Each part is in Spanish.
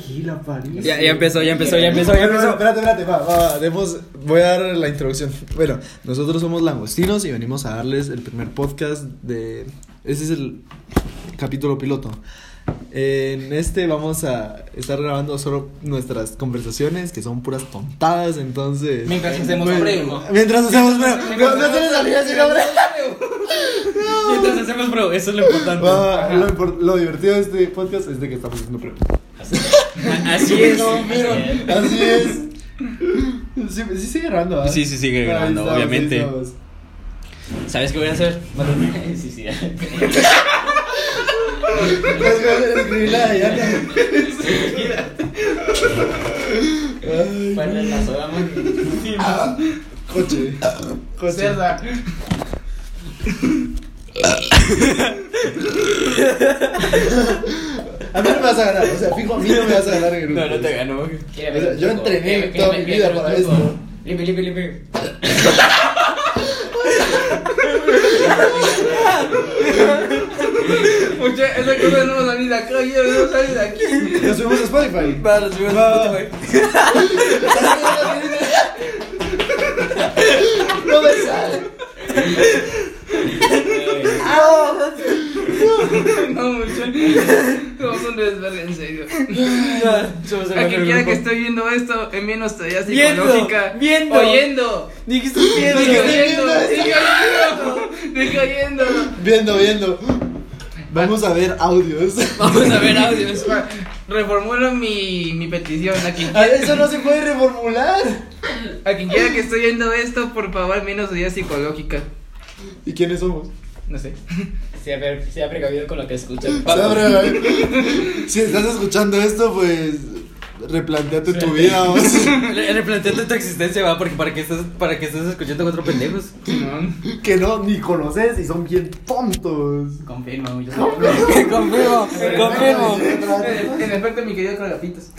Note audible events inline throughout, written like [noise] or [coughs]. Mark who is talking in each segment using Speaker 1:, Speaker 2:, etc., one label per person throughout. Speaker 1: Tranquila, París.
Speaker 2: Ya, ya empezó, ya empezó, ya empezó, ya
Speaker 3: No, no, no,
Speaker 2: empezó.
Speaker 3: espérate, espérate, va, va, va, demos- voy a dar la introducción. Bueno, nosotros somos langostinos y venimos a darles el primer podcast de... Este es el capítulo piloto. En este vamos a estar grabando solo nuestras conversaciones, que son puras tontadas, entonces...
Speaker 2: Mientras hacemos
Speaker 3: Bueno,
Speaker 2: prego.
Speaker 3: Mientras hacemos prego. No, no se les salió así, hombre.
Speaker 2: Mientras hacemos pro, eso es lo importante.
Speaker 3: Va, va, lo, impor- lo divertido de este podcast es de que estamos haciendo prego.
Speaker 2: A- Así es.
Speaker 3: No, mira, así es. Sí, sí sigue grabando, ¿ah?
Speaker 2: Sí, sí, sigue
Speaker 3: Ahí
Speaker 2: grabando,
Speaker 3: estamos, ahí
Speaker 2: obviamente.
Speaker 3: estamos.
Speaker 2: ¿Sabes qué voy a hacer?
Speaker 4: Sí, sí.
Speaker 3: Las voy a hacer escribir la de Diana.
Speaker 4: Para la
Speaker 3: [laughs]
Speaker 4: soda, man.
Speaker 3: Coche. Coche.
Speaker 4: Cerda.
Speaker 3: A mí no me vas a ganar, o sea, fijo, a mí no me vas a ganar en grupo.
Speaker 2: No, no te gano.
Speaker 3: O sea, yo entrené toda mi vida para esto.
Speaker 4: Limpio, limpio, limpio.
Speaker 2: Mucha, esa cosa no va a salir de acá, yo no va a salir de aquí.
Speaker 3: Nos subimos a Spotify.
Speaker 2: Para los primeros
Speaker 3: Va.
Speaker 2: Spotify.
Speaker 3: No me sale.
Speaker 5: No,
Speaker 2: [laughs]
Speaker 5: muchachos. Somos un desvergue, en serio.
Speaker 2: Ya, somos el
Speaker 5: A
Speaker 2: mejor
Speaker 5: quien quiera que
Speaker 2: grupo.
Speaker 5: estoy viendo esto, envíenos teoría
Speaker 2: Viendo,
Speaker 5: psicológica.
Speaker 2: viendo.
Speaker 5: Oyendo.
Speaker 2: Ni que estoy viendo.
Speaker 5: Sigue
Speaker 3: estoy
Speaker 5: oyendo.
Speaker 3: viendo
Speaker 5: Sigue oyendo. Sigue oyendo.
Speaker 3: Viendo, viendo. Vamos a ver audios.
Speaker 2: Vamos a ver audios.
Speaker 5: Reformulo mi, mi petición. A quien,
Speaker 3: A ver, Eso no se puede reformular.
Speaker 5: a quien quiera que estoy viendo esto, por favor, envíenos teoría psicológica.
Speaker 3: ¿Y quiénes somos?
Speaker 5: No sé.
Speaker 4: Se ha, pre- se ha precavido con lo que escucha.
Speaker 3: Se abre. Si estás escuchando esto, pues replanteate tu vida. o sea,
Speaker 2: [laughs] Le- Replanteate tu existencia, va, porque para que estás, para que estás escuchando cuatro pendejos.
Speaker 3: [laughs] Que no ni conoces y son bien tontos.
Speaker 4: Confirma, mucho.
Speaker 2: [laughs] confirmo, confirmo.
Speaker 5: En efecto, mi querido Cragapitos.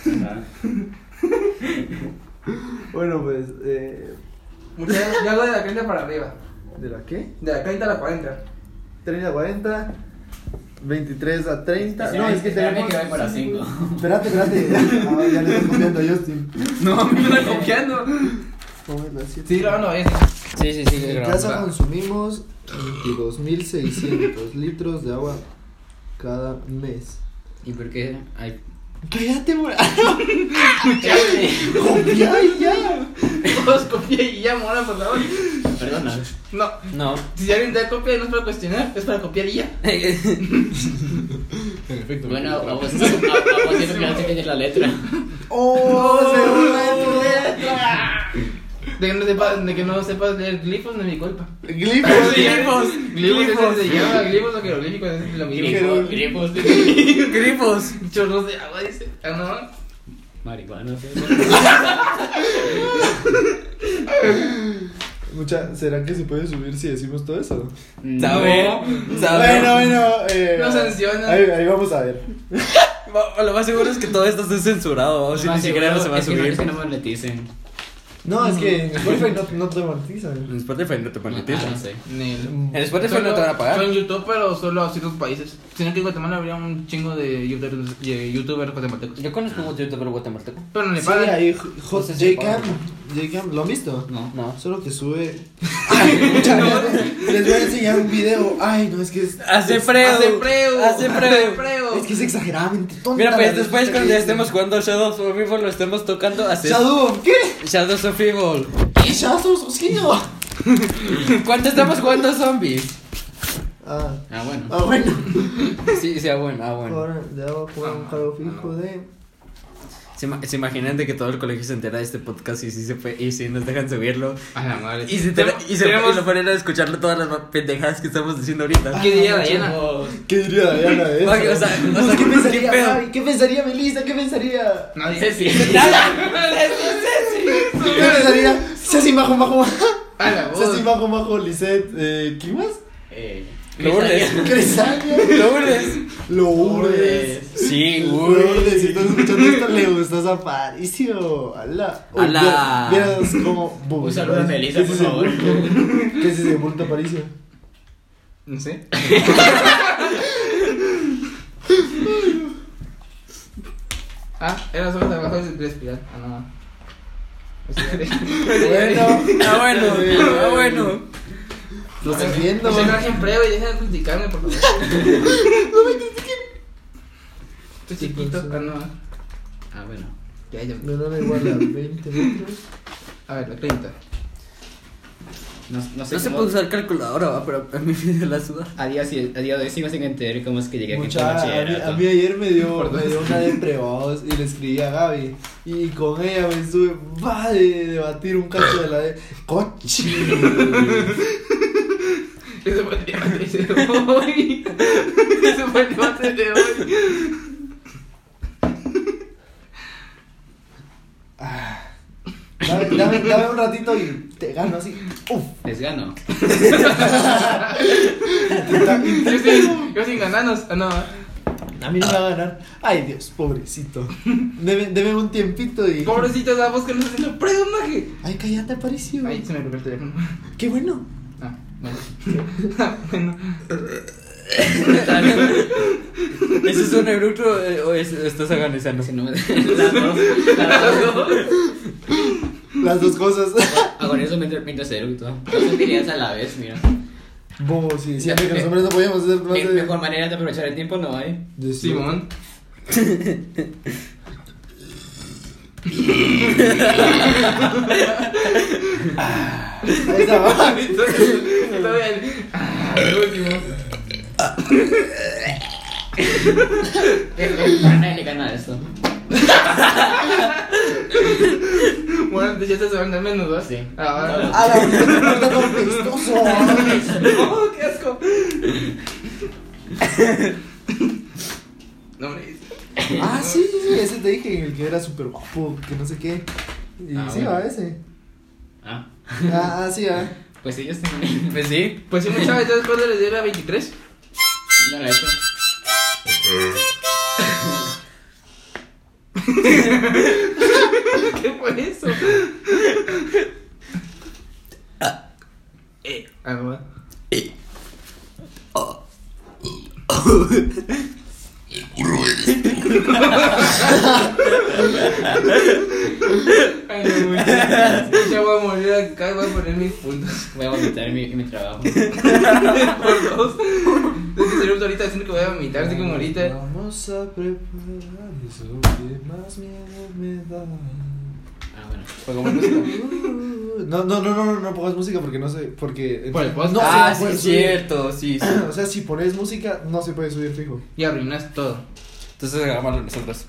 Speaker 3: Bueno, pues, eh,
Speaker 5: Muchachos, yo hago de la 30 para arriba.
Speaker 3: ¿de la qué?
Speaker 5: De la 30 a la
Speaker 2: [laughs]
Speaker 5: 40.
Speaker 3: 30 a 40, 23 a 30. No, es que
Speaker 4: tenemos
Speaker 3: tenemos.
Speaker 4: que voy para 5.
Speaker 3: Espérate, espérate. Ah, ya le estoy copiando a Justin.
Speaker 5: No, me están copiando.
Speaker 3: ¿Cómo es la siete?
Speaker 5: Sí, claro, no, es.
Speaker 2: Sí, sí, sí,
Speaker 3: En casa consumimos 22.600 litros de agua cada mes.
Speaker 2: ¿Y por qué era? Ay.
Speaker 3: Cállate, [laughs] morado. Copia ya.
Speaker 5: Todos copié y ya, mora, por favor.
Speaker 3: [laughs]
Speaker 4: Perdona.
Speaker 5: No.
Speaker 2: No.
Speaker 5: Si alguien te da copia no es para cuestionar, es para copiar y ya.
Speaker 4: Bueno, a vos a- a vos siento que no te tienes
Speaker 3: [laughs]
Speaker 4: la letra.
Speaker 3: Oh, se burla de tu
Speaker 5: De que no sepas, de que no sepas leer glifos no es mi culpa.
Speaker 3: Glifo.
Speaker 2: [laughs] Glifos,
Speaker 5: Glifos,
Speaker 2: glifos.
Speaker 5: es- se llama glifos o jeroglíficos, es
Speaker 2: [laughs]
Speaker 5: lo mismo.
Speaker 3: Pero-
Speaker 4: Grifos, grifos de
Speaker 2: Grifos.
Speaker 5: Chorros de agua, dice. Ah,
Speaker 4: marihuana.
Speaker 3: [laughs] Mucha, ¿será que se puede subir si decimos todo eso?
Speaker 2: Sabe, sabe.
Speaker 3: Bueno, bueno, eh,
Speaker 5: Nos sancionan.
Speaker 3: Ahí, ahí vamos a ver.
Speaker 2: Va- Lo más seguro es que todo esto esté censurado. O sea, ni siquiera no se va a
Speaker 4: Es que no-
Speaker 2: subir.
Speaker 4: Es que no moneticen.
Speaker 3: No, es que en Spotify no, no te monetizan.
Speaker 2: En Spotify no te
Speaker 4: Ah, no
Speaker 2: monetizan.
Speaker 4: sé.
Speaker 5: no. Nel.
Speaker 2: En Spotify no te van a pagar.
Speaker 5: Son YouTube, pero solo a ciertos países. Si no, que en Guatemala habría un chingo de youtubers, de youtubers guatemaltecos.
Speaker 2: Pues Yo conozco un youtuber guatemalteco.
Speaker 5: Pero no le
Speaker 3: Sí,
Speaker 5: pagan.
Speaker 3: ahí Hot
Speaker 2: Pues ese
Speaker 3: J-Cam. J-Cam, ¿lo han visto?
Speaker 2: No. No.
Speaker 3: Solo que sube. Ay, mucha, les, les voy a enseñar un video. Ay, no, es que es.
Speaker 2: Pues, Hace
Speaker 3: es-
Speaker 2: preo.
Speaker 5: Hace preu.
Speaker 2: Hace preu.
Speaker 3: Es que es exageradamente tonta.
Speaker 2: Mira,
Speaker 3: la
Speaker 2: pues
Speaker 3: letra
Speaker 2: después
Speaker 3: que
Speaker 2: cuando ya
Speaker 3: dice.
Speaker 2: estemos jugando Shadows of Evil, lo estemos tocando así.
Speaker 3: Shadow, ¿qué?
Speaker 2: Shadows of Evil. [laughs]
Speaker 3: ¿Qué Shadow? Sosquillo?
Speaker 2: ¿Cuánto estamos jugando zombies?
Speaker 3: Ah,
Speaker 4: Ah, bueno.
Speaker 3: ah, bueno.
Speaker 2: Sí, sí, ah, bueno, ah, bueno.
Speaker 3: Ahora le hago jugar un cargo fijo de.
Speaker 2: Se, ima- se imaginan de que todo el colegio se entera de este podcast y si se fue, y si nos dejan subirlo.
Speaker 5: A la madre.
Speaker 2: Y se,
Speaker 5: Pero-
Speaker 2: entera- y se
Speaker 5: tenemos-
Speaker 2: y lo ponen a escucharlo todas las ma- pendejadas que estamos diciendo ahorita.
Speaker 5: ¿Qué diría Dayana?
Speaker 3: ¿Qué diría Diana de eso?
Speaker 2: Oye, o sea, o sea,
Speaker 3: ¿qué
Speaker 2: ¿qué
Speaker 3: pensaría
Speaker 2: pedo?
Speaker 3: Javi? ¿Qué pensaría Melissa? ¿Qué pensaría?
Speaker 2: Ah,
Speaker 5: Nadie.
Speaker 2: [laughs]
Speaker 4: Ceci.
Speaker 3: ¿Qué pensaría? Ceci Majo Majo.
Speaker 5: A la voz.
Speaker 3: Ceci Majo Majo, Lisette. Eh, ¿Qué más?
Speaker 4: Eh,
Speaker 2: Lourdes. [laughs]
Speaker 3: Cresania.
Speaker 2: Lourdes.
Speaker 3: Lourdes. [laughs]
Speaker 2: Sí,
Speaker 3: Lourdes, si estás escuchando esto, le gustas a Paricio. Ala. Uy,
Speaker 2: Ala.
Speaker 3: ya- Vieras cómo. boom,
Speaker 4: Un saludo a
Speaker 3: Paricio.
Speaker 4: Melissa,
Speaker 3: ¿Qué es
Speaker 4: por
Speaker 3: ese
Speaker 4: favor.
Speaker 3: bulto? ¿Qué es ese bulto, Paricio?
Speaker 5: No sé. Ah, era solo trabajo de respirar. Ah, no. Estoy
Speaker 3: Bueno,
Speaker 2: Ah, bueno,
Speaker 3: Sí,
Speaker 2: ah, bueno.
Speaker 3: lo estoy viendo.
Speaker 5: empleo y dejen de criticarme, por favor. No me critiquen. Tu chiquito, ah, no.
Speaker 2: Ah, bueno.
Speaker 5: Ya, ya.
Speaker 3: Menor o igual a 20 metros.
Speaker 5: A ver, la 30.
Speaker 4: No, no sé
Speaker 2: No se
Speaker 4: cómo-
Speaker 2: puede usar calculadora, va, pero a mí me dio la [laughs] suda.
Speaker 4: A día, sí- a día de hoy sigo sin entender cómo es que llegué aquí con
Speaker 3: Mucha, a, mí,
Speaker 4: bachillerato.
Speaker 3: a mí ayer me dio,
Speaker 5: Por
Speaker 3: me
Speaker 5: dos.
Speaker 3: dio una depravados y le escribí a Gaby. Y con ella me estuve, va, de debatir un cacho de la de. ¡Coche!
Speaker 5: Ese fue el debate de hoy. Ese fue el debate de hoy.
Speaker 3: Ah. Dame, dame, dame un ratito y te gano así. ¡Uf!
Speaker 4: Les gano.
Speaker 5: Yo sin, yo sin ganarnos. Ah, no.
Speaker 3: A mí no me va a ganar. ¡Ay, Dios, pobrecito! Deme, deme un tiempito y.
Speaker 5: Pobrecito, la voz que nos hizo personaje.
Speaker 3: ¡Ay, cállate, apareció!
Speaker 5: Ay, se me rompió el teléfono.
Speaker 3: ¡Qué bueno!
Speaker 5: Ah, bueno. Ah, bueno.
Speaker 2: ¿Eso es un eructo eh, o es- estás agonizando?
Speaker 4: Si no me... Las dos, las dos.
Speaker 3: Las dos
Speaker 5: [laughs]
Speaker 3: cosas.
Speaker 4: Hago eso mientras, mientras eructo. Dos sentirías a la vez, mira.
Speaker 3: Vos, sí, siempre que
Speaker 5: eh,
Speaker 3: los hombres no podíamos hacer más
Speaker 4: Me-
Speaker 3: de.
Speaker 4: mejor manera de aprovechar el tiempo no hay.
Speaker 3: de-
Speaker 5: [laughs] Simón.
Speaker 3: [laughs] Ahí está, va.
Speaker 5: [laughs] Está bien. Ah, el último.
Speaker 4: Nadie le gana a esto.
Speaker 5: Bueno, antes ya te se van a dar menos, Ah, ¿verdad?
Speaker 4: Sí.
Speaker 5: Ahora.
Speaker 3: ¡A la puerta con pistoso!
Speaker 5: [laughs] ¡Oh, qué asco! No, hombre.
Speaker 3: Ah, sí, sí, sí, ese te dije, el que era súper guapo, que no sé qué. Y
Speaker 4: Ah,
Speaker 3: sí,
Speaker 4: bueno.
Speaker 3: va ese.
Speaker 4: Ah,
Speaker 3: Ah, ah, sí, va.
Speaker 4: pues ellos tienen.
Speaker 2: Pues sí.
Speaker 5: Pues sí, muchas [laughs] veces cuando les diera 23.
Speaker 4: No lo he hecho.
Speaker 5: [laughs] ¿Qué fue eso? Ah. Eh, ah, va. Ah. [laughs] [laughs] Ay, no, güey. Ya voy a morir acá y voy a poner mis puntos.
Speaker 4: Voy a vomitar mi, mi trabajo.
Speaker 5: Por dos. Es que cerebro ahorita diciendo que voy a vomitar, así como ahorita.
Speaker 3: Vamos a preparar eso que más miedo me da.
Speaker 4: Ah, bueno.
Speaker 5: Pongamos música.
Speaker 3: No, no, no, no, no, no pongas música porque no sé, porque...
Speaker 5: Por el podcast.
Speaker 3: No,
Speaker 2: ah,
Speaker 3: se
Speaker 2: sí,
Speaker 3: puede
Speaker 2: es
Speaker 3: subir. [clears throat]
Speaker 2: cierto, sí, sí.
Speaker 3: O sea, si pones música, no se puede subir fijo.
Speaker 5: Y arruinas todo.
Speaker 2: Entonces agarramos nosotros.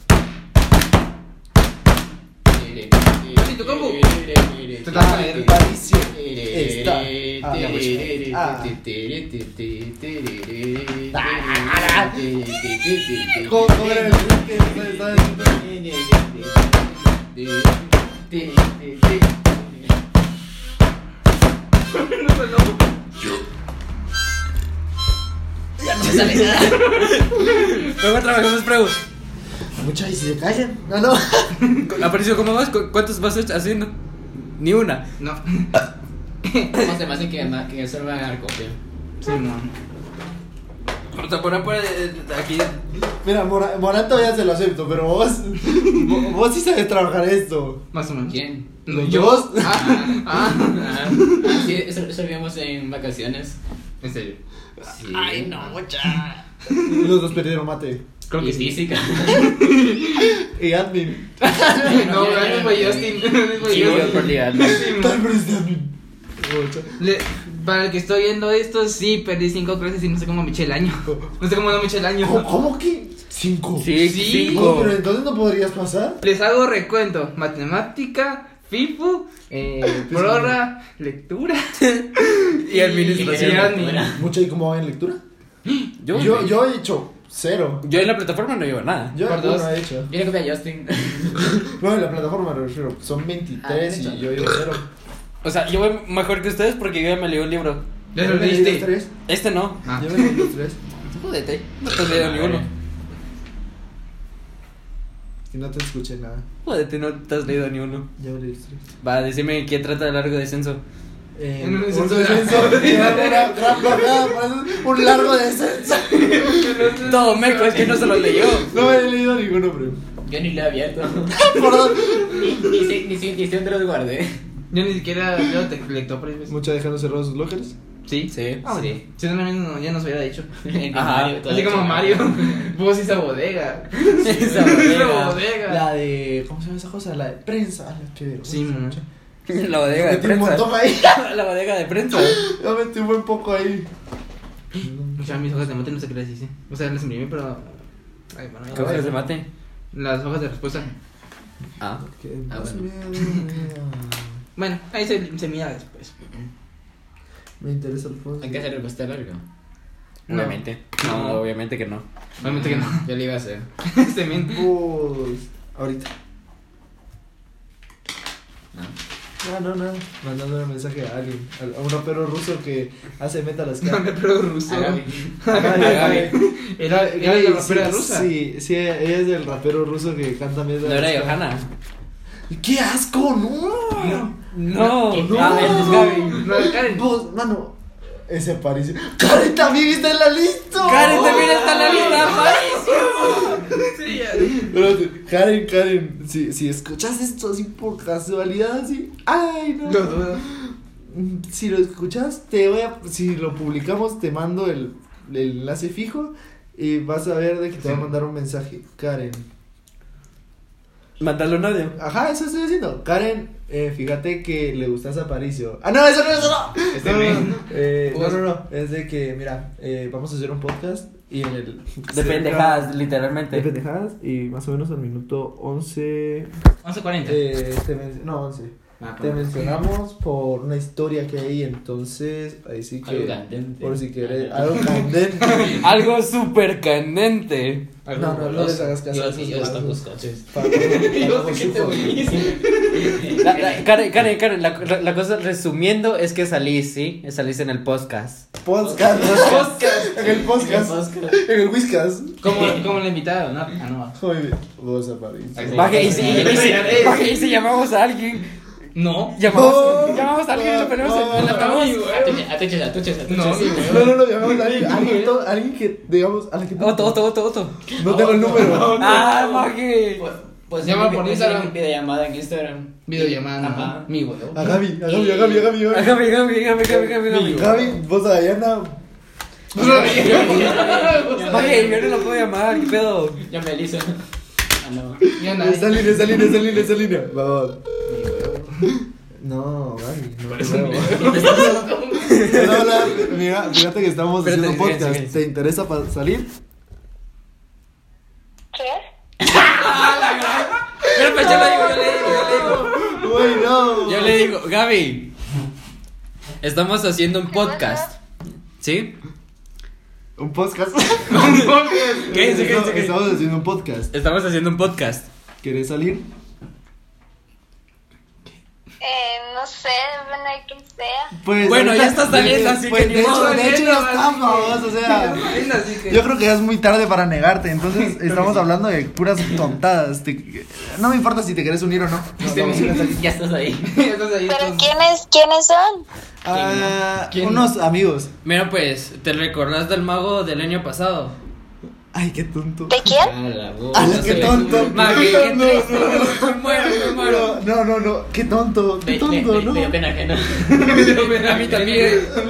Speaker 5: tu combo. Te
Speaker 4: Está.
Speaker 5: vas a ver.
Speaker 3: Aparicio. Está. Ah, la música. Ah. ¿Cómo, cómo era el
Speaker 4: Está.
Speaker 3: ritmo que ustedes saben?
Speaker 5: No sonó.
Speaker 2: Luego trabajamos, Preu.
Speaker 3: Mucha, y si se callan. No, [laughs] no.
Speaker 2: Aparicio, ¿cómo vas? ¿Cu- ¿Cuántos vas haciendo? Ni una.
Speaker 5: No.
Speaker 4: Vamos, además de que además que eso va a ganar copia.
Speaker 5: Sí, no.
Speaker 2: Te ponen por aquí.
Speaker 3: Mira, Mora- Morán todavía se lo acepto, pero vos... vo- Vos sí sabes trabajar esto.
Speaker 5: Más o menos.
Speaker 4: ¿Quién?
Speaker 5: No,
Speaker 3: ¿Los
Speaker 5: yo.
Speaker 3: dos?
Speaker 5: Ah, ah.
Speaker 4: Ah, sí, eso, eso lo vimos en vacaciones.
Speaker 5: En serio.
Speaker 4: Sí. Ay, no, mucha.
Speaker 3: [laughs] Los dos perdieron mate.
Speaker 5: Creo
Speaker 4: y
Speaker 5: que
Speaker 4: [laughs]
Speaker 5: sí.
Speaker 4: física.
Speaker 3: Y admin.
Speaker 5: No,
Speaker 4: Ya, ya,
Speaker 5: gracias
Speaker 4: ya,
Speaker 5: por
Speaker 4: ya.
Speaker 5: Justin. Gracias por
Speaker 2: Sí, yo
Speaker 5: Justin.
Speaker 2: por ligar.
Speaker 5: Sí,
Speaker 3: Tal
Speaker 5: man.
Speaker 3: vez de admin. Mucha.
Speaker 5: Le- Para el que estoy viendo esto, sí, perdí 5 clases y no sé cómo me eché el año. [laughs] No sé cómo no me eché el año.
Speaker 3: ¿Cómo, cómo que? Cinco.
Speaker 2: Sí,
Speaker 5: Sí.
Speaker 3: No,
Speaker 2: cinco.
Speaker 3: pero entonces no podrías pasar.
Speaker 5: Les hago recuento: matemática, FIFU, eh, prorra, lectura.
Speaker 2: Y administración.
Speaker 5: y admin.
Speaker 3: Mucha, ¿y cómo va en lectura?
Speaker 2: Yo,
Speaker 3: yo,
Speaker 2: yo, yo,
Speaker 3: yo he hecho cero.
Speaker 2: en la plataforma no llevo nada.
Speaker 3: Yo
Speaker 5: Por dos.
Speaker 3: no he hecho. [laughs]
Speaker 4: Yo le copié a Justin.
Speaker 3: No, en la plataforma me refiero. Son 23
Speaker 4: Ah,
Speaker 3: y yo llevo cero.
Speaker 2: O sea, yo voy mejor que ustedes porque yo ya me leí un libro.
Speaker 5: ¿Ya
Speaker 3: Yo
Speaker 5: lo
Speaker 3: me leí los
Speaker 5: leíste?
Speaker 3: tres.
Speaker 2: Este no.
Speaker 5: Ah.
Speaker 3: Yo me leí los tres.
Speaker 2: Jódete. No te has leído ni uno.
Speaker 3: Y no te escuché nada.
Speaker 2: Jódete, no te has leído ni uno.
Speaker 3: Ya me leí los tres.
Speaker 2: Va, decime qué trata el largo descenso.
Speaker 3: Eh,
Speaker 5: En un
Speaker 3: un
Speaker 5: descenso.
Speaker 3: descenso. Era una gran bajada, parece Un largo descenso.
Speaker 2: Todo meco, es que no se lo leyó.
Speaker 3: [laughs] No me he leído ninguno, pero.
Speaker 4: Yo ni lo he abierto. [laughs] Ni- ni, si- ni, si- ni siquiera los guardé.
Speaker 5: Yo ni siquiera yo te lectó por ahí. ¿ves?
Speaker 3: Mucha dejaron cerrados sus locales.
Speaker 5: Sí.
Speaker 4: Sí,
Speaker 5: Ah, bueno.
Speaker 4: sí.
Speaker 5: Si no, no, ya nos hubiera dicho.
Speaker 4: Ajá,
Speaker 5: Así
Speaker 4: [laughs]
Speaker 5: como Mario. Vos y esa bodega.
Speaker 4: Esa
Speaker 5: [laughs] Esa
Speaker 4: bodega.
Speaker 5: bodega.
Speaker 3: La de. Eh, ¿Cómo se llama esa cosa? La de prensa. Ah, La que.
Speaker 5: Sí, mamá.
Speaker 2: La bodega de
Speaker 3: Metí un
Speaker 2: prensa.
Speaker 3: montón ahí.
Speaker 2: [laughs]
Speaker 3: [laughs]
Speaker 2: La bodega de prensa.
Speaker 3: Yo metí un buen poco ahí.
Speaker 5: O sea, mis hojas de mate no sé qué les hice. O sea, las imprimí, pero. Ay, bueno,
Speaker 2: ¿Qué
Speaker 5: ya-
Speaker 2: hojas de mate?
Speaker 5: Las hojas de respuesta.
Speaker 2: Ah.
Speaker 3: Que-
Speaker 2: Ah, bueno.
Speaker 5: Bueno, ahí se, se mira después.
Speaker 3: Me interesa el fondo.
Speaker 4: Hay que hacer el pastel largo.
Speaker 5: No.
Speaker 2: Obviamente. No,
Speaker 5: No.
Speaker 2: obviamente que no.
Speaker 5: Obviamente que no.
Speaker 4: Yo lo iba a hacer.
Speaker 5: [laughs] se
Speaker 3: [laughs]
Speaker 5: miente.
Speaker 3: Pues, Ahorita.
Speaker 4: No.
Speaker 3: Ah, No, no, no. Mandándole un mensaje a alguien. al- A un rapero ruso que hace metal Ah, ska.
Speaker 5: [laughs] No, pero ruso.
Speaker 4: Agave.
Speaker 3: Agave.
Speaker 5: [laughs] Era, era
Speaker 3: Güey,
Speaker 5: la rapera
Speaker 3: sí,
Speaker 5: rusa.
Speaker 3: Sí, sí, ella es del rapero ruso que canta metal.
Speaker 2: No era
Speaker 3: ska.
Speaker 2: Johanna.
Speaker 3: ¡Qué asco! ¡No!
Speaker 2: No.
Speaker 4: no.
Speaker 2: Ah, es Gaby.
Speaker 5: pues, No, Karen.
Speaker 3: Vos, Pues, mano. Ese París. ¡Karen también está en la lista!
Speaker 2: Karen también está en la lista.
Speaker 5: Sí, ya.
Speaker 3: Espérate, Karen, Karen, si, si escuchas esto así por casualidad, así. ¡Ay, no!
Speaker 5: Lo dudo.
Speaker 3: Mm, Si lo escuchas, te voy a. Si lo publicamos, te mando el, el enlace fijo. Y vas a ver de que te va a mandar un mensaje. Karen.
Speaker 2: Mándale un audio.
Speaker 3: Ajá, eso estoy diciendo. Karen, eh, fíjate que le gustas a Paricio. Ah, no, eso no, eso no.
Speaker 5: Este
Speaker 3: no, no,
Speaker 5: men.
Speaker 3: no. Eh, no,
Speaker 5: Pues-
Speaker 3: no, no. Es de que, mira, eh, vamos a hacer un podcast y en el.
Speaker 2: De pendejadas, literalmente.
Speaker 3: De pendejadas y más o menos al minuto 11.
Speaker 5: 11.40.
Speaker 3: Eh, te men- no, 11.
Speaker 5: Ah,
Speaker 3: Te
Speaker 5: pues.
Speaker 3: mencionamos por una historia que hay, entonces ahí sí
Speaker 4: Algo
Speaker 3: que.
Speaker 4: candente.
Speaker 3: Por si quieres,
Speaker 4: Ah,
Speaker 3: algo candente.
Speaker 4: [laughs]
Speaker 2: Algo súper candente.
Speaker 5: Algo
Speaker 3: no, no, no les hagas caso.
Speaker 4: Yo sí, yo los tacos [laughs] coches.
Speaker 3: Para- para-
Speaker 4: Yo
Speaker 3: para-
Speaker 4: sé que te volviste.
Speaker 2: La- la- Karen, Karen, Karen, la, la- la cosa resumiendo es que salís, ¿sí? Salís en el podcast.
Speaker 3: Podcast. En el podcast. En el Whiskas.
Speaker 5: ¿Cómo, ¿Cómo le invitaron? No, ah, no.
Speaker 3: Muy bien. Vos a París.
Speaker 4: Ahí sí.
Speaker 2: Baje y si, y si- baje y si llamamos a alguien.
Speaker 5: No.
Speaker 2: Llamamos,
Speaker 3: No.
Speaker 2: llamamos a alguien y lo ponemos en- en la tabla.
Speaker 4: Atuches, atuches, atuches, atuches.
Speaker 5: No, mi
Speaker 3: No, no, no, llamamos a alguien, alguien, to- alguien que, digamos, a la que
Speaker 2: Otto, Otto, Otto, Otto.
Speaker 3: no tengo el número.
Speaker 2: Ah, Maje.
Speaker 4: Pues- Pues
Speaker 5: Llama
Speaker 4: llama
Speaker 5: por
Speaker 4: por
Speaker 5: Instagram.
Speaker 4: Instagram. Videollamada en Instagram.
Speaker 5: Videollamada.
Speaker 4: Ajá. Ah,
Speaker 5: Ajá. Mi huevo.
Speaker 3: A Gaby, a Gaby, a Gaby, a Gaby. a Gaby.
Speaker 2: Gaby, Gaby, Gaby, Gaby, Gaby, Gaby.
Speaker 3: Gaby, vos a Diana.
Speaker 2: Maje, yo no lo puedo llamar, qué pedo.
Speaker 4: Yo me aliso. Ah, no.
Speaker 5: Ya nadie.
Speaker 3: Esa línea, esa línea, esa línea, esa
Speaker 2: [laughs]
Speaker 3: línea. Va, va. No, Gaby, no te [laughs] creo. No, la- mira, fíjate que estamos
Speaker 2: Espérate,
Speaker 3: haciendo
Speaker 2: silencio,
Speaker 3: podcast.
Speaker 2: silencio.
Speaker 3: ¿Te interesa pa- salir?
Speaker 1: ¿Qué?
Speaker 2: Pero pues yo le digo, yo le digo, yo le digo.
Speaker 3: Uy, no.
Speaker 2: Yo le digo, Gaby, estamos haciendo un podcast. ¿Sí?
Speaker 3: Un
Speaker 2: [laughs]
Speaker 3: podcast.
Speaker 2: ¿Qué? ¿Sí, qué, sí, qué?
Speaker 3: Estamos haciendo un podcast.
Speaker 2: Estamos haciendo un podcast.
Speaker 3: ¿Querés salir?
Speaker 1: Eh, no sé, bueno, hay que sea.
Speaker 3: Pues,
Speaker 2: Bueno,
Speaker 3: ahorita-
Speaker 2: ya estás saliendo, así
Speaker 3: pues,
Speaker 2: que ni
Speaker 3: de
Speaker 2: modo,
Speaker 3: hecho, de hecho, ya
Speaker 5: así
Speaker 3: estamos, o sea.
Speaker 5: Así que-
Speaker 3: Yo creo que ya es muy tarde para negarte, entonces estamos hablando de puras tontadas. te- no me importa si te querés unir o no.
Speaker 5: Este men.
Speaker 4: Ya estás ahí.
Speaker 5: Ya estás ahí,
Speaker 1: ¿Pero
Speaker 5: entonces.
Speaker 1: quiénes, quiénes son?
Speaker 3: Ah, Unos amigos.
Speaker 2: Mira, pues, ¿te recordás del mago del año pasado?
Speaker 3: Ay, qué tonto.
Speaker 1: ¿De
Speaker 4: A
Speaker 1: quién?
Speaker 4: la
Speaker 3: Ah,
Speaker 4: voz.
Speaker 3: qué tonto.
Speaker 2: Maje, Este, qué
Speaker 3: [laughs] No,
Speaker 2: triste.
Speaker 3: no, no.
Speaker 2: Me [laughs] muero, me muero.
Speaker 3: [laughs] No, no, no, no, qué tonto, qué
Speaker 4: Me- me-
Speaker 3: tonto,
Speaker 4: me-
Speaker 3: ¿no?
Speaker 4: Me dio pena ajena.
Speaker 2: A mí también. A mí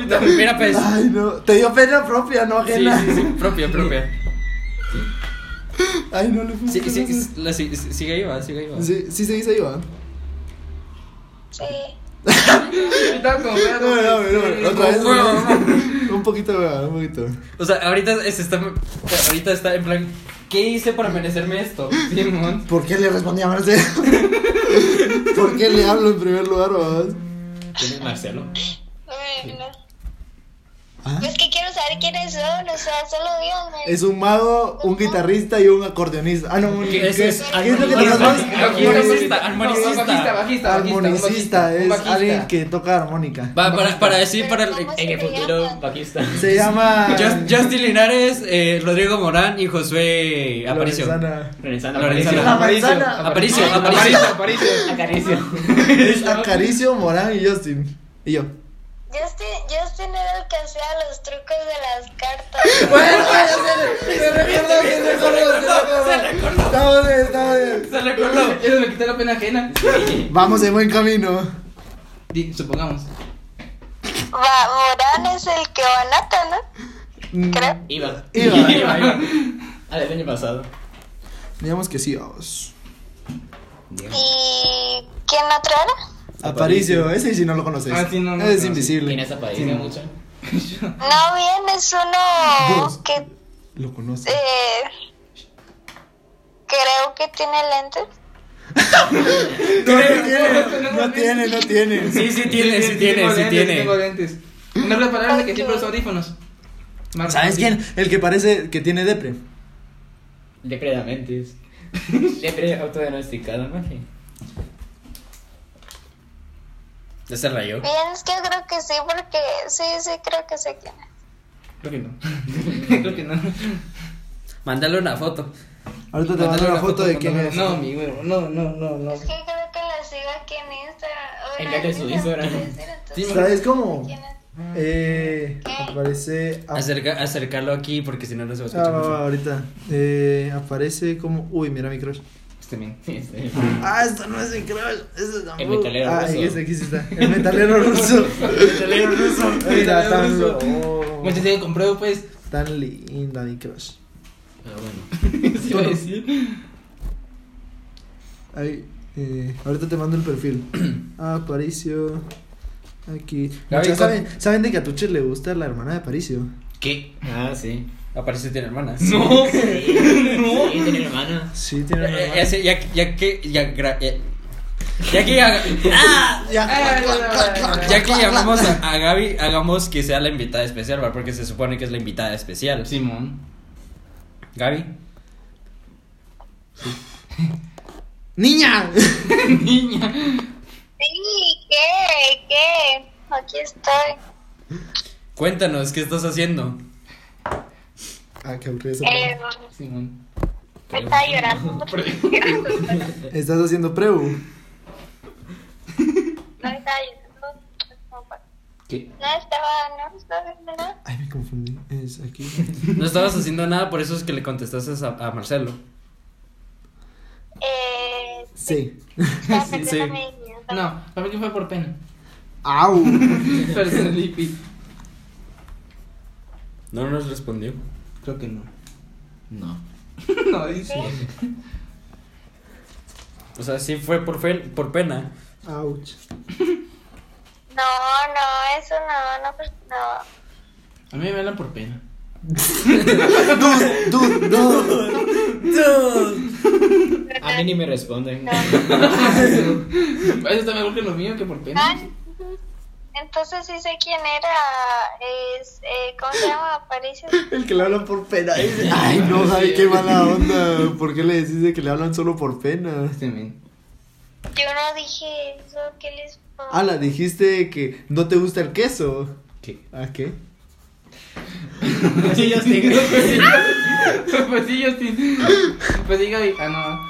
Speaker 2: también. Mira, pues.
Speaker 3: [laughs] Ay, no, te dio pena propia, no
Speaker 2: Sí,
Speaker 3: ajena.
Speaker 2: sí, sí, propia, propia.
Speaker 3: [laughs] Ay, no le
Speaker 2: Sí, sí,
Speaker 3: sí, [laughs]
Speaker 2: sí, la- sí, sí, sigue ahí, va, sigue ahí, va.
Speaker 3: sí, sí se dice Iván.
Speaker 1: Sí.
Speaker 5: Estaba como
Speaker 3: No,
Speaker 5: fea,
Speaker 3: no, no, no, otra vez.
Speaker 2: Bueno,
Speaker 3: [laughs] Un poquito, un poquito.
Speaker 2: O sea, ahorita es- está, ahorita está en plan, ¿qué hice para merecerme esto?
Speaker 5: Simón.
Speaker 3: ¿Por qué le respondí a Marcelo? [laughs] ¿Por qué le hablo en primer lugar, babas?
Speaker 4: ¿Quién es Marcelo?
Speaker 1: Bueno.
Speaker 3: ¿Ah?
Speaker 1: Pues que quiero saber quiénes son, o sea, solo Dios me...
Speaker 3: Es un mago, un guitarrista y un acordeonista. Ah, no, un,
Speaker 2: ¿Qué es
Speaker 3: ¿qué
Speaker 2: eso?
Speaker 3: ¿Qué es lo que te
Speaker 2: Armonista,
Speaker 3: más-
Speaker 2: armonista,
Speaker 3: armonista?
Speaker 2: armonista.
Speaker 5: No, Bajista, bajista, bajista. un
Speaker 3: Armonicista
Speaker 5: bajista, un
Speaker 3: es
Speaker 5: bajista.
Speaker 3: alguien que toca armónica.
Speaker 2: Va, para, para decir, para...
Speaker 1: ¿Cómo se
Speaker 4: En el futuro,
Speaker 1: llama?
Speaker 4: bajista.
Speaker 3: Se llama.
Speaker 2: Just- Justin Linares, eh, Rodrigo Morán y Josué Aparicio.
Speaker 3: Lorenzana.
Speaker 4: Renezana.
Speaker 2: Lorenzana.
Speaker 4: Lorenzana.
Speaker 2: Aparicio,
Speaker 5: Aparicio, Aparicio.
Speaker 4: Acaricio.
Speaker 3: Es Acaricio, Morán y Justin. Y yo.
Speaker 1: Justin, Justin era el que hacía los trucos de las cartas.
Speaker 3: Bueno, se, se recuerdo, se recuerdo, se recuerdo. Estamos bien, estamos bien.
Speaker 5: Se recordó. Eso me quitó la pena ajena.
Speaker 3: Vamos en buen camino.
Speaker 5: Di- Supongamos.
Speaker 1: Va, Morán es el que va Nata, ¿no? Creo.
Speaker 4: Iba.
Speaker 3: Iba.
Speaker 4: [laughs] Iba, iba. Ah, del año pasado.
Speaker 3: Digamos que sí, vamos.
Speaker 1: ¿Y quién otro era?
Speaker 3: Aparicio, ese sí no lo conoces.
Speaker 5: Ah, sí, no, no,
Speaker 3: es
Speaker 5: no,
Speaker 3: invisible.
Speaker 4: ¿Quién es Aparicio? mucho?
Speaker 1: No, bien, es
Speaker 3: Dos.
Speaker 1: uno que
Speaker 3: Lo conoces.
Speaker 1: eh, creo que tiene lentes.
Speaker 3: No, tiene, no tiene, no tiene.
Speaker 2: Sí, sí tiene, sí tiene,
Speaker 5: tengo
Speaker 2: sí
Speaker 5: lentes, Tengo
Speaker 2: tiene.
Speaker 5: lentes. Una de las palabras de que siempre uso audífonos. Marco.
Speaker 3: ¿Sabes quién? El que parece que tiene depre.
Speaker 4: Depre
Speaker 2: [laughs]
Speaker 4: de mentes. Depre autodiagnosticada, maje.
Speaker 2: Ya se rayó.
Speaker 1: Bien, es que yo creo que sí, porque sí, sí, creo que sé quién es.
Speaker 5: Creo que no. [laughs] Creo que no.
Speaker 2: Mándale una foto.
Speaker 3: Ahorita te mando una foto de quién es.
Speaker 5: No, mi güero. No, no, no, no.
Speaker 1: Es que creo que la sigo aquí en Instagram. Ahora,
Speaker 4: Envíale su
Speaker 1: ¿qué
Speaker 4: Instagram.
Speaker 1: quiere decir entonces?
Speaker 5: Sí,
Speaker 3: ¿Sabes cómo?
Speaker 1: ¿Quién es?
Speaker 3: Eh, aparece. a-
Speaker 2: Acerca, acercarlo aquí porque si no, no se va a
Speaker 3: Ah,
Speaker 2: escuchar.
Speaker 3: va, va,
Speaker 2: mucho.
Speaker 3: ahorita. Eh, aparece como. Uy, mira mi crush.
Speaker 5: Este bien.
Speaker 2: [laughs]
Speaker 4: Este,
Speaker 3: Ah, esto no es mi crush. Esto tampoco.
Speaker 4: El metalero
Speaker 3: ah,
Speaker 4: ruso.
Speaker 3: Ah, este aquí sí está. El metalero ruso. el metalero [laughs] ruso. Mira, tan,
Speaker 5: ruso.
Speaker 3: lo- oh,
Speaker 5: Muchas gracias, compré pues.
Speaker 3: tan linda mi crush.
Speaker 4: Ah,
Speaker 2: [laughs]
Speaker 4: bueno. ¿Se iba a
Speaker 2: pues.
Speaker 4: decir?
Speaker 3: Ahí, eh, ahorita te mando el perfil. Ah, Aparicio. Aquí.
Speaker 2: Gaby,
Speaker 3: Muchas-
Speaker 2: ¿cuál-
Speaker 3: ¿saben, ¿Saben de que a Tuche le gusta la hermana de Aparicio?
Speaker 2: ¿Qué?
Speaker 4: Ah, sí.
Speaker 2: [laughs] Aparece tiene hermanas. [laughs]
Speaker 5: No.
Speaker 4: No. Sí, tiene hermana.
Speaker 3: Sí, tiene una
Speaker 2: Eh,
Speaker 3: hermana.
Speaker 2: eh, sí, Ya, ya que. Ya, gra- eh, ya que.
Speaker 3: [laughs]
Speaker 2: Ya, ¡Ah! Ya que llamamos a, a Gaby, hagamos que sea la invitada especial, ¿verdad? Porque se supone que es la invitada especial.
Speaker 5: Simón.
Speaker 2: Gaby.
Speaker 3: ¡Niña!
Speaker 5: Niña.
Speaker 1: Sí, ¿qué? ¿Qué? Aquí estoy.
Speaker 2: Cuéntanos, ¿qué estás haciendo?
Speaker 3: [laughs] ah, qué aburrido.
Speaker 1: Eh,
Speaker 5: Simón.
Speaker 1: me estaba llorando.
Speaker 3: Estás haciendo preu.
Speaker 1: [laughs] No estaba llorando.
Speaker 5: ¿Qué?
Speaker 1: No estaba, no estaba haciendo nada.
Speaker 3: Ay, me confundí. Es aquí.
Speaker 2: No estabas haciendo nada, por eso es que le contestaste a, a Marcelo.
Speaker 1: Eh,
Speaker 3: Sí.
Speaker 1: estaba
Speaker 2: Sí,
Speaker 1: perdiendo
Speaker 2: sí.
Speaker 1: mi dignidad.
Speaker 5: [laughs] No, para mí fue por [laughs] pena.
Speaker 3: ¡Au!
Speaker 5: Pero se lipi.
Speaker 2: No nos respondió.
Speaker 5: Creo que no.
Speaker 4: No.
Speaker 5: No, dice.
Speaker 2: O sea, sí fue por, fe- por pena.
Speaker 3: ¡Auch!
Speaker 1: No, no, eso no, no, pues, no.
Speaker 5: A mí me hablan por pena.
Speaker 3: ¡Dude! ¡Dude! ¡Dude!
Speaker 4: A mí ni me responden. [laughs]
Speaker 1: No. [laughs]
Speaker 5: Eso está mejor que lo mío que por
Speaker 1: Ah,
Speaker 5: pena.
Speaker 1: Entonces sí sé quién era, es, eh, ¿cómo se llama? Aparicio.
Speaker 3: El que le hablan por pena. dice. Ay, no, Javi, qué mala onda. ¿Por qué le decís de que le hablan solo por pena?
Speaker 5: Este men.
Speaker 1: Yo no dije eso, ¿qué les pasa?
Speaker 3: Ala, dijiste que no te gusta el queso.
Speaker 2: ¿Qué?
Speaker 3: ¿A qué?
Speaker 4: Sí, yo sí.
Speaker 5: Pues sí, Justin. Pues sí, Gaby. Ah,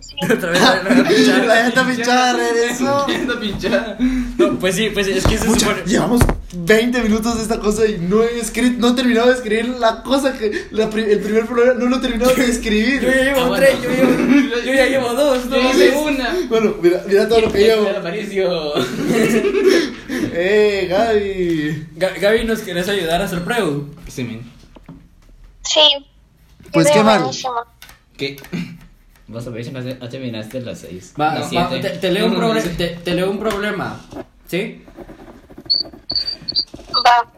Speaker 1: Sí.
Speaker 2: Otra vez la- la- la [laughs]
Speaker 3: La
Speaker 2: pinchada.
Speaker 3: llanta pinchada regresó.
Speaker 5: no. Esta pinchada.
Speaker 2: No, pues sí, pues sí, es que se
Speaker 3: Pucha,
Speaker 2: supone.
Speaker 3: llevamos 20 minutos de esta cosa y no he escrito, no he terminado de escribir la cosa que la pri- el primer programa no lo he terminado de
Speaker 2: Yo ya
Speaker 3: escribir.
Speaker 2: llevo
Speaker 4: Ah, bueno.
Speaker 2: tres, yo, llevo- [laughs] yo ya
Speaker 5: [laughs]
Speaker 2: llevo dos, no
Speaker 5: Yo hice una.
Speaker 3: Bueno, mira, mira todo lo que llevo.
Speaker 4: Aparicio.
Speaker 3: Eh, Gaby.
Speaker 2: Ga- Gaby, ¿nos querés ayudar a hacer preu?
Speaker 5: Este men.
Speaker 1: Sí.
Speaker 3: Pues
Speaker 1: Yo
Speaker 3: qué
Speaker 1: soy
Speaker 3: mal.
Speaker 1: buenísima.
Speaker 5: ¿Qué?
Speaker 4: Vos Aparicio no te- no terminaste las seis.
Speaker 2: Va,
Speaker 4: Las
Speaker 2: va,
Speaker 4: siete.
Speaker 2: te, te leo un
Speaker 5: No, no, no,
Speaker 2: proble-
Speaker 5: sí.
Speaker 2: te- te leo un problema. ¿Sí?
Speaker 1: Va.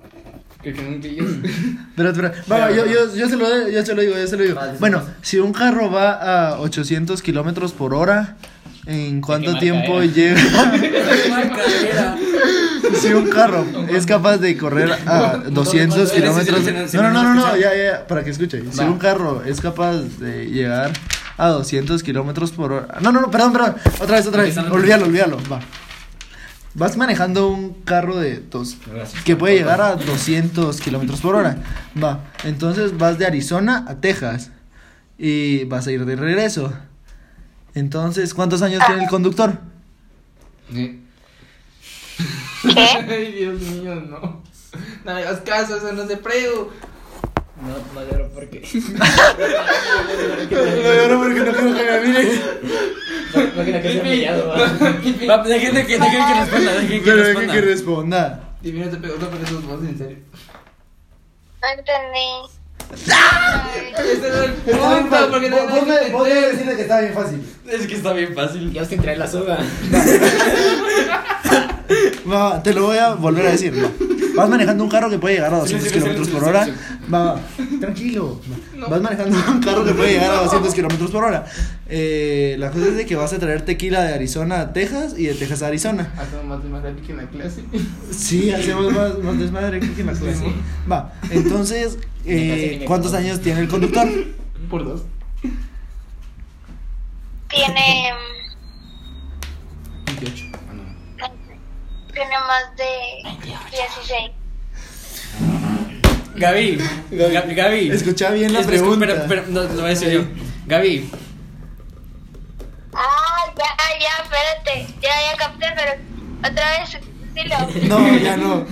Speaker 5: Creo que no
Speaker 2: [laughs]
Speaker 5: entiendes.
Speaker 3: Espera, espera. Va, va, yo, yo, yo se lo, yo se lo digo, yo se lo digo.
Speaker 2: Vale, sí,
Speaker 3: Bueno, si un carro va a 800 kilómetros por hora, ¿en cuánto
Speaker 4: marca
Speaker 3: tiempo
Speaker 4: era?
Speaker 3: llega?
Speaker 2: [laughs] Marca,
Speaker 3: Si un carro es capaz de correr a 200
Speaker 2: Sí, sí, sí,
Speaker 3: kilómetros.
Speaker 2: sí, sí, sí,
Speaker 3: No, no, no, no,
Speaker 2: no,
Speaker 3: no,
Speaker 2: escucha.
Speaker 3: ya, ya, para que escuche. Si
Speaker 2: Va.
Speaker 3: un carro es capaz de llegar a 200 kilómetros por hora. No, no, no, perdón, perdón. Otra vez, otra vez.
Speaker 2: Empezando.
Speaker 3: Olvídalo, olvídalo. Va. Vas manejando un carro de dos.
Speaker 4: Gracias.
Speaker 3: Que puede llegar a 200 kilómetros por hora. Va. Entonces vas de Arizona a Texas. Y vas a ir de regreso. Entonces, ¿cuántos años tiene el conductor?
Speaker 5: Eh,
Speaker 1: ¿Qué?
Speaker 5: Ay, Dios mío, no. No le hagas caso, eso no se prego. No, no lloro porque.
Speaker 6: [laughs] No lloro porque no quiero que me mire.
Speaker 4: No quiero que sea
Speaker 2: [laughs]
Speaker 4: humillado.
Speaker 5: [laughs]
Speaker 2: Va, Dejen de que dejen que responda, dejen que
Speaker 6: Pero dejen que
Speaker 2: responda.
Speaker 6: responda.
Speaker 5: Y mira, te pegó no, pero eso es más en [laughs] serio.
Speaker 1: No
Speaker 3: [laughs]
Speaker 1: entendí.
Speaker 5: Ese era Este el punto, porque no
Speaker 3: Vos me- vos me decirle que estaba bien fácil.
Speaker 2: Es que está bien fácil.
Speaker 4: Yo sin traer la soga.
Speaker 3: Va, te lo voy a volver a decir. va. Vas manejando un carro que puede llegar a 200
Speaker 2: sí, sí,
Speaker 3: kilómetros
Speaker 2: sí,
Speaker 3: por
Speaker 2: sí,
Speaker 3: hora.
Speaker 2: sí.
Speaker 3: Va, va, tranquilo. va. Vas manejando un carro que puede llegar a
Speaker 5: [laughs]
Speaker 3: 200 kilómetros por hora. Eh, la cosa es de que vas a traer tequila de Arizona a Texas y de Texas a Arizona.
Speaker 5: Hacemos Ah, más de más aquí en la clase.
Speaker 3: Sí, hacemos más, más desmadre que en la clase. Va, entonces, eh, ¿cuántos años tiene el conductor?
Speaker 5: [laughs] Por dos.
Speaker 1: Tiene.
Speaker 5: 28. Ah, no.
Speaker 1: mm, Tiene más de 16.
Speaker 2: Gaby, Gaby, Gaby.
Speaker 3: Escucha bien la
Speaker 2: Es- escu-
Speaker 3: pregunta.
Speaker 2: Pero, pero, no, lo voy a decir yo. Gaby,
Speaker 1: Ah, ya, ah, ya, espérate. Ya, ya capté, pero otra vez, dilo.
Speaker 3: No, ya no.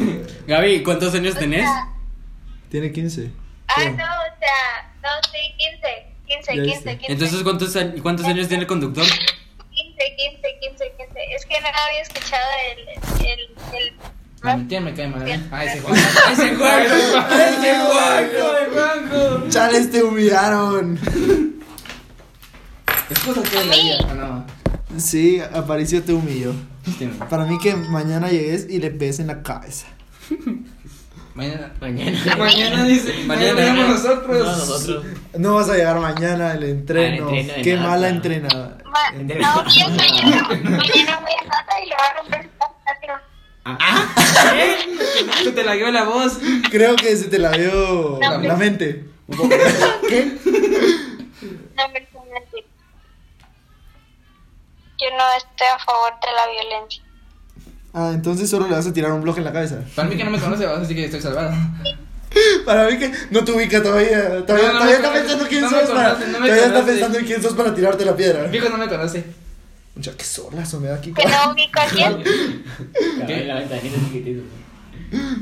Speaker 2: Gaby, ¿cuántos años tenés?
Speaker 3: Tiene 15.
Speaker 1: Ah, no, o sea, no, sí, 15. 15,
Speaker 3: Ya
Speaker 1: 15, 15.
Speaker 2: Entonces, ¿cuántos, a- cuántos años tiene el conductor?
Speaker 1: 15, 15, 15, 15. Es que no había escuchado el. el, el...
Speaker 5: La mentira me cae mal. ¿eh? Ah, ese Juan.
Speaker 2: ¡Ese Juanjo! ¡Ese Juanjo de Juanjo!
Speaker 3: Chales, te humillaron.
Speaker 5: Es cosa que la vida. Ah, no.
Speaker 3: Sí, Aparicio te humilló.
Speaker 5: Este, no.
Speaker 3: Para mí que mañana llegues y le pegues en la cabeza.
Speaker 5: Mañana.
Speaker 4: Mañana.
Speaker 5: Mañana dice.
Speaker 2: Mañana.
Speaker 5: Mañana vemos nosotros.
Speaker 4: No, nosotros.
Speaker 3: No vas a llegar mañana al entreno.
Speaker 4: Al entreno de
Speaker 3: Qué
Speaker 4: nada.
Speaker 3: mala entrenada.
Speaker 1: Ma- No, yo mañana, mañana voy a nada y le voy a romper la patata.
Speaker 5: Que te la dio la voz.
Speaker 3: Creo que se te la dio
Speaker 1: No,
Speaker 3: la
Speaker 1: pero-
Speaker 3: mente. ¿Qué?
Speaker 1: No me entiendes. Yo no estoy a favor de la violencia.
Speaker 3: Ah, entonces solo le vas a tirar un bloque en la cabeza.
Speaker 5: Para mí que no me conoce, vas, así que estoy salvado.
Speaker 3: Para mí que no te ubica todavía. Todavía,
Speaker 5: No, no
Speaker 3: todavía
Speaker 5: me
Speaker 3: está
Speaker 5: conoce,
Speaker 3: pensando quién
Speaker 5: no me
Speaker 3: sos para.
Speaker 5: conoce, no me
Speaker 3: todavía está
Speaker 5: conoce.
Speaker 3: pensando en quién sos para tirarte la piedra.
Speaker 5: Viejo no me conoce.
Speaker 3: Mucha que solazo me da aquí.
Speaker 1: [laughs] Que no ubico a quién.
Speaker 4: Cabrón, la ventanita es chiquitito.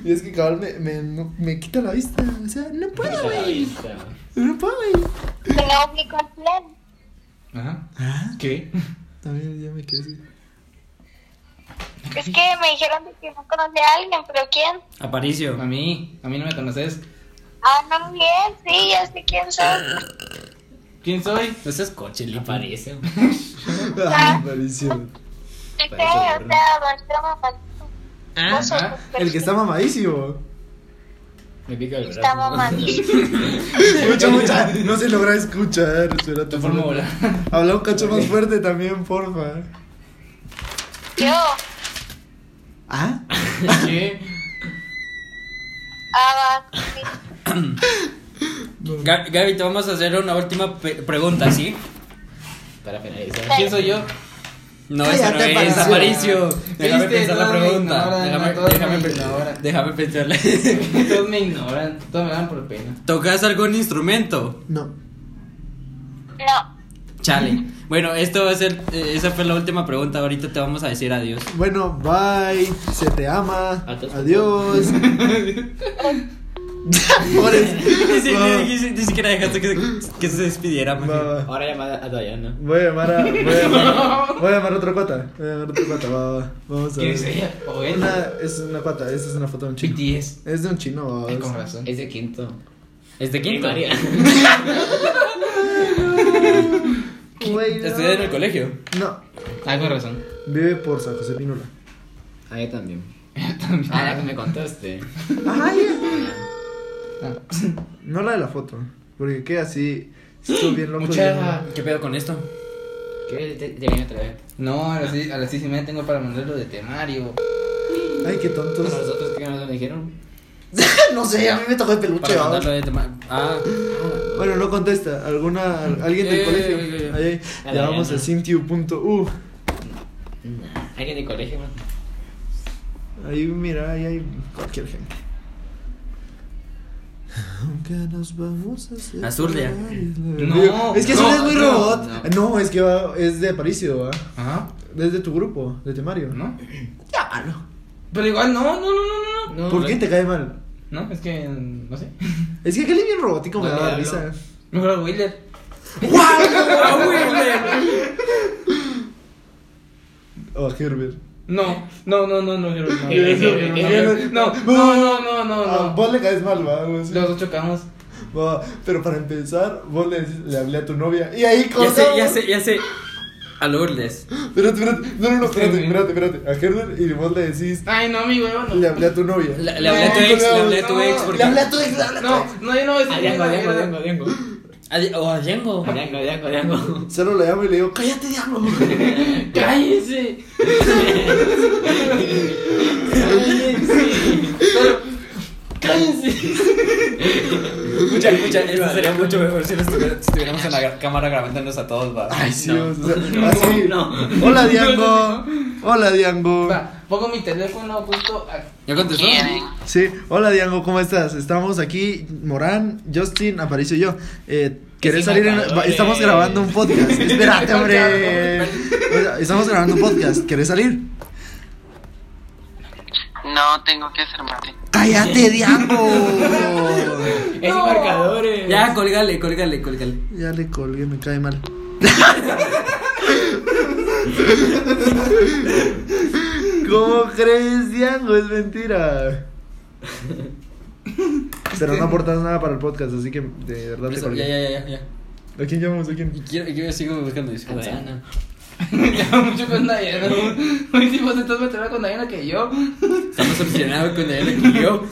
Speaker 3: Y es que cabal me, me, no- me quita la vista. O sea, no puedo,
Speaker 4: Está
Speaker 3: güey.
Speaker 4: lista.
Speaker 3: No puedo, güey.
Speaker 1: Que no ubico a quién.
Speaker 5: Ajá.
Speaker 3: Ah,
Speaker 5: ¿Qué?
Speaker 3: también ya me quedé [laughs] así.
Speaker 1: Es que me dijeron de que no conocía a alguien, pero ¿quién?
Speaker 2: Aparicio.
Speaker 5: A mí, a mí no me conoces.
Speaker 1: Ah, no, bien, sí, ya sé quién sos.
Speaker 5: ¿Quién soy?
Speaker 2: No seas coche, Lipa.
Speaker 4: Parece.
Speaker 3: Ay, Aparicio.
Speaker 1: ¿Y qué? O sea, Bartolomé Maldonado. No soy
Speaker 5: Ah,
Speaker 1: tu
Speaker 3: El que está mamadísimo.
Speaker 4: Me pica el brazo.
Speaker 1: Está mamadísimo.
Speaker 3: [laughs] Mucha, mucha. No se logra escuchar. Espérate.
Speaker 5: Tu forma volar.
Speaker 3: Habla un cacho más fuerte también, porfa.
Speaker 1: Yo,
Speaker 3: ¿Ah?
Speaker 5: ¿Qué?
Speaker 1: ah, va, sí.
Speaker 2: Ga- Gaby, te vamos a hacer una última pe- pregunta, ¿sí?
Speaker 4: Para finalizar.
Speaker 5: [laughs] ¿Quién soy yo?
Speaker 2: No, eso no
Speaker 3: Cállate,
Speaker 2: es,
Speaker 3: Aparicio.
Speaker 2: Aparicio. Déjame
Speaker 5: Viste,
Speaker 2: pensar la
Speaker 5: todos me
Speaker 2: pregunta.
Speaker 5: ignoran,
Speaker 2: Déjame,
Speaker 5: todos me
Speaker 2: déjame,
Speaker 5: ignoran.
Speaker 2: pensar- déjame pensarla. [laughs]
Speaker 5: [laughs] Todos me ignoran, todos me dan por pena.
Speaker 2: ¿Tocas algún instrumento?
Speaker 3: No.
Speaker 1: No,
Speaker 2: Chale. Bueno, esto va a ser. eh, esa fue la última pregunta. Ahorita te vamos a decir adiós.
Speaker 3: Bueno, bye. Se te ama.
Speaker 4: Atos.
Speaker 3: Adiós. Pobres.
Speaker 2: Ni, si-
Speaker 3: Va.
Speaker 2: ni- ni- ni siquiera dejaste que se, que se despidiera,
Speaker 3: [laughs]
Speaker 2: man.
Speaker 3: Va, va.
Speaker 4: Ahora llamada a Dayana.
Speaker 3: Voy a llamar a. Voy a llamar, voy a llamar a otra cuata. Voy a llamar a otra cuata. Va, va, va. Vamos a
Speaker 5: ¿Quién es
Speaker 3: ver.
Speaker 5: ella? ¿O él?
Speaker 3: Una, es una cuata. Esa es una foto de un chino.
Speaker 5: BTS.
Speaker 3: Es de un chino. va, va.
Speaker 5: Ay, con razón.
Speaker 4: Es de quinto.
Speaker 2: Es de quinto.
Speaker 4: Primaria.
Speaker 3: Güey, no.
Speaker 2: Estudié en el colegio.
Speaker 3: No.
Speaker 5: Ah, con razón.
Speaker 3: Vive por San José Pinula.
Speaker 4: Ah, yo también. Ah, la que me contaste.
Speaker 3: Ajá, ya.
Speaker 5: Ah.
Speaker 3: No la de la foto. Porque queda así. Estuvo bien loco.
Speaker 5: Mucha-
Speaker 2: ¿Qué pedo con esto?
Speaker 4: ¿Qué te, te viene otra vez?
Speaker 5: No, a las seis- a las seis y media tengo para mandarlo de temario.
Speaker 3: y- Ay, qué
Speaker 4: ¿A
Speaker 3: tontos.
Speaker 4: nosotros qué nos dijeron?
Speaker 3: [laughs] no sé, a mí me tocó el peluche.
Speaker 2: Para
Speaker 3: va.
Speaker 2: mandarlo de tema- Ah,
Speaker 3: Bueno, no contesta. ¿Alguna, alguien del
Speaker 2: Eh,
Speaker 3: colegio?
Speaker 2: eh, eh.
Speaker 3: Ahí,
Speaker 4: A
Speaker 3: llamamos
Speaker 4: Diana.
Speaker 3: a cintiu.u.
Speaker 4: Nah, alguien de colegio, man.
Speaker 3: Ahí, mira, ahí hay cualquier gente. Aunque nos vamos a hacer.
Speaker 2: Azurdia.
Speaker 5: No,
Speaker 3: es que
Speaker 5: no,
Speaker 3: Azurdia es muy
Speaker 5: no,
Speaker 3: robot. No.
Speaker 5: no.
Speaker 3: es que va- es de Aparicio, ¿va?
Speaker 5: Ajá.
Speaker 3: Es de tu grupo, de Temario.
Speaker 5: ¿No?
Speaker 3: Llámalo.
Speaker 5: Pero igual, no, no, no, no, no.
Speaker 4: No,
Speaker 3: ¿Por qué te cae mal?
Speaker 5: No, es que, no sé.
Speaker 3: Es que aquel es bien robótico, me
Speaker 4: No le
Speaker 3: daba
Speaker 4: hablo.
Speaker 3: risa.
Speaker 5: Mejor a Wheeler.
Speaker 2: ¡A Wilder!
Speaker 3: O a Herbert.
Speaker 5: No, no, no, no, no, quiero- no,
Speaker 4: Eh, eh,
Speaker 3: eh,
Speaker 5: no,
Speaker 3: eh,
Speaker 5: no, no, no, no,
Speaker 3: Ah,
Speaker 5: no.
Speaker 3: vos le caes mal, va, güey, sí.
Speaker 5: Los dos chocamos.
Speaker 3: Va, Pero para empezar, vos le, le hablé a tu novia. Y ahí
Speaker 2: Ya sé,
Speaker 3: cortamos.
Speaker 2: ya sé, ya sé. A Lourdes.
Speaker 3: Espérate, espérate. No, no, no, espérate,
Speaker 5: Sí.
Speaker 3: espérate, espérate. A Herbert y vos le decís,
Speaker 5: Ay, no, mi huevo, no.
Speaker 3: le hablé a tu novia.
Speaker 2: Le, le hablé a tu ex, le hablé a tu ex. Porque...
Speaker 3: Le hablé a tu ex, le hablé a tu
Speaker 5: No, no, yo no voy a decir
Speaker 4: Adiango,
Speaker 5: nada,
Speaker 4: adiango,
Speaker 5: mierda.
Speaker 4: adiango, adiango.
Speaker 2: Adi- O a Django.
Speaker 4: Adiango, adiango, [laughs] adiango.
Speaker 3: ex. Solo le llamo y le digo, cállate, diablo.
Speaker 5: ¡Cállese! ¡Cállense! Pero,
Speaker 2: Escucha, escucha, esto sería mucho mejor si, lo estuviera- si estuviéramos en la gra- cámara grabándonos a todos, va.
Speaker 3: Ay, sí,
Speaker 2: No.
Speaker 3: o sea, así.
Speaker 4: no.
Speaker 3: Hola, Diango. Hola, Diango.
Speaker 5: va, pongo mi teléfono justo aquí. [laughs]
Speaker 2: ¿Ya contestó?
Speaker 3: Sí, hola Diango, ¿cómo estás? Estamos aquí, Morán, Justin, Aparicio y yo. Eh, ¿Querés
Speaker 4: sin
Speaker 3: salir en.? va-
Speaker 4: marcadores.
Speaker 3: Estamos grabando un podcast. Espérate, hombre.
Speaker 5: Claro.
Speaker 3: Estamos grabando un podcast. ¿Querés salir?
Speaker 7: No, tengo que hacer mate.
Speaker 3: ¡Cállate, Diango!
Speaker 4: Es sin marcadores.
Speaker 2: Ya, colgale, colgale, colgale.
Speaker 3: Ya le colgué, me cae mal. ¿Cómo crees, Diango? Es mentira. Pero no aportas nada para el podcast, así que de verdad te
Speaker 2: Eso, ya,
Speaker 3: colgué.
Speaker 2: ya, ya, ya.
Speaker 3: ¿A quién llamamos? ¿A quién?
Speaker 2: Y quiero, yo sigo buscando
Speaker 4: A
Speaker 2: disculpas.
Speaker 4: Diana.
Speaker 5: Ya mucho con [laughs] Dayana. Hoy sí vos estás más con Dayana que yo.
Speaker 2: Estamos obsesionados con Diana y yo.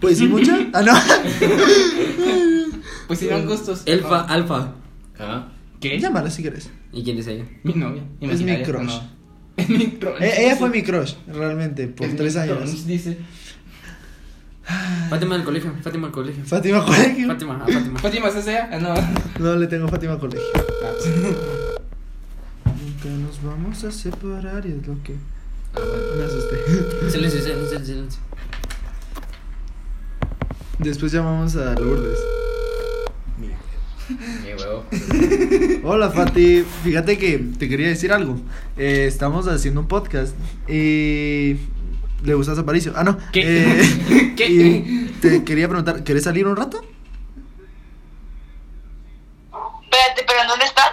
Speaker 3: Pues sí, mucha. Ah, no.
Speaker 5: Pues eran gustos.
Speaker 2: Elfa, alfa.
Speaker 4: Ah.
Speaker 5: ¿Qué?
Speaker 3: Llámala si quieres.
Speaker 2: ¿Y quién es ella?
Speaker 5: Mi novia.
Speaker 3: Es mi
Speaker 5: imaginaria,
Speaker 3: crush.
Speaker 5: no. [laughs] Es mi crush.
Speaker 3: Eh, ella fue mi crush, realmente, por
Speaker 5: Es mi
Speaker 3: tres
Speaker 5: crush,
Speaker 3: años.
Speaker 5: Dice.
Speaker 2: Fátima del colegio, Fátima del colegio.
Speaker 3: Fátima Colegio.
Speaker 2: Fátima, ah, Fátima.
Speaker 5: Fátima, ¿se sea? Ah, pues. no. [laughs]
Speaker 3: No le tengo Fátima Colegio. Nunca nos vamos a separar y es lo que. Me este. asusté.
Speaker 2: Silencio, silencio, silencio.
Speaker 3: Después llamamos a Lourdes.
Speaker 4: Qué huevo.
Speaker 3: Hola Fati, fíjate que te quería decir algo. Eh, estamos haciendo un podcast y le gustas a Aparicio. Ah, no.
Speaker 5: ¿Qué?
Speaker 3: Eh,
Speaker 5: [laughs] ¿Qué?
Speaker 3: y te quería preguntar, ¿querés salir un rato?
Speaker 1: Espérate, ¿pero en dónde están?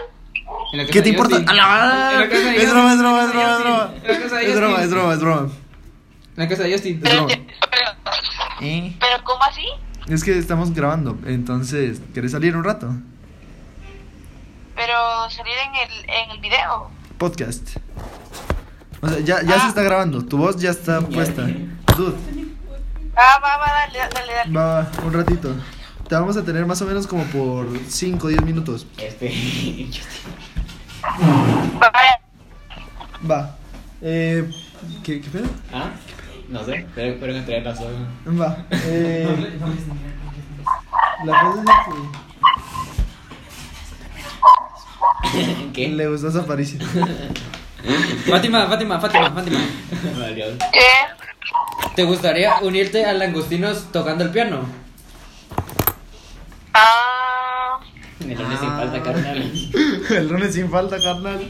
Speaker 5: En la casa
Speaker 3: ¿Qué te
Speaker 5: de
Speaker 3: importa? Ah, ¡A
Speaker 5: Justin.
Speaker 3: la
Speaker 5: En la casa
Speaker 3: madre!
Speaker 5: de
Speaker 3: Es broma, es broma, es
Speaker 5: Justin.
Speaker 3: broma, es broma. Es broma, es
Speaker 5: En la casa de Justin.
Speaker 3: broma, es broma.
Speaker 5: En la casa de Justin.
Speaker 3: Es broma.
Speaker 1: Pero, ¿pero ¿cómo así?
Speaker 3: Es que estamos grabando, entonces, ¿querés salir un rato?
Speaker 1: Pero salir en el, en el video.
Speaker 3: Podcast. O sea, ya,
Speaker 5: Ah.
Speaker 3: ya se está grabando, tu voz ya está puesta. Dude,
Speaker 1: Ah, va, va, dale, dale, dale.
Speaker 3: va, va, un ratito. Te vamos a tener más o menos como por 5 o 10 minutos.
Speaker 4: Este. [laughs]
Speaker 1: Vaya.
Speaker 3: Va. Eh, ¿qué, ¿Qué pedo?
Speaker 4: ¿Ah? No sé, pero fueron a traer la soga.
Speaker 3: Va. Eh, la cosa es que
Speaker 4: [laughs] ¿Qué?
Speaker 3: le gustas a París.
Speaker 2: Fátima, Fátima, Fátima, Fátima.
Speaker 4: Valió.
Speaker 1: ¿Qué?
Speaker 2: ¿Te gustaría unirte a Langostinos tocando el piano?
Speaker 1: Ah.
Speaker 4: Me lo sin falta, carnal.
Speaker 3: [laughs] El lunes sin falta, carnal.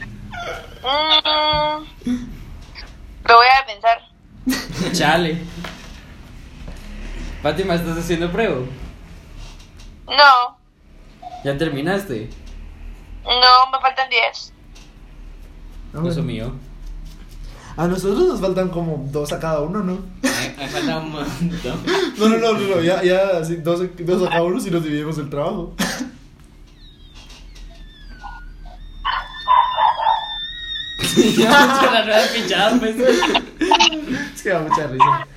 Speaker 1: mm,
Speaker 3: [laughs]
Speaker 1: lo voy a pensar.
Speaker 2: Chale. Fátima, ¿estás haciendo prueba?
Speaker 1: No,
Speaker 2: ¿Ya terminaste?
Speaker 1: no, me faltan 10.
Speaker 3: Ah,
Speaker 2: Eso
Speaker 3: bueno.
Speaker 2: mío.
Speaker 3: A nosotros nos faltan como dos a cada uno, ¿no?
Speaker 4: Me me falta un montón.
Speaker 3: No, no, no, no, no, ya, ya, así, dos, dos a cada uno si nos dividimos el trabajo.
Speaker 2: [laughs] Ya mucho las ruedas pinchadas, pues.
Speaker 3: Es que da mucha risa. [coughs]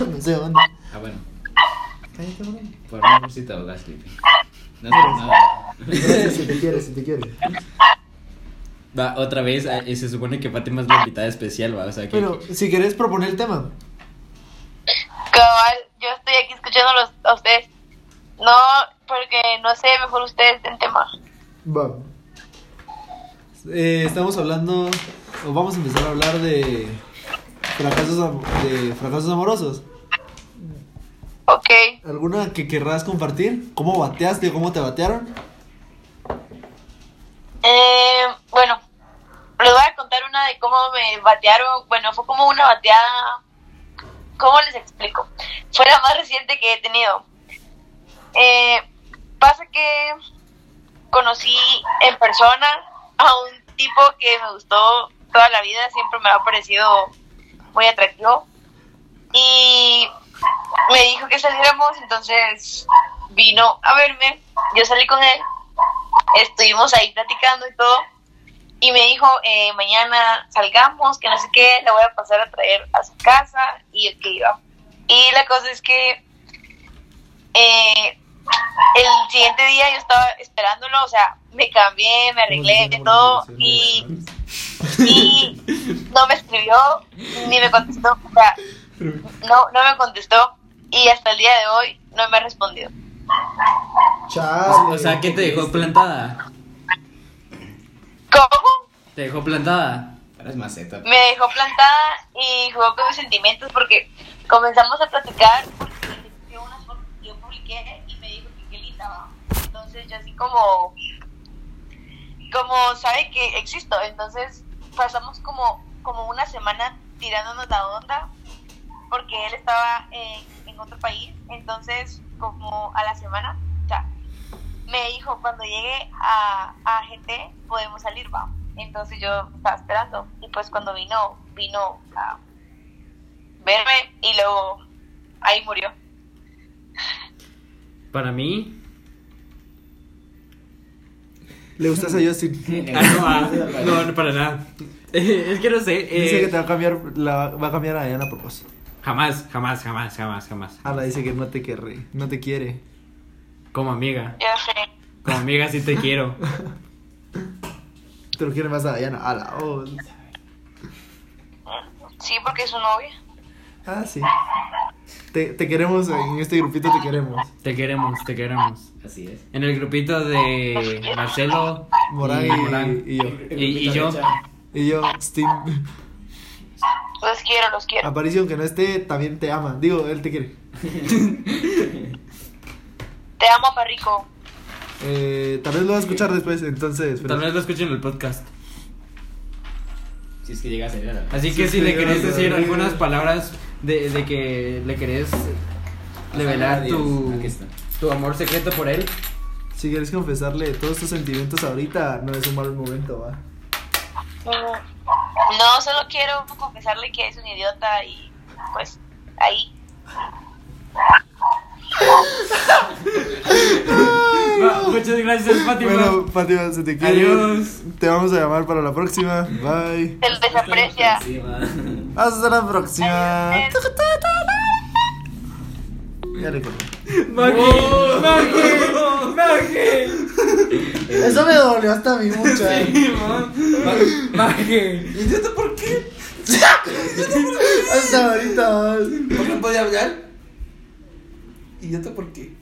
Speaker 3: No sé dónde.
Speaker 4: Ah, bueno.
Speaker 3: Cállate, hombre.
Speaker 4: Por un si te ahogas, Felipe. No sé nada.
Speaker 3: Si te quiere, si te quiere.
Speaker 2: Va, otra vez, ah, eh, se supone que Fátima es la invitada especial, va, o sea que...
Speaker 3: Bueno, si querés proponer el tema.
Speaker 1: Cabal, yo estoy aquí escuchándolos a ustedes. No, porque no sé, mejor ustedes den tema.
Speaker 3: Va. Eh, estamos hablando, o vamos a empezar a hablar de fracasos, am- de fracasos amorosos.
Speaker 1: Ok.
Speaker 3: ¿Alguna que querrás compartir? ¿Cómo bateaste o cómo te batearon?
Speaker 1: Eh, bueno, les voy a contar una de cómo me me batearon, bueno, fue como una bateada, ¿cómo les explico? Fue la más reciente que he tenido. Eh, pasa que conocí en persona a un tipo que me gustó toda la vida, siempre me ha parecido muy atractivo y me dijo que saliéramos, entonces vino a verme, yo salí con él, estuvimos ahí platicando y todo, y me dijo, eh, mañana salgamos, que no sé qué, la voy a pasar a traer a su casa, y yo que iba. Y la cosa es que eh, el siguiente día yo estaba esperándolo, o sea, me cambié, me arreglé, de todo, y, y no me escribió, ni me contestó, o sea, no, no me contestó, y hasta el día de hoy no me ha respondido.
Speaker 3: Chale.
Speaker 4: O sea, ¿qué te dejó plantada?
Speaker 1: ¿Cómo?
Speaker 4: ¿Te dejó plantada? Eres maceta.
Speaker 1: me dejó plantada y jugó con mis sentimientos porque comenzamos a platicar porque vio unas fotos que yo publiqué y me dijo que qué linda va. entonces yo así como como sabe que existo entonces pasamos como como una semana tirándonos la onda porque él estaba en, en otro país entonces como a la semana o sea, me dijo cuando llegue a, a gente podemos salir va entonces yo estaba esperando y pues cuando vino vino a verme y luego ahí murió
Speaker 2: Para mí,
Speaker 3: Le gustas a Justin.
Speaker 2: [laughs] Ah, no, ah, no, no, para nada. [laughs] es que no sé. eh,
Speaker 3: Dice que te va a cambiar, la, va a cambiar a Diana por vos.
Speaker 2: Jamás, jamás, jamás, jamás, jamás.
Speaker 3: Ala dice que no te querré, no te quiere.
Speaker 2: Como amiga.
Speaker 1: yo sé
Speaker 2: Como amiga sí te quiero.
Speaker 3: Te lo quiere más a Diana. Ala, oh.
Speaker 1: sí porque es su novia
Speaker 3: Ah, sí. Te, te queremos, en este grupito te queremos.
Speaker 2: Te queremos, te queremos.
Speaker 4: Así es.
Speaker 2: En el grupito de Marcelo
Speaker 3: Morán
Speaker 2: y Morán.
Speaker 3: y, y yo.
Speaker 2: Y, y yo.
Speaker 3: Y yo, Steam.
Speaker 1: los quiero los quiero
Speaker 3: Aparición que no esté, también te ama. Digo, él te quiere.
Speaker 1: te amo parrico
Speaker 3: Eh, tal vez lo va a escuchar después, entonces.
Speaker 2: Tal vez lo escuchen en el podcast.
Speaker 4: Si es que llega a ser la
Speaker 2: Así que
Speaker 3: Sí,
Speaker 2: si le
Speaker 3: sí,
Speaker 2: querés
Speaker 3: sí,
Speaker 2: decir
Speaker 3: sí.
Speaker 2: algunas palabras de, de que le querés revelar tu,
Speaker 4: Aquí está.
Speaker 2: tu amor secreto por él,
Speaker 3: Si quieres confesarle todos tus sentimientos ahorita, no es un mal momento, va.
Speaker 1: no solo quiero confesarle que es un idiota y pues ahí
Speaker 2: Ah, Muchas gracias, Fátima.
Speaker 3: Bueno, Fátima, se te quiere.
Speaker 2: Adiós.
Speaker 3: Te vamos a llamar para la próxima. Bye.
Speaker 1: se les aprecia
Speaker 3: Hasta la próxima.
Speaker 1: Adiós.
Speaker 3: Ya le corté.
Speaker 2: Maki, Maki, Maki.
Speaker 3: Eso me dolió hasta a mí mucho. eh.
Speaker 2: Ma- Maki.
Speaker 5: ¿Entiendes por qué?
Speaker 3: Hasta ahorita.
Speaker 5: ¿Por qué no podía hablar? ¿Y esto por qué?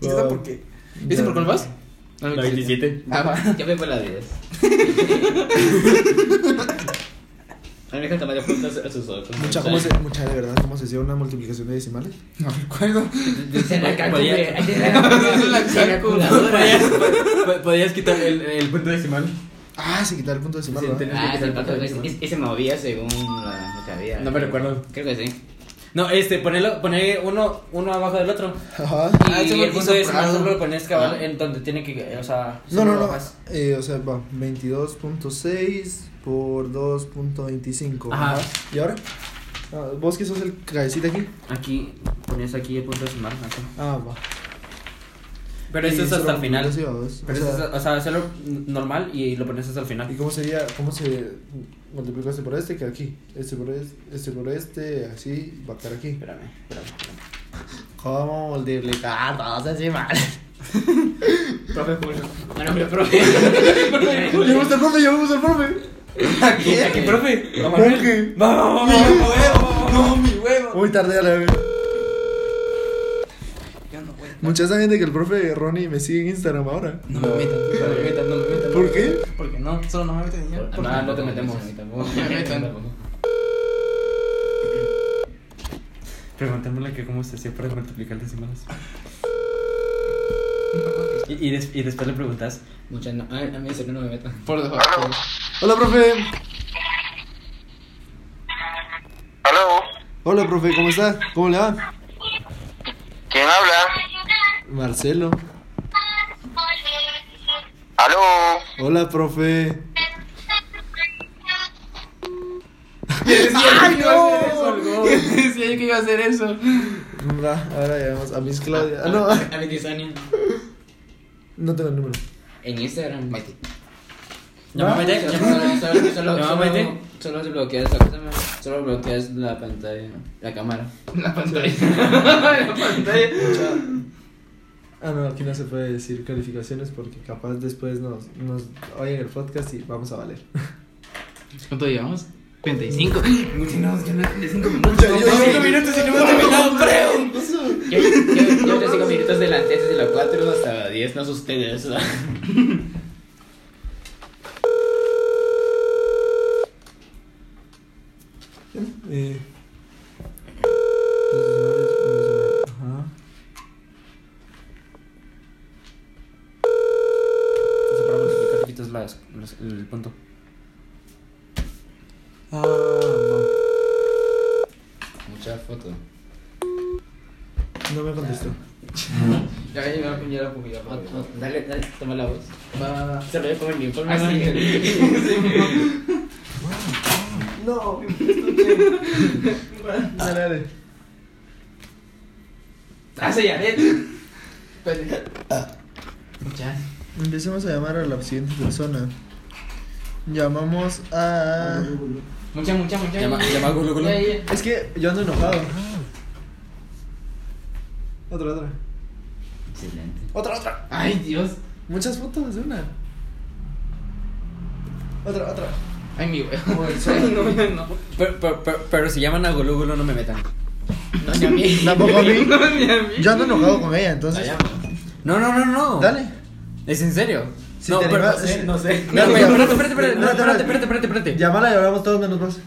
Speaker 5: ¿Y esto por qué? ¿Viste por cuál vas?
Speaker 2: La 27.
Speaker 4: Ah, va. Ya me fue la 10. A mí me encanta más puntos a sus ojos.
Speaker 3: Mucha, ¿cómo se, mucha, de verdad, ¿cómo se hacía una multiplicación de decimales?
Speaker 5: No me [laughs] acuerdo.
Speaker 4: Se la cago,
Speaker 2: Podía-
Speaker 4: güey. Ahí te la [laughs] cago.
Speaker 5: La
Speaker 4: Se la
Speaker 5: calculadora.
Speaker 4: calculadora.
Speaker 2: Podías quitar el, el punto decimal.
Speaker 3: Ah, se quitaba el punto decimal.
Speaker 2: Sí,
Speaker 3: ¿verdad?
Speaker 2: tenés-
Speaker 4: Ah, sí, pato, y- y se movía según la lo que había.
Speaker 2: No me recuerdo.
Speaker 4: Creo que sí.
Speaker 2: No, este, ponelo, poner uno, uno abajo del otro.
Speaker 3: Ajá.
Speaker 5: Ah, ese
Speaker 2: y
Speaker 5: me
Speaker 2: el punto
Speaker 5: hizo
Speaker 2: decimal
Speaker 5: bravo.
Speaker 2: solo lo pones cabal en donde tiene que, o sea,
Speaker 3: No,
Speaker 2: solo
Speaker 3: no,
Speaker 2: lo
Speaker 3: no.
Speaker 2: bajas.
Speaker 3: Eh, o sea, va 22.6 por 2.25.
Speaker 2: Ajá.
Speaker 3: ¿Y ahora? Ah, ¿Vos que sos el cabecita aquí?
Speaker 2: Aquí, pones aquí el punto decimal. acá.
Speaker 3: Ah, va.
Speaker 2: Pero eso
Speaker 3: Y
Speaker 2: es
Speaker 3: solo
Speaker 2: hasta el final.
Speaker 3: multiplicas y va, ¿ves?
Speaker 2: Pero
Speaker 3: O
Speaker 2: eso
Speaker 3: sea,
Speaker 2: es, o sea, hacerlo normal y lo pones hasta el
Speaker 3: ¿Y
Speaker 2: final.
Speaker 3: cómo sería, cómo se multiplica este por este? Que aquí, este por este, este por este, así, va a estar aquí.
Speaker 2: Espérame, espérame. espérame.
Speaker 3: ¿Cómo multiplicar todos decimales?
Speaker 4: Profe Julio. Ah, no, pero
Speaker 2: [laughs]
Speaker 4: profe.
Speaker 3: Llevamos al profe, llevamos al profe.
Speaker 2: Aquí, aquí, profe. Vamos, Manuel.
Speaker 3: Monje.
Speaker 2: Vamos,
Speaker 5: ¡Mi
Speaker 2: vamos, vamos.
Speaker 5: huevo! ¡No, mi huevo!
Speaker 3: Muy tarde a la vez.
Speaker 5: Yo no voy.
Speaker 3: Mucha gente que el profe Ronnie me sigue en Instagram ahora.
Speaker 5: No me metan, no me metan, no me metan.
Speaker 3: ¿Por qué?
Speaker 5: Porque no, solo no me metan ya.
Speaker 4: Ah,
Speaker 5: Por
Speaker 4: No, no te
Speaker 5: [laughs]
Speaker 4: metemos.
Speaker 5: No me metan.
Speaker 2: Preguntémosle que cómo se hacía para multiplicar decimales. Y, y, des- y después le preguntas,
Speaker 4: Muchas no. A, a mí eso no me metan.
Speaker 5: Por default.
Speaker 3: Hola, profe. Hola, profe, ¿cómo está? ¿Cómo le va?
Speaker 1: ¿Quién habla?
Speaker 3: Marcelo.
Speaker 1: ¿Aló?
Speaker 3: Hola, profe.
Speaker 5: ¡Ay,
Speaker 3: [laughs]
Speaker 5: no! Decía yo que iba a hacer eso.
Speaker 3: Va, ahora llamamos a Miss Claudia. Ah, no,
Speaker 4: A mi tisania.
Speaker 3: no tengo el número.
Speaker 4: En Instagram, Maite.
Speaker 2: Llámame,
Speaker 4: Solo,
Speaker 2: llámame.
Speaker 4: solo, solo,
Speaker 2: No,
Speaker 4: solo,
Speaker 2: Maite.
Speaker 4: solo se bloquea esa cosa, ¿no? solo bloqueas la pantalla, la cámara.
Speaker 5: La pantalla. La pantalla.
Speaker 3: Ah, no, aquí no se puede decir calificaciones porque capaz después nos, nos oyen el podcast y vamos a
Speaker 5: [laughs]
Speaker 3: valer.
Speaker 5: ¿Cuánto llevamos? 45. Tenemos que hablar de 5
Speaker 3: Yo- yo-
Speaker 5: minutos.
Speaker 3: yo-
Speaker 4: [laughs] Yo, yo, yo te sigo minutos delante, desde la 4 hasta la 10, no sé ustedes. [laughs] ¿no?
Speaker 3: Eh. Ajá.
Speaker 2: Entonces, para multiplicar, le quitas las- los- el punto.
Speaker 3: Ah, no.
Speaker 4: Mucha foto.
Speaker 3: No me contestó.
Speaker 5: Ya ya la ya la pongo, ya Ah, la pongo.
Speaker 4: Dale, dale, toma la voz.
Speaker 5: Va, va, va.
Speaker 4: Se lo voy a poner mi informe.
Speaker 3: No. Dale, dale.
Speaker 5: [laughs] Ah, sí, ya, ven. Espérate. Ya.
Speaker 3: Empecemos a llamar a la siguiente persona. Llamamos a.
Speaker 5: Mucha, mucha, mucha.
Speaker 2: Llama, llama a Gulu Gulu.
Speaker 5: Ya, ya, ya.
Speaker 3: Es que yo ando enojado. Otra, otra.
Speaker 4: Excelente.
Speaker 3: Otra, otra.
Speaker 5: Ay, Dios.
Speaker 3: Muchas fotos de una. Otra, otra.
Speaker 5: Ay, mi güey. Ay, no, ya no.
Speaker 2: Pero, pero, pero, pero si llaman a Gulu Gulu, no me metan.
Speaker 4: No, ni a mí.
Speaker 3: Tampoco a mí.
Speaker 5: No, ni a mí.
Speaker 3: Yo ando enojado con ella,
Speaker 4: La
Speaker 3: entonces.
Speaker 4: llamo.
Speaker 2: No, no, no, no.
Speaker 3: Dale.
Speaker 2: ¿Es en serio?
Speaker 3: Si
Speaker 2: no,
Speaker 3: te
Speaker 2: pero.
Speaker 3: animas-
Speaker 2: Espérate,
Speaker 4: No sé.
Speaker 2: espérate, espérate, espérate, espérate,
Speaker 3: No,
Speaker 2: espérate, espérate, espérate, espérate.
Speaker 3: Llámala y hablamos todos menos vos.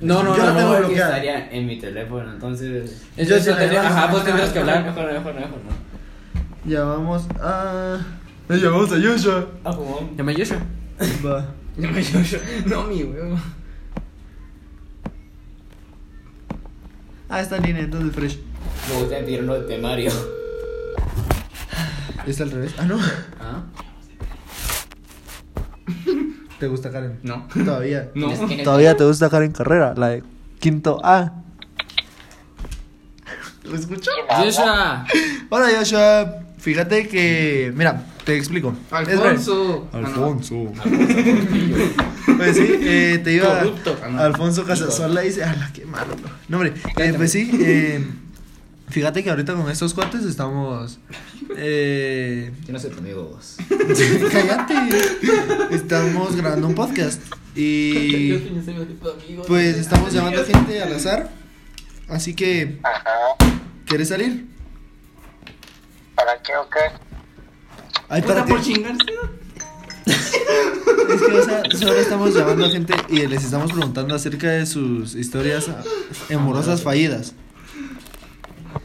Speaker 2: No, no,
Speaker 3: Yo
Speaker 2: no,
Speaker 3: la tengo
Speaker 2: no.
Speaker 4: Porque
Speaker 3: bloqueada.
Speaker 4: estaría en mi teléfono, entonces.
Speaker 2: Eso-
Speaker 3: Yo sí
Speaker 2: eso
Speaker 3: la
Speaker 2: tendría-
Speaker 3: llamo.
Speaker 2: Ajá, pues, vos tendrás que hablar.
Speaker 4: Mejor, mejor, mejor, no.
Speaker 3: Llamamos a. Le llamamos a Joshua.
Speaker 4: Ah, jugón.
Speaker 2: Llama a Joshua.
Speaker 3: Va.
Speaker 5: No, me- yo, yo. No, mi huevo.
Speaker 3: Ah, está en línea, entonces fresh.
Speaker 4: Me gusta pedirlo de temario.
Speaker 3: Está al revés. Ah, no.
Speaker 4: ¿Ah?
Speaker 3: ¿Te gusta Karen?
Speaker 5: No.
Speaker 3: Todavía.
Speaker 5: No.
Speaker 4: ¿Quién es- quién es-
Speaker 3: Todavía te gusta Karen Carrera, la de quinto A. ¿Lo escuchó?
Speaker 2: Joshua.
Speaker 3: Hola Joshua, fíjate que. Mira, te explico. Es breve.
Speaker 5: Alfonso. Ah, no.
Speaker 3: Alfonso. Pues sí, eh, te iba.
Speaker 5: Corrupto. Ah, no.
Speaker 3: Alfonso Casasola dice, "Ah, ala, qué malo. No, hombre, eh, pues sí, eh, fíjate que ahorita con estos cuates estamos. Eh, [laughs]
Speaker 4: Yo no soy tu amigo vos.
Speaker 3: cállate. Estamos grabando un podcast.
Speaker 5: Yo
Speaker 3: Y.
Speaker 5: tenía ese tipo de amigos.
Speaker 3: Pues estamos llamando a
Speaker 5: Amigos.
Speaker 3: gente al azar. Así que.
Speaker 1: Ajá.
Speaker 3: ¿Quieres salir?
Speaker 1: ¿Para qué o qué?
Speaker 3: Ay,
Speaker 5: Puta,
Speaker 3: para
Speaker 5: por chingarse.
Speaker 3: Es que, o sea, solo estamos llamando a gente y les estamos preguntando acerca de sus historias ah, amorosas fallidas.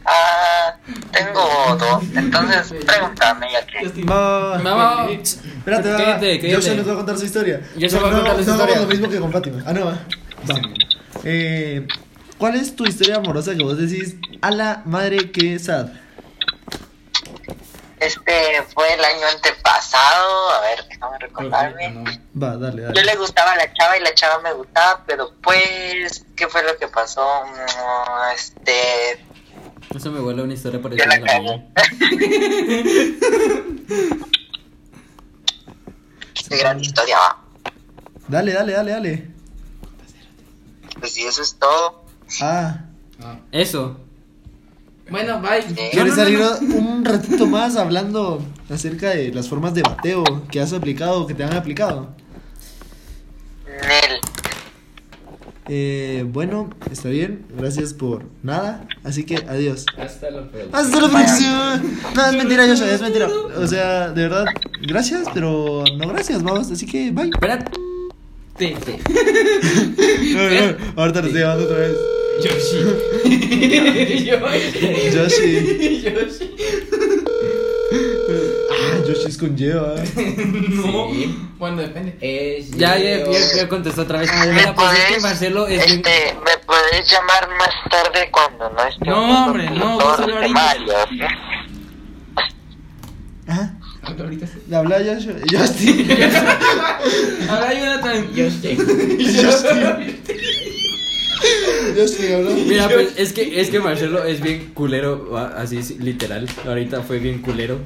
Speaker 1: Ah, tengo dos. Entonces, pregúntame ya que.
Speaker 3: Va, va, va.
Speaker 2: Mamá.
Speaker 3: Espérate, va, va.
Speaker 2: Cállate, cállate.
Speaker 3: Joshua nos va a contar su historia.
Speaker 2: Joshua va a
Speaker 3: No,
Speaker 2: contar su
Speaker 3: no
Speaker 2: historia.
Speaker 3: hagamos lo mismo que con Fátima. Ah, no, va. Va. Eh, ¿Cuál es tu historia amorosa que vos decís a la madre que sad?
Speaker 1: Este fue el año antepasado. A ver, déjame recordarme.
Speaker 3: Va, dale,
Speaker 1: Yo
Speaker 3: dale.
Speaker 1: le gustaba a la chava y la chava me gustaba, pero pues, ¿qué fue lo que pasó? Mm, Este,
Speaker 2: Eso me huele a una historia
Speaker 1: yo
Speaker 2: parecida a
Speaker 1: la
Speaker 2: la
Speaker 1: cagué.
Speaker 2: mía.
Speaker 1: Qué [laughs] gran historia, va.
Speaker 3: Dale, dale, dale, dale.
Speaker 1: Pues sí, eso es todo.
Speaker 3: Ah,
Speaker 2: Eso.
Speaker 5: Bueno, bye.
Speaker 1: Eh,
Speaker 3: ¿quieres salir un ratito más hablando acerca de las formas de bateo que has aplicado o que te han aplicado?
Speaker 1: Nel.
Speaker 3: Eh, bueno, está bien, gracias por nada, así que adiós.
Speaker 4: Hasta la próxima.
Speaker 3: Hasta la próxima. No, es mentira, Joshua, es mentira. O sea, de verdad, gracias, pero no gracias, vamos, así que bye.
Speaker 2: Espérate.
Speaker 3: [laughs] Ahorita lo estoy llevando otra vez.
Speaker 5: Yoshi.
Speaker 3: [laughs] Yoshi.
Speaker 5: Yoshi.
Speaker 3: Ah, Yoshi es con lleva.
Speaker 5: No.
Speaker 4: Sí.
Speaker 5: Bueno, depende.
Speaker 4: Es
Speaker 2: Ya, ya,
Speaker 4: Leo.
Speaker 2: ya, ya contestó otra vez.
Speaker 1: Ah, ¿Me
Speaker 2: Mira, pues es que
Speaker 1: podés,
Speaker 2: Marcelo es bien.
Speaker 1: este, ¿Me
Speaker 8: podés llamar más tarde cuando no esté
Speaker 2: No,
Speaker 8: un
Speaker 2: hombre, no,
Speaker 8: tutor
Speaker 2: solo
Speaker 8: de
Speaker 2: ahorita.
Speaker 8: Mario, ¿sí?
Speaker 3: Ajá.
Speaker 5: Ahorita sí.
Speaker 3: Le hablaba Joshua. Justin.
Speaker 5: Ahora hay una [laughs] tan.
Speaker 4: Yo sé.
Speaker 3: Justin hablaba.
Speaker 2: Mira,
Speaker 5: [laughs]
Speaker 2: pues es que, es que Marcelo es bien culero, va, así es, literal. Ahorita fue bien culero.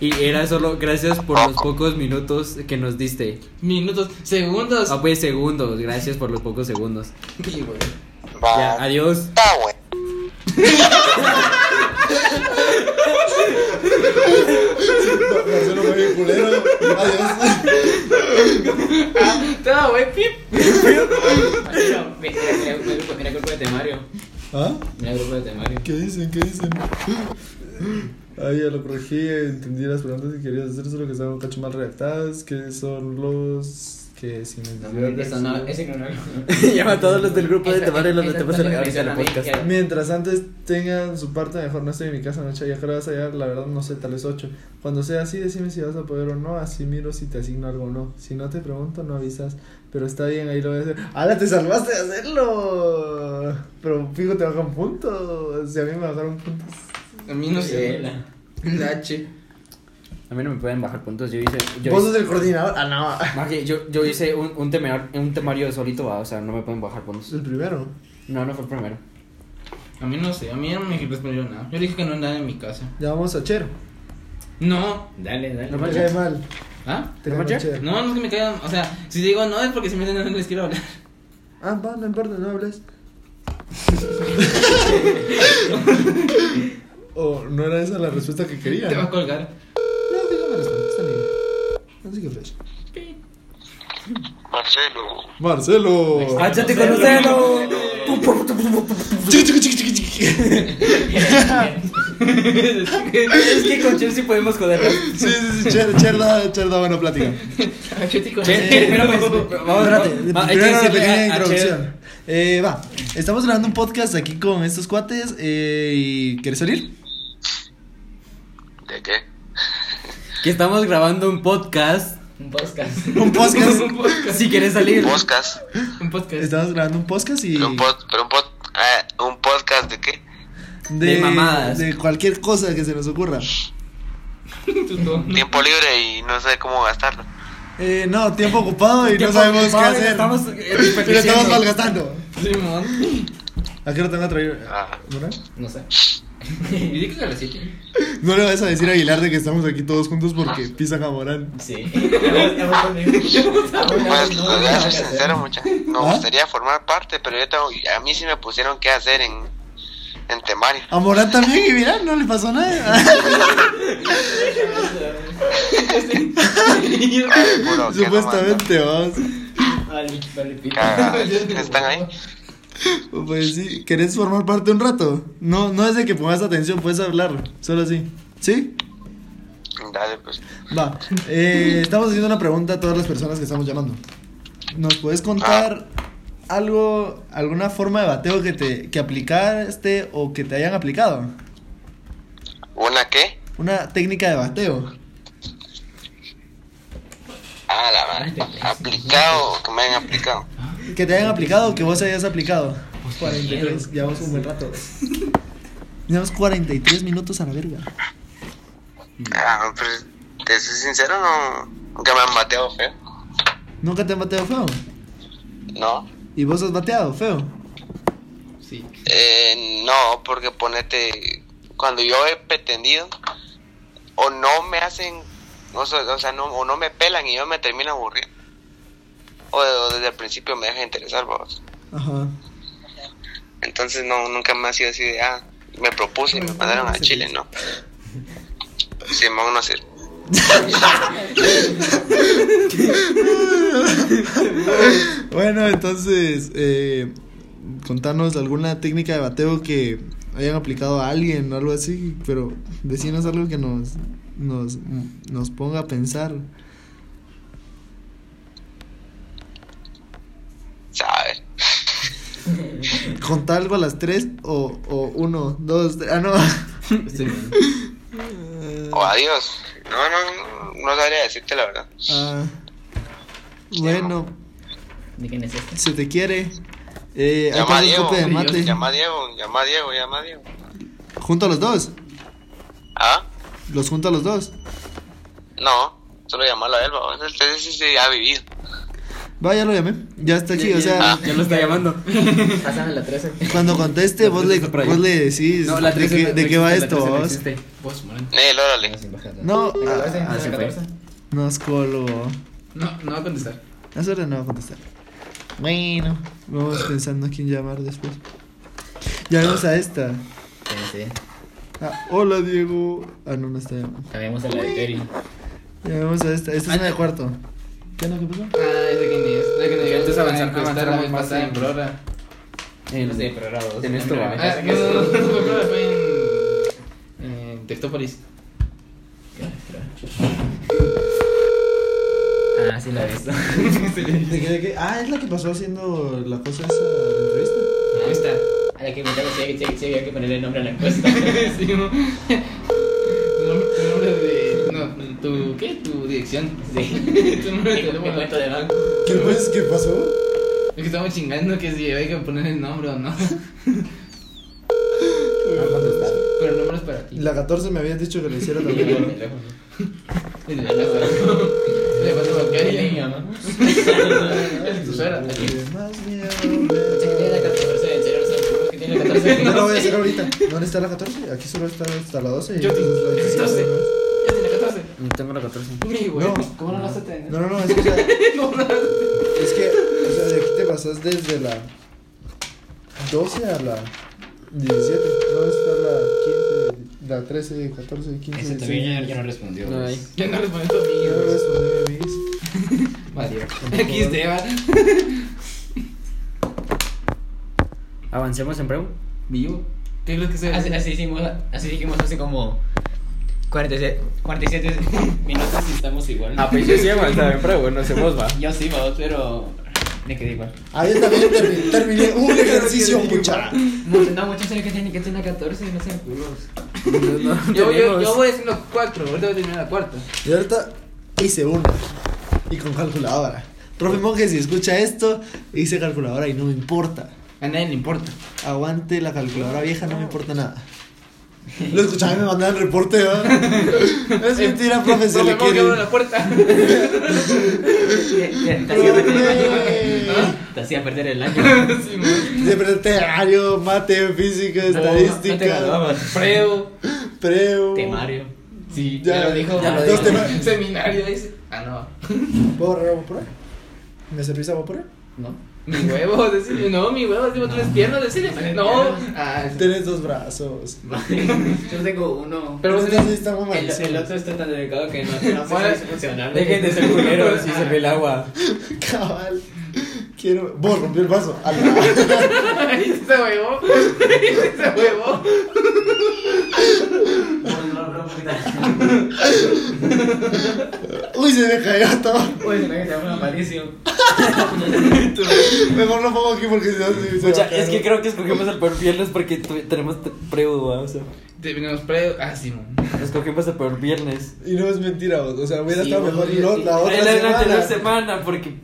Speaker 2: Y era solo gracias por los pocos minutos que nos diste.
Speaker 5: Minutos, segundos.
Speaker 2: Ah, pues segundos, gracias por los pocos segundos.
Speaker 5: Sí, güey.
Speaker 8: Va.
Speaker 1: Ah.
Speaker 2: Ya, adiós. [laughs]
Speaker 8: Está bueno.
Speaker 3: Marcelo fue bien culero. Adiós.
Speaker 5: Estaba, güey, pip.
Speaker 4: Ah, Mira, mira, mira, mira el grupo- mira el grupo de temario.
Speaker 3: ¿Ah?
Speaker 4: Mira el grupo de temario.
Speaker 3: ¿Qué dicen? ¿Qué dicen? Ay, ya lo corregí, entendí las preguntas que querías hacer, solo que estaban un cacho mal redactadas, que son los que sin
Speaker 4: No, no, eso no,
Speaker 3: necesidad
Speaker 4: ese no, no.
Speaker 2: Llama a todos los del grupo de
Speaker 4: Esa-
Speaker 2: Tamar y los de
Speaker 4: esa
Speaker 2: Temas de la
Speaker 4: es
Speaker 2: Cabeza
Speaker 4: la
Speaker 2: en el
Speaker 4: misma
Speaker 2: podcast.
Speaker 4: que-
Speaker 3: Mientras antes tengan su parte, mejor no estoy en mi casa noche, ya creo vas allá, la verdad no sé, tal vez 8. Cuando sea así, decime si vas a poder o no, así miro si te asigno algo o no. Si no te pregunto, no avisas, pero está bien, ahí lo voy a hacer. ¡Hala, te salvaste de hacerlo! Pero fijo, te bajan puntos, si a mí me bajaron puntos.
Speaker 5: A mí no sé.
Speaker 4: Vela.
Speaker 5: La H.
Speaker 2: A mí no me pueden bajar puntos, yo hice. Yo
Speaker 3: ¿Vos sos
Speaker 2: hice,
Speaker 3: el coordinador? Ah, no.
Speaker 2: Maje, yo, yo hice un, un, temar- un temario solito, va, o sea, no me pueden bajar puntos.
Speaker 3: El primero.
Speaker 2: No, no fue el primero.
Speaker 5: A mí no sé, a mí no me respondieron nada. Yo dije que no andaba en mi casa.
Speaker 3: Llamamos a Chero.
Speaker 5: No.
Speaker 4: Dale, dale.
Speaker 2: No
Speaker 3: Te
Speaker 2: manches.
Speaker 3: cae mal.
Speaker 5: ¿Ah?
Speaker 3: Te
Speaker 2: ¿No
Speaker 3: cae mal
Speaker 2: manches?
Speaker 3: Chero.
Speaker 5: No, no es que me caigan. O sea, si digo no es porque si me dicen no les quiero hablar.
Speaker 3: Ah, va, no importa, no [laughs] hables. o Oh, no era esa la respuesta que quería.
Speaker 5: Te va
Speaker 3: No,
Speaker 5: a colgar.
Speaker 3: que no me responde, está bien. Así que flecha.
Speaker 8: Marcelo.
Speaker 3: Marcelo.
Speaker 2: ¡Háchate con Marcelo!
Speaker 3: Chiqui, chiqui, chiqui, chiqui, chiqui.
Speaker 2: Es que con Chelsea podemos jodernos.
Speaker 3: Sí, sí, sí, Chero, Chero, da- Chero da buena plática.
Speaker 5: Ah, Yo te
Speaker 2: Che,
Speaker 5: colgué.
Speaker 2: eh, pero pues, vamos,
Speaker 3: Espérate,
Speaker 2: va, hay que
Speaker 3: primero la
Speaker 2: decirle
Speaker 3: pequeña
Speaker 2: a- a Che-
Speaker 3: introducción. Eh, va, estamos grabando un podcast aquí con estos cuates eh, y ¿quieres salir?
Speaker 8: ¿De qué?
Speaker 2: que estamos grabando un podcast.
Speaker 4: Un podcast.
Speaker 3: Un
Speaker 2: [laughs]
Speaker 3: podcast.
Speaker 5: Un podcast.
Speaker 2: Si quieres salir.
Speaker 8: ¿Podcast?
Speaker 5: Un podcast.
Speaker 3: Estamos grabando un podcast y
Speaker 8: ¿Pero un, pod, pero un, pod, ah, ¿Un podcast de qué?
Speaker 2: de mamadas.
Speaker 3: de cualquier cosa que se nos ocurra.
Speaker 5: Tú no.
Speaker 8: Tiempo libre y no sé cómo gastarlo.
Speaker 3: Eh, no, tiempo ocupado y
Speaker 2: [laughs] Tiempo
Speaker 3: no sabemos qué
Speaker 2: ocupado y lo
Speaker 3: hacer.
Speaker 2: estamos, eh,
Speaker 3: y lo estamos
Speaker 2: desperdiciando.
Speaker 3: malgastando.
Speaker 5: Simón.
Speaker 3: ¿A qué hora te van a traer?
Speaker 8: Ah.
Speaker 3: ¿Bueno?
Speaker 4: No sé.
Speaker 5: Y dije que a las 7.
Speaker 3: No le vas a decir a Aguilar de que estamos aquí todos juntos porque pisan a Morán.
Speaker 4: Sí. [laughs] Pues,
Speaker 8: Pues, les voy a ser sincero, mucha. Me
Speaker 3: ¿Ah?
Speaker 8: gustaría formar parte, pero yo tengo, a mí sí me pusieron qué hacer en, en temario.
Speaker 3: A Morán también y mirá, no le pasó nada.
Speaker 8: Ay, puro, que no
Speaker 3: Supuestamente, vamos.
Speaker 4: Vale, vale, pito.
Speaker 8: manda. Cagadas. ¿Están ahí?
Speaker 3: Pues sí, ¿querés formar parte un rato? No, no es de que pongas atención, puedes hablar, solo así. ¿Sí?
Speaker 8: Dale, pues.
Speaker 3: Va, eh, estamos haciendo una pregunta a todas las personas que estamos llamando. ¿Nos puedes contar algo, alguna forma de bateo que te que aplicaste o que te hayan aplicado?
Speaker 8: ¿Una qué?
Speaker 3: Una técnica de bateo.
Speaker 8: Ah, la madre. Aplicado, que me hayan aplicado.
Speaker 3: Que te hayan aplicado o que vos hayas aplicado. 43, llevamos un buen rato. Llevamos 43 minutos a la verga.
Speaker 8: Ah, pero te soy sincero, no. Nunca me han bateado feo.
Speaker 3: ¿Nunca te han bateado feo?
Speaker 8: No.
Speaker 3: ¿Y vos has bateado feo?
Speaker 5: Sí.
Speaker 8: Eh, no, porque ponete. Cuando yo he pretendido, o no me hacen. O sea, o sea, no, o no me pelan y yo me termino aburriendo. O, o desde el principio me deja interesar, vos.
Speaker 3: Ajá.
Speaker 8: Entonces no, nunca me ha sido así de, ah, me propuse y me mandaron a Chile, ¿no? Simón no sé.
Speaker 3: Bueno, entonces, eh, contanos alguna técnica de bateo que hayan aplicado a alguien o algo así, pero decinos algo que nos, nos, nos ponga a pensar.
Speaker 8: ¿Sabes?
Speaker 3: Contá algo a las tres o, o uno, dos, tres, ah,
Speaker 4: [laughs]
Speaker 3: no.
Speaker 5: Simón.
Speaker 3: Mm.
Speaker 8: O adiós. No, no, no sabría decirte la verdad.
Speaker 3: Ah, bueno,
Speaker 4: ¿De quién es este?
Speaker 3: se te quiere. Eh, acá
Speaker 8: Llama a
Speaker 3: hay un
Speaker 8: Diego.
Speaker 3: copo de mate.
Speaker 8: Llama a Diego, llama a Diego, llama a Diego.
Speaker 3: Junto a los dos.
Speaker 8: ¿Ah?
Speaker 3: Los junto a los dos.
Speaker 8: No, solo llamalo a él, vamos. Usted sí se ha vivido.
Speaker 3: Va, ya lo llamé. Ya está aquí. O sea,
Speaker 2: Ya lo está llamando.
Speaker 4: Pásame la 13.
Speaker 3: cuando conteste, vos le,
Speaker 2: Está por ahí.
Speaker 3: vos le decís
Speaker 2: No, la
Speaker 3: de
Speaker 2: 13
Speaker 3: qué,
Speaker 2: no-
Speaker 3: de
Speaker 2: no
Speaker 3: qué va
Speaker 2: existe,
Speaker 3: esto.
Speaker 2: la 13 no
Speaker 3: vos.
Speaker 2: existe.
Speaker 4: Vos, morón.
Speaker 8: Nel, órale.
Speaker 3: No,
Speaker 4: La
Speaker 3: ah,
Speaker 4: 14,
Speaker 2: ah, se
Speaker 4: la
Speaker 2: fue.
Speaker 4: 14.
Speaker 3: no es colo.
Speaker 5: No, no va a contestar.
Speaker 3: La suerte no va a contestar. Bueno, vamos pensando a quién llamar después. Llamemos a esta.
Speaker 4: Sí, sí.
Speaker 3: Ah, hola Diego. Ah, no, no está llamando.
Speaker 4: Cambiamos a la de Terry.
Speaker 3: Llamemos a esta. Esta es una de cuarto. ¿Qué no? ¿Qué pasó?
Speaker 5: Ah, es de quién es. De que nos llegaste a
Speaker 2: avanzar,
Speaker 5: avanzar, avanzar,
Speaker 2: avanzar,
Speaker 5: muy
Speaker 2: avanzar.
Speaker 5: pasada en Prora.
Speaker 2: En, en esto va.
Speaker 5: Ah, no, no, no, no, fue Prora, fue en. En Tectópolis.
Speaker 4: Ah, sí la he visto.
Speaker 3: ¿De qué, de qué? Ah, es la que pasó haciendo la cosa esa de la entrevista.
Speaker 4: Ahí está. A la que invitamos, sí, sí, sí, hay que ponerle nombre a la encuesta.
Speaker 5: Sí, ¿no? Tu nombre- tu nombre de. No, tu. ¿Qué? Tu dirección.
Speaker 4: Sí.
Speaker 5: [laughs] Tu
Speaker 4: Mi
Speaker 5: número de
Speaker 4: mi
Speaker 5: teléfono.
Speaker 4: cuenta de banco.
Speaker 3: ¿Qué, pues, ¿Qué pasó?
Speaker 5: Es que estamos chingando que si hay que poner el nombre o no. [laughs] Pero el nombre es para ti.
Speaker 3: La 14 me habías dicho que le hiciera
Speaker 5: El
Speaker 3: también.
Speaker 5: teléfono. El teléfono. El teléfono bancario.
Speaker 4: Sí, mi mamá.
Speaker 3: [laughs]
Speaker 5: El usuario.
Speaker 4: Tiene la 14, en serio, no sé, ¿por qué tiene la 14?
Speaker 3: No lo voy a hacer ahorita. ¿Dónde está la 14? Aquí solo está hasta la 12. y
Speaker 5: Yo te-
Speaker 3: entonces la 17
Speaker 5: 12.
Speaker 3: no es.
Speaker 5: Ya tiene 14.
Speaker 2: Tengo la 14.
Speaker 5: Hombre, güey.
Speaker 3: No.
Speaker 5: ¿Cómo no lo vas a tener?
Speaker 3: No, [laughs] no, no, es que, o sea, es que, o sea, de aquí te pasas desde la 12 a la 17. No está la 15, la 13, 14, 15.
Speaker 4: Ese
Speaker 3: 16.
Speaker 4: también ya- ya no respondió.
Speaker 2: No
Speaker 4: pues.
Speaker 2: hay.
Speaker 5: Ya no respondió tu
Speaker 3: Yo
Speaker 5: amigo.
Speaker 3: no respondí, amiguis.
Speaker 5: Mario. [laughs] Aquí te va.
Speaker 2: Avancemos en Preu.
Speaker 5: Vivo. ¿Qué crees que sea?
Speaker 4: Así, así hicimos, así dijimos hace como 47, 47 minutos y estamos igual.
Speaker 2: Ah, pues yo sí avanzaba en Preu, bueno, hacemos va.
Speaker 4: Yo sí, vos, pero me quedé igual.
Speaker 3: Ah, yo también termi- [laughs] terminé un ejercicio, mucha.
Speaker 4: No, no muchos saben que tienen que tener 14 y no sean culos.
Speaker 5: [laughs] Yo, yo, yo voy haciendo cuatro. Ahorita voy a terminar la cuarta.
Speaker 3: Y ahorita hice uno. Y con calculadora. Profe Monge, si escucha esto, hice calculadora y no me importa.
Speaker 5: A nadie le importa.
Speaker 3: Aguante la calculadora vieja, no me importa nada. Lo escuchaba y me mandaban reporte,
Speaker 5: [laughs]
Speaker 3: ¿verdad? Es mentira, profe, se le
Speaker 5: Profe, ¿cómo que
Speaker 3: quiere.
Speaker 5: abro la [laughs] puerta?
Speaker 4: Te hacía perder el año. Te
Speaker 3: ¿Ah?
Speaker 4: hacía perder el año.
Speaker 3: [laughs]
Speaker 5: Sí, man.
Speaker 3: Siempre temario, mate, física,
Speaker 5: No te
Speaker 3: estadística,
Speaker 5: graduabas. Preo.
Speaker 3: preu.
Speaker 4: Temario.
Speaker 5: Sí,
Speaker 3: Ya,
Speaker 5: ya lo dijo.
Speaker 3: ya
Speaker 5: Ya
Speaker 3: lo
Speaker 5: lo
Speaker 3: dijo.
Speaker 5: dijo. Seminario dice. Ah, no.
Speaker 3: ¿Puedo borrar agua por ahí? ¿Me servís agua por ahí?
Speaker 5: No. Mi huevo, decirle. No, mi huevo, digo, tres piernas, decirle. No. [laughs] Ah, sí.
Speaker 3: Tenés dos brazos.
Speaker 4: Yo tengo uno.
Speaker 5: Pero vos
Speaker 3: Entonces estamos
Speaker 4: El, el
Speaker 3: maldiciones.
Speaker 4: otro está tan delicado que no, no puede funcionar.
Speaker 2: Dejen de ser culeros si [laughs] se ve el agua.
Speaker 3: [laughs] Cabal. Quiero. Vos rompió el vaso. A
Speaker 5: [laughs]
Speaker 3: la-
Speaker 5: Se huevo. [laughs] Se huevo.
Speaker 3: Uy, se me cayó todo.
Speaker 4: Uy, se me llama malísimo.
Speaker 3: Mejor lo pongo aquí porque si no se- se
Speaker 2: Pucha,
Speaker 3: va a caer.
Speaker 2: es que creo que escogimos el peor viernes porque tu- tenemos t- preu, ¿va? o sea,
Speaker 5: Terminamos preo. Ah, sí, man.
Speaker 2: escogimos el peor viernes.
Speaker 3: Y no es mentira, vos. O sea, hubiera
Speaker 5: Sí,
Speaker 3: estado
Speaker 5: vos,
Speaker 3: mejor
Speaker 5: sí,
Speaker 3: lo-
Speaker 5: sí.
Speaker 3: la otra
Speaker 2: En la- en la anterior
Speaker 3: semana.
Speaker 2: semana porque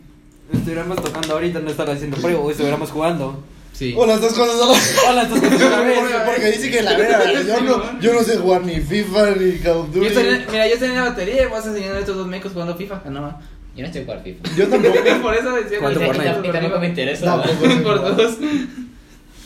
Speaker 2: estuviéramos tocando ahorita, no estar haciendo preu, o estuviéramos jugando.
Speaker 5: Sí.
Speaker 3: O las dos cosas a la-
Speaker 2: Hola, entonces otra
Speaker 3: Porque,
Speaker 2: vez.
Speaker 3: [laughs] porque dice
Speaker 2: [laughs]
Speaker 3: que la vera, yo no, yo no sé jugar ni FIFA ni Call of
Speaker 5: Yo
Speaker 3: Duty.
Speaker 5: estoy en- mira, yo estoy en la batería y vas enseñando a estos dos mecos jugando FIFA. Ah, no [laughs] va.
Speaker 4: Yo no estoy jugando FIFA.
Speaker 3: Yo tampoco.
Speaker 5: Por eso decía
Speaker 2: ¿Cuánto
Speaker 5: que-
Speaker 2: por
Speaker 4: Y
Speaker 5: [laughs]
Speaker 2: Fortnite.
Speaker 4: tam- y tampoco me interesa.
Speaker 3: No,
Speaker 4: ¿va?
Speaker 3: pues,
Speaker 5: Por dos.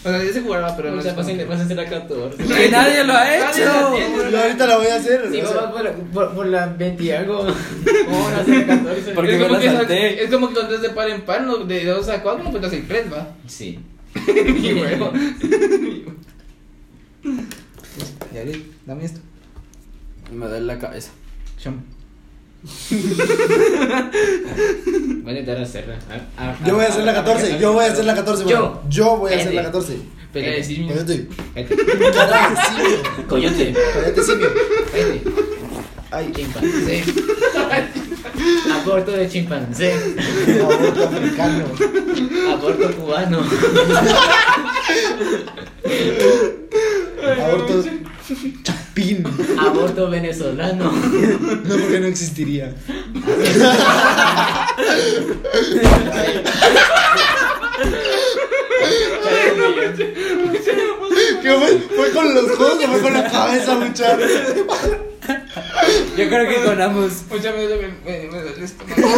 Speaker 5: O sea, yo se jugaba, pero
Speaker 4: Mucha
Speaker 5: no.
Speaker 4: paciencia, vas a hacer la 14.
Speaker 2: Que nadie lo ha
Speaker 5: Nadie lo
Speaker 2: hecho.
Speaker 5: tiene.
Speaker 3: Yo ahorita la voy a hacer.
Speaker 4: Sí,
Speaker 3: o sea,
Speaker 4: vos vas por la- por, por la 20 algo. ¿Cómo van a hacer la 14?
Speaker 2: Porque
Speaker 5: es,
Speaker 2: me
Speaker 5: como
Speaker 2: la
Speaker 5: que,
Speaker 2: salté.
Speaker 5: es como que cuando es de par en par, no, de 2 a 4, pues das el 3, va. [laughs]
Speaker 4: Sí.
Speaker 5: Mi huevo. Yaril, dame esto.
Speaker 2: Me da en la cabeza.
Speaker 5: Sham.
Speaker 4: Voy a intentar hacerla. A- a-
Speaker 3: yo voy a hacer la 14. Yo voy a hacer la 14.
Speaker 5: Yo.
Speaker 3: mano. Yo voy a hacer la
Speaker 4: Ese.
Speaker 3: 14.
Speaker 5: Pelea de simio.
Speaker 3: Cállate.
Speaker 4: Cállate.
Speaker 3: Cállate, simio.
Speaker 4: Coyote.
Speaker 3: Cállate, simio.
Speaker 4: Cállate.
Speaker 3: Ay,
Speaker 4: Chimpancé. Aborto de chimpancé.
Speaker 3: aborto africano.
Speaker 4: Aborto cubano.
Speaker 3: Aborto chapín.
Speaker 4: Aborto venezolano.
Speaker 3: No, porque no existiría. ¿Qué fue? Fue con los codos o fue con la cabeza, muchacho.
Speaker 2: Yo creo que con ambos.
Speaker 5: Muchas veces me, me, me duele el estómago.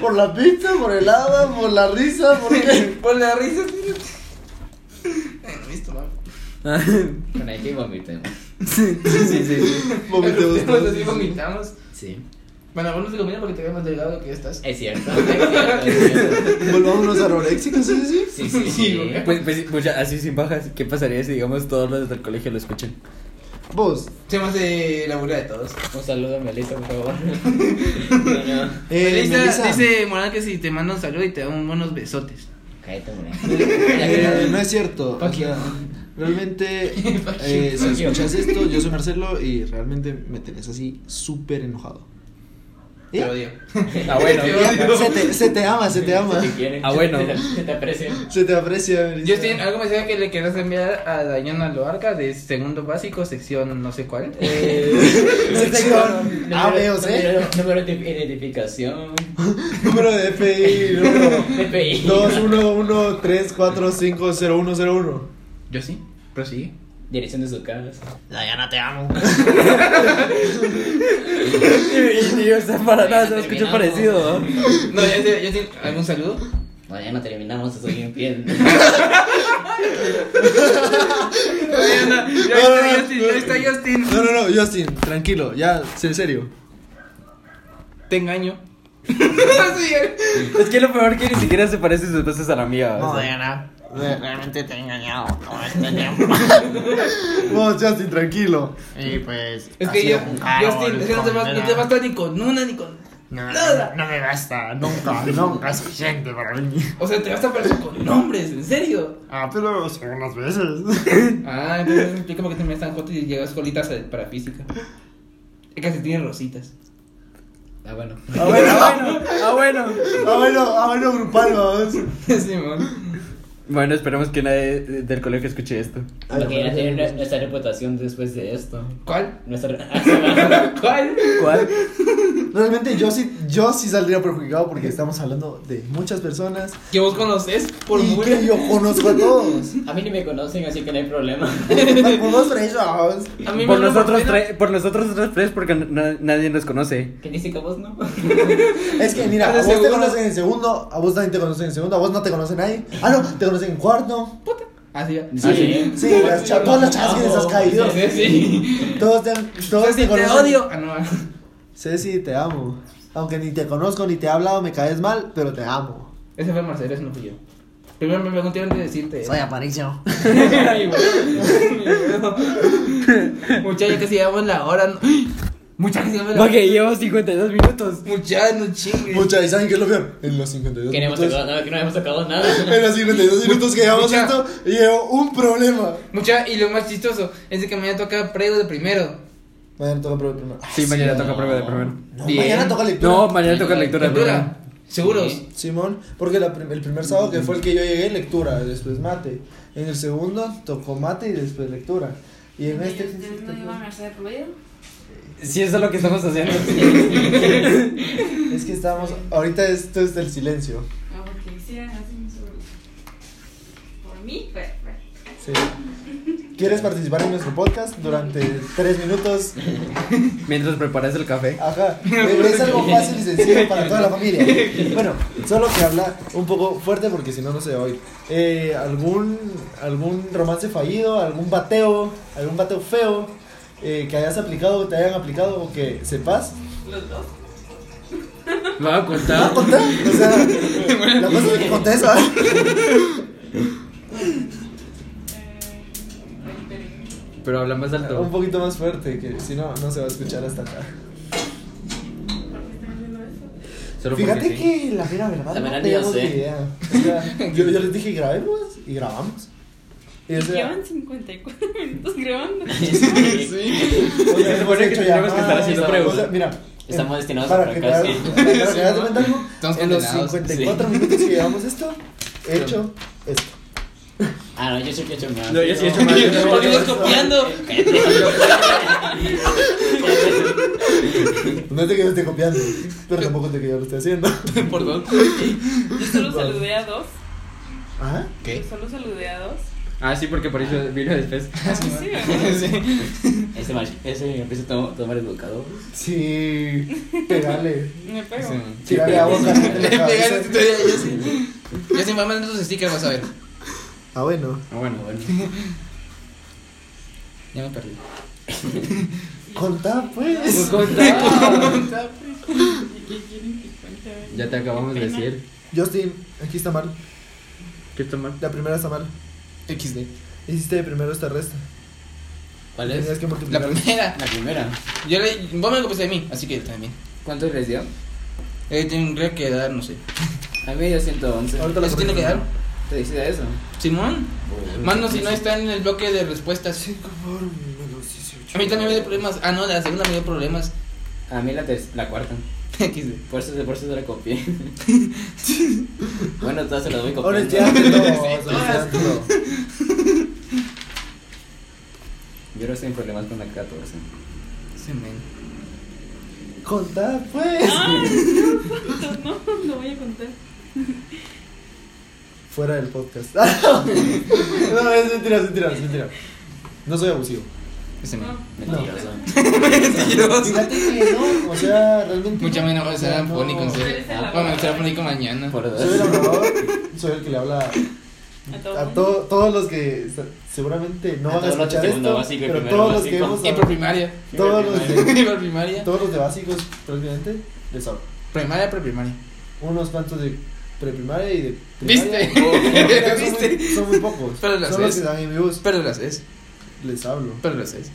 Speaker 3: Por la pizza, por el hada, por la risa, ¿por qué?
Speaker 5: Por la risa. Eh, Ay, no, mi estómago.
Speaker 4: Bueno, hay que vomitemos.
Speaker 2: Sí, sí, sí.
Speaker 3: Vomitemos
Speaker 5: Pero
Speaker 3: todos.
Speaker 5: así vomitamos.
Speaker 4: Sí.
Speaker 5: Bueno, vos no te comida porque te ves más delgado que estás.
Speaker 4: Es cierto. es cierto, es cierto.
Speaker 3: Volvámonos anoréxicos, sí, sí. sí.
Speaker 4: Sí, sí,
Speaker 5: Sí,
Speaker 4: sí.
Speaker 5: güey.
Speaker 2: Pues, pues, sí, mucha- así sin bajas, ¿qué pasaría si digamos todos los del colegio lo escuchan?
Speaker 3: Vos,
Speaker 5: Se me hace la burla de todos.
Speaker 4: Un saludo a Melissa, por favor. No, no.
Speaker 3: eh,
Speaker 5: Melissa,
Speaker 3: Melissa,
Speaker 5: dice Morán que si te manda un saludo y te da un- unos besotes.
Speaker 4: Cállate, Morena.
Speaker 3: eh, no es cierto.
Speaker 4: Fuck
Speaker 3: o sea, realmente,
Speaker 5: [laughs] Fuck
Speaker 3: eh,
Speaker 4: you.
Speaker 3: si
Speaker 4: Fuck you.
Speaker 3: escuchas esto, yo soy Marcelo y realmente me tenés así súper enojado. ¿Eh?
Speaker 5: Te odio.
Speaker 2: Ah, bueno.
Speaker 5: Te
Speaker 3: Ya,
Speaker 5: odio.
Speaker 3: Se te, se te ama, se te ama.
Speaker 4: Si quieren,
Speaker 2: Ah, bueno.
Speaker 4: Te, te aprecio.
Speaker 3: Se te aprecia, Melissa.
Speaker 5: Justin, algo me decía que le querías enviar a Dayana Loarca de segundo básico, sección no sé cuál.
Speaker 4: [laughs]
Speaker 3: Sección A, B o C.
Speaker 4: Número- Número de identificación.
Speaker 3: Número de FI, número
Speaker 4: DPI.
Speaker 3: 2113450101.
Speaker 5: Yo sí, prosigue.
Speaker 4: Dirección de su casa.
Speaker 3: Dayana, te amo.
Speaker 2: Y, y yo, o sea, para nada, se me escucha
Speaker 4: Terminamos.
Speaker 2: parecido. ¿no?
Speaker 5: No, ya sé, Justin, ¿algún saludo?
Speaker 4: No, ya no terminamos, soy bien fiel.
Speaker 5: Dayana, ya
Speaker 3: No, no,
Speaker 5: está
Speaker 3: no.
Speaker 5: Justin, ya está Justin.
Speaker 3: No, no, no, Justin, tranquilo, ya, en serio.
Speaker 5: Te engaño. Sí,
Speaker 2: Es que lo peor que ni siquiera se parece sus veces a la mía. o sea.
Speaker 3: Dayana, realmente te he engañado todo
Speaker 5: [laughs]
Speaker 3: este tiempo. Vos, Justin, tranquilo. Y pues.
Speaker 5: es que yo, Justin, es que no te vas, no te vas a estar ni con una ni con. nada.
Speaker 3: me basta, nunca, nunca es suficiente para mí.
Speaker 5: O sea, te vas a aparecer con nombres, en serio.
Speaker 3: Ah, pero son las veces.
Speaker 5: Ah, entonces explica por qué terminas tan joto y llegas colitas para física. Es que se tienen rositas. [laughs]
Speaker 4: Ah, bueno.
Speaker 2: Ah, bueno, ah, bueno, ah, bueno.
Speaker 3: Ah, bueno, ah, bueno, grupal, vamos.
Speaker 5: Sí, man.
Speaker 2: Bueno, esperemos que nadie del colegio escuche esto.
Speaker 4: Porque ya tiene nue- nuestra reputación después de esto.
Speaker 5: ¿Cuál?
Speaker 4: Nuestra. [laughs] Ah,
Speaker 5: ¿Cuál?
Speaker 2: ¿Cuál?
Speaker 3: Realmente yo sí, yo sí saldría perjudicado porque estamos hablando de muchas personas
Speaker 5: Que vos conoces por
Speaker 3: y
Speaker 5: muy.
Speaker 3: que yo conozco a todos.
Speaker 4: A mí ni me conocen, así que no hay problema. [laughs]
Speaker 3: Algunos tres, vamos.
Speaker 5: A mí me
Speaker 2: Por
Speaker 5: hablan
Speaker 2: nosotros,
Speaker 5: pena.
Speaker 2: tres, por nosotros tres, tres, porque na- nadie nos conoce.
Speaker 4: Que ni siquiera vos no.
Speaker 3: Es que mira, a
Speaker 5: Pero
Speaker 3: vos te
Speaker 5: seguro-
Speaker 3: conocen en segundo, a vos también te conocen en segundo, a vos no te conoce nadie. Ah, no, te conocen en cuarto.
Speaker 5: Ah, sí, ya.
Speaker 4: Ah, sí.
Speaker 3: Sí, las cha- todas las chavas que les has caído.
Speaker 5: Sí, sí.
Speaker 3: Todos te, han- todos
Speaker 5: Ceci, te
Speaker 3: conocen.
Speaker 5: odio. Ah, no. [laughs] ah.
Speaker 3: Ceci, te amo. Aunque ni te conozco, ni te he hablado, me caes mal, pero te amo.
Speaker 5: Ese fue Marcelo, ese no fui yo. Primero me pregunté antes de decirte.
Speaker 3: Soy Aparicio.
Speaker 5: Ay, güey. Muchachos, casi llevamos la hora. ¿no? Muchachos, llevamos la
Speaker 2: Ok, llevo 52 minutos.
Speaker 5: Muchachos, no chingues.
Speaker 3: Muchas, ¿y saben qué es lo peor? En los 52
Speaker 4: Que no hemos
Speaker 3: minutos.
Speaker 4: tocado nada, que no hemos tocado [laughs] nada.
Speaker 3: En los 52 minutos que llevamos
Speaker 5: Mucha-
Speaker 3: esto, llevo un problema.
Speaker 5: Mucha, y lo más chistoso es de que mañana toca prego de primero.
Speaker 3: Mañana toca prueba primero. Ah,
Speaker 2: Sí, mañana
Speaker 4: no.
Speaker 2: toca prueba de primero.
Speaker 3: No,
Speaker 5: Bien.
Speaker 3: mañana toca lectura.
Speaker 2: No, mañana toca lectura de primero.
Speaker 5: Lectura, seguros.
Speaker 4: Sí.
Speaker 3: Simón, porque la prim- el primer sábado que fue el que yo llegué, lectura, después mate. En el segundo tocó mate y después lectura. Y en este.
Speaker 9: ¿No iba a merced de promedio?
Speaker 2: Sí, eso es lo que estamos haciendo.
Speaker 3: Es que estábamos. Ahorita esto es del silencio.
Speaker 9: No, Ah, porque hicieran así su- Por mí, pues. bueno.
Speaker 3: Sí. ¿Quieres participar en nuestro podcast durante tres minutos?
Speaker 2: [laughs] Mientras preparas el café.
Speaker 3: Ajá. Es algo fácil y sencillo para toda la familia. Bueno, solo que habla un poco fuerte porque si no, no se va a oír. Eh, ¿algún, ¿Algún romance fallido? ¿Algún bateo? ¿Algún bateo feo? eh, que hayas aplicado, te hayan aplicado o que sepas.
Speaker 2: ¿Lo a
Speaker 3: ¿Va
Speaker 2: contar?
Speaker 3: a contar? O sea, la cosa es que conté eso. ¿eh?
Speaker 9: Eh,
Speaker 2: Pero habla más
Speaker 3: Un
Speaker 2: alto.
Speaker 3: poquito más fuerte, que si no, no se va a escuchar hasta acá.
Speaker 2: Solo porque
Speaker 3: Fíjate
Speaker 2: sí.
Speaker 3: que la mera verdad
Speaker 4: La verdad
Speaker 3: no
Speaker 4: ni yo
Speaker 3: teníamos ni
Speaker 4: sé.
Speaker 3: idea. O sea, yo, yo les dije grabemos y grabamos. Y o sea,
Speaker 9: Llevan 54 [laughs]
Speaker 3: [laughs]
Speaker 9: minutos grabando.
Speaker 3: o sea,
Speaker 2: Se supone
Speaker 3: hemos
Speaker 2: que
Speaker 3: hecho
Speaker 2: tenemos que estar
Speaker 3: llamadas,
Speaker 2: haciendo
Speaker 3: o sea,
Speaker 2: pruebas.
Speaker 3: Ah, o sea, mira, eh,
Speaker 4: Estamos destinados
Speaker 3: para
Speaker 4: al
Speaker 3: que te
Speaker 4: fracaso.
Speaker 3: hagas- para que te hagas cuenta algo,
Speaker 5: Estamos
Speaker 3: en los
Speaker 5: condenados,
Speaker 3: 54 minutos que llevamos esto, he hecho esto.
Speaker 4: Ah, no, yo soy que he hecho más.
Speaker 2: No, yo sí he hecho mal.
Speaker 5: ¿Por qué estás copiando?
Speaker 2: [laughs]
Speaker 3: No es de que yo esté copiando, [laughs] pero tampoco es de que yo lo esté haciendo.
Speaker 5: Por dos.
Speaker 9: Yo solo saludé a dos.
Speaker 3: Ajá.
Speaker 5: ¿Qué?
Speaker 9: Solo saludé a dos.
Speaker 4: Ah, [laughs] sí, porque por eso vino después.
Speaker 9: Sí,
Speaker 4: [laughs]
Speaker 9: ¿verdad?
Speaker 4: Sí. Ese, ma- ese empieza a tom- tomar educador.
Speaker 3: Sí. Pegale.
Speaker 9: Me pego.
Speaker 3: Tirale a boca. [laughs]
Speaker 5: Le pegaron yo sí. Yo sí me mandan tus stickers, vas a ver.
Speaker 3: Ah, bueno.
Speaker 4: Ah, bueno, bueno.
Speaker 5: Ya me perdí.
Speaker 3: Contá, pues.
Speaker 4: Pues contá.
Speaker 9: [laughs] ¿Y qué quieren que cuente?
Speaker 4: Ya te acabamos de
Speaker 9: [laughs]
Speaker 4: decir.
Speaker 3: Justin, aquí está mal.
Speaker 4: ¿Qué tomar?
Speaker 3: La primera está mal.
Speaker 5: XD.
Speaker 3: Hiciste primero esta resta.
Speaker 5: ¿Cuál es?
Speaker 3: Tenías que
Speaker 5: La
Speaker 3: multiplicar.
Speaker 5: primera.
Speaker 4: La primera.
Speaker 5: Yo le, vos me copiaste de mí, así que también.
Speaker 4: ¿Cuántos les dio?
Speaker 5: Eh, tendría que dar, no sé.
Speaker 4: A mí dio 111.
Speaker 3: Ahorita
Speaker 5: ¿Eso tiene que dar?
Speaker 4: ¿Te dice eso?
Speaker 5: ¿Simón? Mano, si no está en el bloque de respuestas. A mí también me dio problemas. Ah, no, la segunda me dio problemas. [laughs]
Speaker 4: A mí la, ter- la cuarta.
Speaker 5: XD.
Speaker 4: Por eso, por eso te la copié. bueno, todas se las voy
Speaker 3: Ahora
Speaker 4: copiando.
Speaker 3: ya.
Speaker 4: Yo no estoy en problemas con la 14.
Speaker 5: Sí, [laughs] men.
Speaker 3: Contá, pues.
Speaker 4: Ah.
Speaker 9: No, lo voy a contar.
Speaker 3: Fuera del podcast. [laughs] no, es mentira, es mentira, es mentira. No soy abusivo.
Speaker 5: Ese men.
Speaker 9: No.
Speaker 4: Mentiroso.
Speaker 3: Fíjate que no, o sea, realmente.
Speaker 5: Mucha
Speaker 3: no.
Speaker 5: menos va a ser a
Speaker 3: No.
Speaker 5: Pony con
Speaker 9: Pero
Speaker 5: ser.
Speaker 9: esa es la
Speaker 5: Bueno,
Speaker 9: verdad.
Speaker 5: será Pony con mañana. Eh,
Speaker 4: Por
Speaker 3: Soy el
Speaker 4: dos.
Speaker 3: hablador, soy el que le habla
Speaker 9: A todo.
Speaker 3: a to- todos los que se- seguramente no
Speaker 4: A
Speaker 3: van a
Speaker 4: todos los de
Speaker 3: escuchar
Speaker 4: segundo
Speaker 3: esto,
Speaker 4: básico y
Speaker 3: pero
Speaker 4: primero
Speaker 3: todos los que
Speaker 4: básico.
Speaker 3: hemos
Speaker 5: Y por
Speaker 3: [laughs]
Speaker 5: primaria. [laughs]
Speaker 3: todos los de,
Speaker 5: Y por primaria.
Speaker 3: todos los de básicos prácticamente les hablo.
Speaker 5: Primaria, preprimaria.
Speaker 3: Unos cuantos de preprimaria y de primaria.
Speaker 5: ¿Viste?
Speaker 3: Son
Speaker 5: [laughs]
Speaker 3: muy-
Speaker 5: ¿Viste?
Speaker 3: Son muy pocos.
Speaker 5: Pero las
Speaker 3: son los
Speaker 5: ves.
Speaker 3: que dan en mi bus.
Speaker 5: Pero las es.
Speaker 3: Les hablo.
Speaker 5: Pero las es.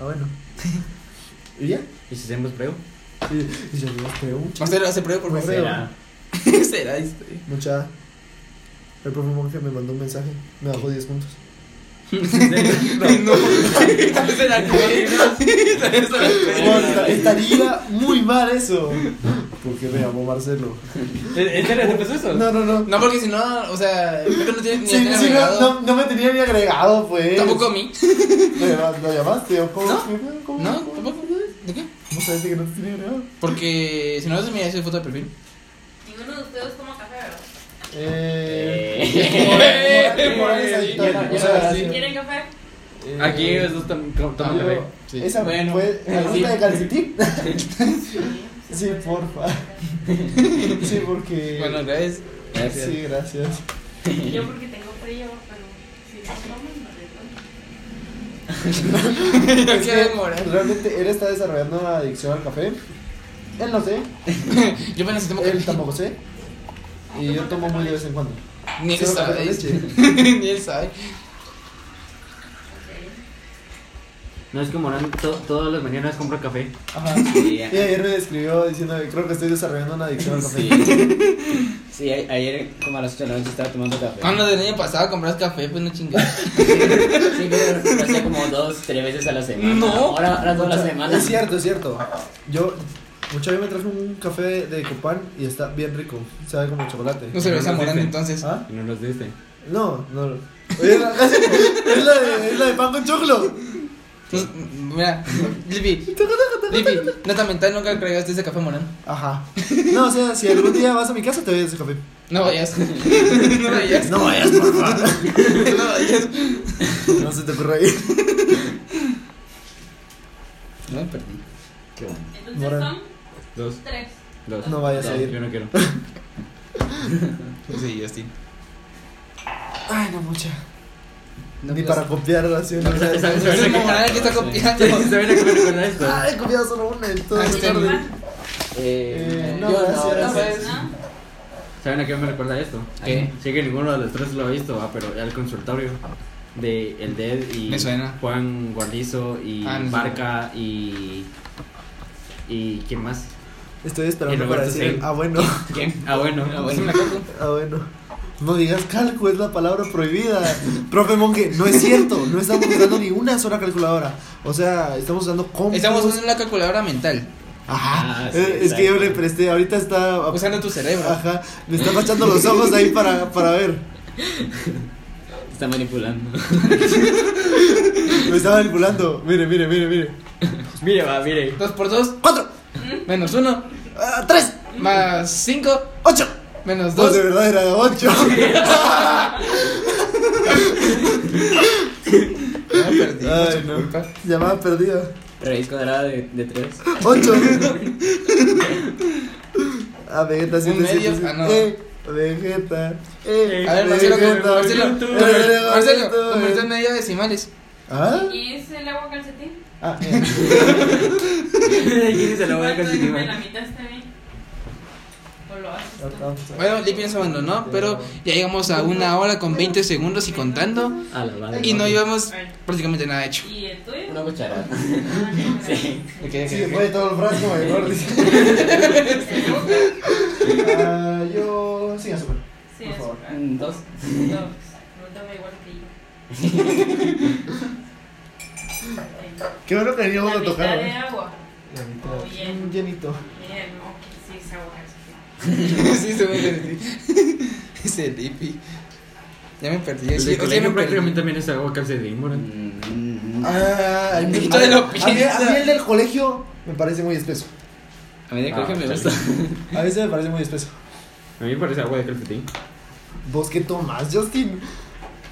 Speaker 3: Ah,
Speaker 5: [laughs]
Speaker 3: bueno. ¿Y ya?
Speaker 4: ¿Y si hacemos prueba?
Speaker 3: Y, y yo les creo mucho.
Speaker 5: Va a ser hace prueba por
Speaker 3: No
Speaker 5: favor.
Speaker 3: creo.
Speaker 5: [laughs] Será, dice.
Speaker 3: Mucha. El profe Monge me mandó un mensaje. Me bajó 10
Speaker 5: [laughs]
Speaker 3: puntos. [laughs]
Speaker 5: Será que.
Speaker 3: Oh, esta- estaría muy mal eso. Porque me llamó Marcelo.
Speaker 4: ¿En serio te pasó eso?
Speaker 3: No, no, no.
Speaker 5: [laughs] No, porque si no, o sea, creo que no tiene ni
Speaker 3: Sí,
Speaker 5: tiene
Speaker 3: sí, no,
Speaker 5: agregado.
Speaker 3: no, no me tenía ni agregado, pues.
Speaker 5: Tampoco a mí.
Speaker 3: ¿Lo llamaste? ¿Lo llamaste? ¿O cómo?
Speaker 5: No.
Speaker 3: ¿Cómo- cómo-
Speaker 5: No,
Speaker 3: cómo-
Speaker 5: tampoco. ¿De qué?
Speaker 3: ¿Cómo sabes que no te tenía agregado?
Speaker 5: Porque si no, eso me hace foto de perfil.
Speaker 9: Ninguno de ustedes toma café, ¿verdad?
Speaker 3: Eh. Morales- Morales Aitón. O sea,
Speaker 9: Si quieren café,
Speaker 3: eh,
Speaker 4: Aquí ellos toman
Speaker 5: Ah,
Speaker 4: café.
Speaker 3: yo- Esa
Speaker 4: Bueno,
Speaker 3: fue la
Speaker 4: sí.
Speaker 3: ruta de calcetín. Sí, porfa. [laughs] Sí, porque.
Speaker 5: [laughs] Bueno, gracias.
Speaker 3: Sí, gracias.
Speaker 9: yo porque tengo frío, pero si no toman, no les
Speaker 5: Yo
Speaker 9: doy.
Speaker 3: Es que
Speaker 5: quiero demorar.
Speaker 3: Realmente él está desarrollando una adicción al café. Él no sé,
Speaker 5: Yo apenas tomo
Speaker 3: él
Speaker 5: café.
Speaker 3: tampoco sé. Y yo tomo muy de vez en cuando.
Speaker 5: Ni él
Speaker 3: Solo café con
Speaker 5: sabe.
Speaker 3: leche.
Speaker 5: [laughs] Ni él sabe.
Speaker 4: No es que Morán to- todas las mañanas compra café.
Speaker 3: Ajá.
Speaker 4: Sí,
Speaker 3: Y ayer me escribió diciendo que creo que estoy desarrollando una adicción al café.
Speaker 4: Sí, a- ayer como a las 8 de la noche estaba tomando café.
Speaker 5: Cuando del año pasado compras café, pues no chingas.
Speaker 4: Sí, pero lo hacía como dos, tres veces a la semana.
Speaker 5: No.
Speaker 4: Ahora, ahora todas las
Speaker 3: Es
Speaker 4: semanas.
Speaker 3: cierto, es cierto. Yo, mucha vez me trajo un café de Copán y está bien rico. Sabe como chocolate.
Speaker 5: No se
Speaker 4: No
Speaker 5: ves a
Speaker 4: nos
Speaker 5: Morán
Speaker 4: dicen.
Speaker 5: entonces.
Speaker 3: ¿Ah?
Speaker 4: Y no nos diste.
Speaker 3: No, no. no. Oye, es la, [laughs] es la de, es la de pan con choclo.
Speaker 5: No, Mira, Lippy, Lippy, neta mental, nunca creaste ese café Morán.
Speaker 3: Ajá. No, o sea, si algún día vas a mi casa, te doy ese café.
Speaker 5: No vayas. [laughs] No vayas.
Speaker 3: No vayas, por favor.
Speaker 5: No vayas.
Speaker 3: No se te ocurra ir.
Speaker 5: No me perdí.
Speaker 4: Qué bueno.
Speaker 9: Entonces
Speaker 3: Moral.
Speaker 9: son
Speaker 4: Dos,
Speaker 9: tres.
Speaker 4: dos.
Speaker 3: No vayas
Speaker 4: dos,
Speaker 3: a ir.
Speaker 4: Yo no quiero.
Speaker 5: Sí, Justin.
Speaker 3: Ay, no, mucha.
Speaker 5: No,
Speaker 3: Ni
Speaker 5: pues-
Speaker 3: para copiar la acción. o sea,
Speaker 5: ¿Sabes ese Morán que está copiando?
Speaker 4: con esto?
Speaker 3: Ah, he copiado solo una en todo
Speaker 5: Ah,
Speaker 3: el
Speaker 5: este
Speaker 3: tarde.
Speaker 9: Pan,
Speaker 3: Eh,
Speaker 4: Eh,
Speaker 3: no,
Speaker 4: yo
Speaker 3: gracias.
Speaker 4: no,
Speaker 3: gracias.
Speaker 5: pues,
Speaker 4: gracias.
Speaker 9: ¿no?
Speaker 4: ¿Saben a qué me recuerda esto?
Speaker 5: ¿Qué?
Speaker 4: Sé que ninguno de los tres lo ha visto, ah, pero al consultorio de El Dead y
Speaker 5: Me suena.
Speaker 4: Juan Guardizo y
Speaker 5: Ah, me suena.
Speaker 4: Barca y. ¿Y quién más?
Speaker 3: Estoy
Speaker 4: Y
Speaker 3: esperando para
Speaker 4: Roberto
Speaker 3: decir.
Speaker 4: Zen.
Speaker 3: Ah, bueno. [laughs]
Speaker 4: ¿Quién? Ah, bueno.
Speaker 5: Ah,
Speaker 4: [laughs]
Speaker 5: bueno, me acuerdo.
Speaker 3: Ah, bueno. No digas calco, es la palabra prohibida. Profe Monge, no es cierto. No estamos usando ni una sola calculadora. O sea, estamos usando cómputos.
Speaker 5: Estamos usando una calculadora mental.
Speaker 3: Ajá.
Speaker 4: Ah, sí,
Speaker 3: Eh, es que yo
Speaker 4: exacto.
Speaker 3: le presté. Ahorita está.
Speaker 5: Usando tu cerebro.
Speaker 3: Ajá. Me está fachando los ojos ahí para, para ver.
Speaker 4: Está manipulando.
Speaker 3: Me está manipulando. Mire, mire, mire, mire.
Speaker 4: mire, va, mire.
Speaker 5: Dos por dos,
Speaker 3: Cuatro,
Speaker 5: menos uno,
Speaker 3: ah, tres,
Speaker 5: más cinco,
Speaker 3: ocho,
Speaker 5: Menos
Speaker 3: Pues de
Speaker 5: dos.
Speaker 3: verdad era de
Speaker 5: [laughs]
Speaker 3: [laughs] 8.
Speaker 5: Ya perdí.
Speaker 3: Ay,
Speaker 5: no.
Speaker 3: no. Llamada perdida.
Speaker 4: Raíz cuadrada de, de 3.
Speaker 3: [laughs] 8. A Vegeta
Speaker 5: Un
Speaker 3: 7,
Speaker 5: medio,
Speaker 3: 7,
Speaker 5: ah, no.
Speaker 3: Eh, Vegeta. Eh,
Speaker 5: A ver, Marcelo,
Speaker 3: Vegeta,
Speaker 5: Marcelo,
Speaker 3: Vegeta,
Speaker 5: Marcelo, Marcelo,
Speaker 3: Vegeta.
Speaker 5: convirtió en medida decimales.
Speaker 3: ¿Ah?
Speaker 9: ¿Y es el agua calcetín?
Speaker 3: [laughs] Ah,
Speaker 4: ¿Quién se lo voy a
Speaker 9: ¿Cuánto
Speaker 4: conseguir?
Speaker 3: ¿eh?
Speaker 9: de la mitad está bien? ¿O lo haces tú?
Speaker 5: Bueno, Lipi nos abandonó, pero [laughs] ya llegamos a una hora con 20 segundos y contando.
Speaker 4: A la madre.
Speaker 5: Y no llevamos prácticamente nada hecho.
Speaker 9: ¿Y el tuyo?
Speaker 4: Una cucharada. Sí.
Speaker 5: Ok, ok,
Speaker 3: sí,
Speaker 5: ok.
Speaker 3: fue todo el frasco, [laughs] mayor. Ah, yo. Sí, azúcar.
Speaker 9: Sí,
Speaker 3: Por
Speaker 9: es
Speaker 3: favor.
Speaker 4: Mm, Dos. [laughs]
Speaker 9: No, no toma igual que yo.
Speaker 3: [laughs] Qué bueno que veníamos
Speaker 9: La
Speaker 3: a tocar.
Speaker 9: mitad de
Speaker 3: ¿eh?
Speaker 9: agua. Oye,
Speaker 3: Un llenito.
Speaker 9: bien, ok, sí, es agua calcetín.
Speaker 5: Sí, se ve que sí. Ese Lipi. Ya me perdí.
Speaker 4: El
Speaker 5: Sí,
Speaker 4: de
Speaker 5: o sea, me
Speaker 4: colegio
Speaker 5: perdí.
Speaker 4: prácticamente también es agua calcetín, morón. mm,
Speaker 3: Ah, el
Speaker 5: Yo te lo
Speaker 3: a, mí, a mí el del colegio me parece muy espeso.
Speaker 4: A mí de colegio me
Speaker 3: chale.
Speaker 4: gusta. [laughs]
Speaker 3: A veces me parece muy espeso.
Speaker 4: A mí me parece agua de calcetín.
Speaker 3: ¿Vos qué tomás, Justin?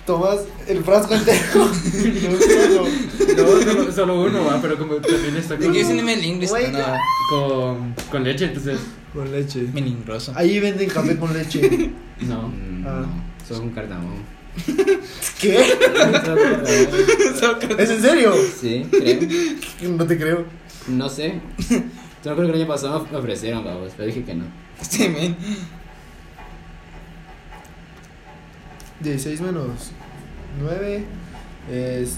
Speaker 3: Tomas el frasco entero. [laughs] No, no.
Speaker 4: [laughs] No, solo, solo uno va, pero como también está
Speaker 5: ¿De
Speaker 4: con,
Speaker 5: qué es anime el inglés?
Speaker 3: Güey,
Speaker 5: No,
Speaker 3: ya.
Speaker 4: con, con leche, entonces.
Speaker 3: Con leche.
Speaker 5: meningroso.
Speaker 3: Ahí venden café con leche.
Speaker 4: Mm, No,
Speaker 3: Ah.
Speaker 4: sos un cardamón.
Speaker 3: [laughs] ¿Qué? ¿Es en serio?
Speaker 4: Sí, creo.
Speaker 3: No te creo.
Speaker 4: No sé. Yo creo que el año pasado me ofrecieron, babos, pero dije que no.
Speaker 5: Este men.
Speaker 3: 16 menos 9 es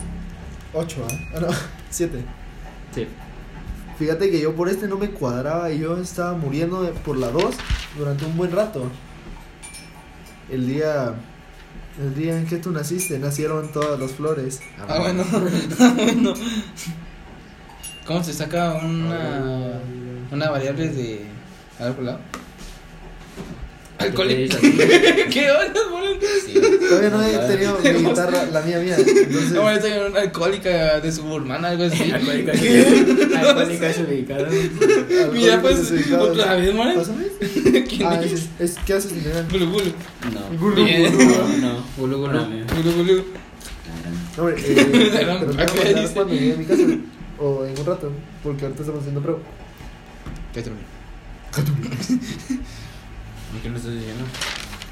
Speaker 3: 8, ¿ah? Ah, no, [laughs] 7.
Speaker 4: Sí.
Speaker 3: Fíjate que yo por este no me cuadraba y yo estaba muriendo de- por la 2 durante un buen rato. El día. El día en que tú naciste, nacieron todas las flores.
Speaker 5: Ah, bueno. [laughs] Ah, bueno. ¿Cómo se saca una, una variable de álcool? Alcohólico. [laughs] ¿Qué onda, boludo?
Speaker 3: [laughs] Todavía no he tenido mi
Speaker 5: [laughs]
Speaker 3: guitarra, la mía mía. Entonces,
Speaker 5: No, estoy en una alcohólica de suburban,
Speaker 3: [laughs]
Speaker 5: algo así.
Speaker 4: Alcohólica
Speaker 5: [laughs]
Speaker 4: desubicada.
Speaker 5: Mira,
Speaker 3: alcohólicos
Speaker 5: pues,
Speaker 3: desubicados.
Speaker 5: otra vez, man.
Speaker 3: ¿Pásame?
Speaker 5: [laughs] ¿Quién
Speaker 3: Ah,
Speaker 5: es?
Speaker 3: es, es, ¿Qué haces, Milena?
Speaker 5: Gulu gulu.
Speaker 3: [laughs]
Speaker 4: No.
Speaker 5: gulu,
Speaker 4: No, no. Gulu, gulu.
Speaker 5: Gulu gulu.
Speaker 3: No, hombre, eh, pero
Speaker 5: Era un
Speaker 3: te voy a
Speaker 5: paquete,
Speaker 3: mandar
Speaker 5: dice.
Speaker 3: cuando llegue a mi casa o en un rato, porque ahorita estamos haciendo prueba.
Speaker 5: Petróleo.
Speaker 4: ¿Qué no estás diciendo?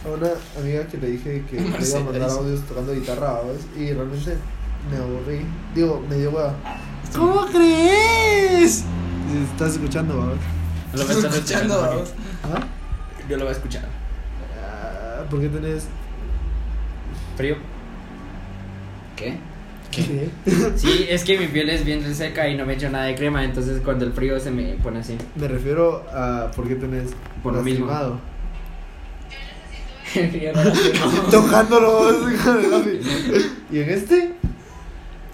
Speaker 3: A una amiga que le dije que le iba a
Speaker 5: Marcela
Speaker 3: mandar
Speaker 5: dice.
Speaker 3: audios tocando guitarra, ¿ves? Y realmente me aburrí. Digo, me dio hueva. ¿Cómo crees? Estás escuchando, ¿va?
Speaker 4: No lo
Speaker 5: Estás [laughs] escuchando, vamos.
Speaker 3: ¿Ah?
Speaker 5: Yo lo voy a escuchar.
Speaker 3: Ah, ¿Por qué tenés.?
Speaker 4: Frío. ¿Qué?
Speaker 3: ¿Qué?
Speaker 4: Sí, es que mi piel es bien seca y no me echo nada de crema, entonces cuando el frío se me pone así.
Speaker 3: Me refiero a por qué tenés.
Speaker 4: Por lo mismo.
Speaker 3: lastimado.
Speaker 4: El frío no lo quemo.
Speaker 3: [laughs] Tocándolo, [laughs] hijo de la fi- ¿Y en este?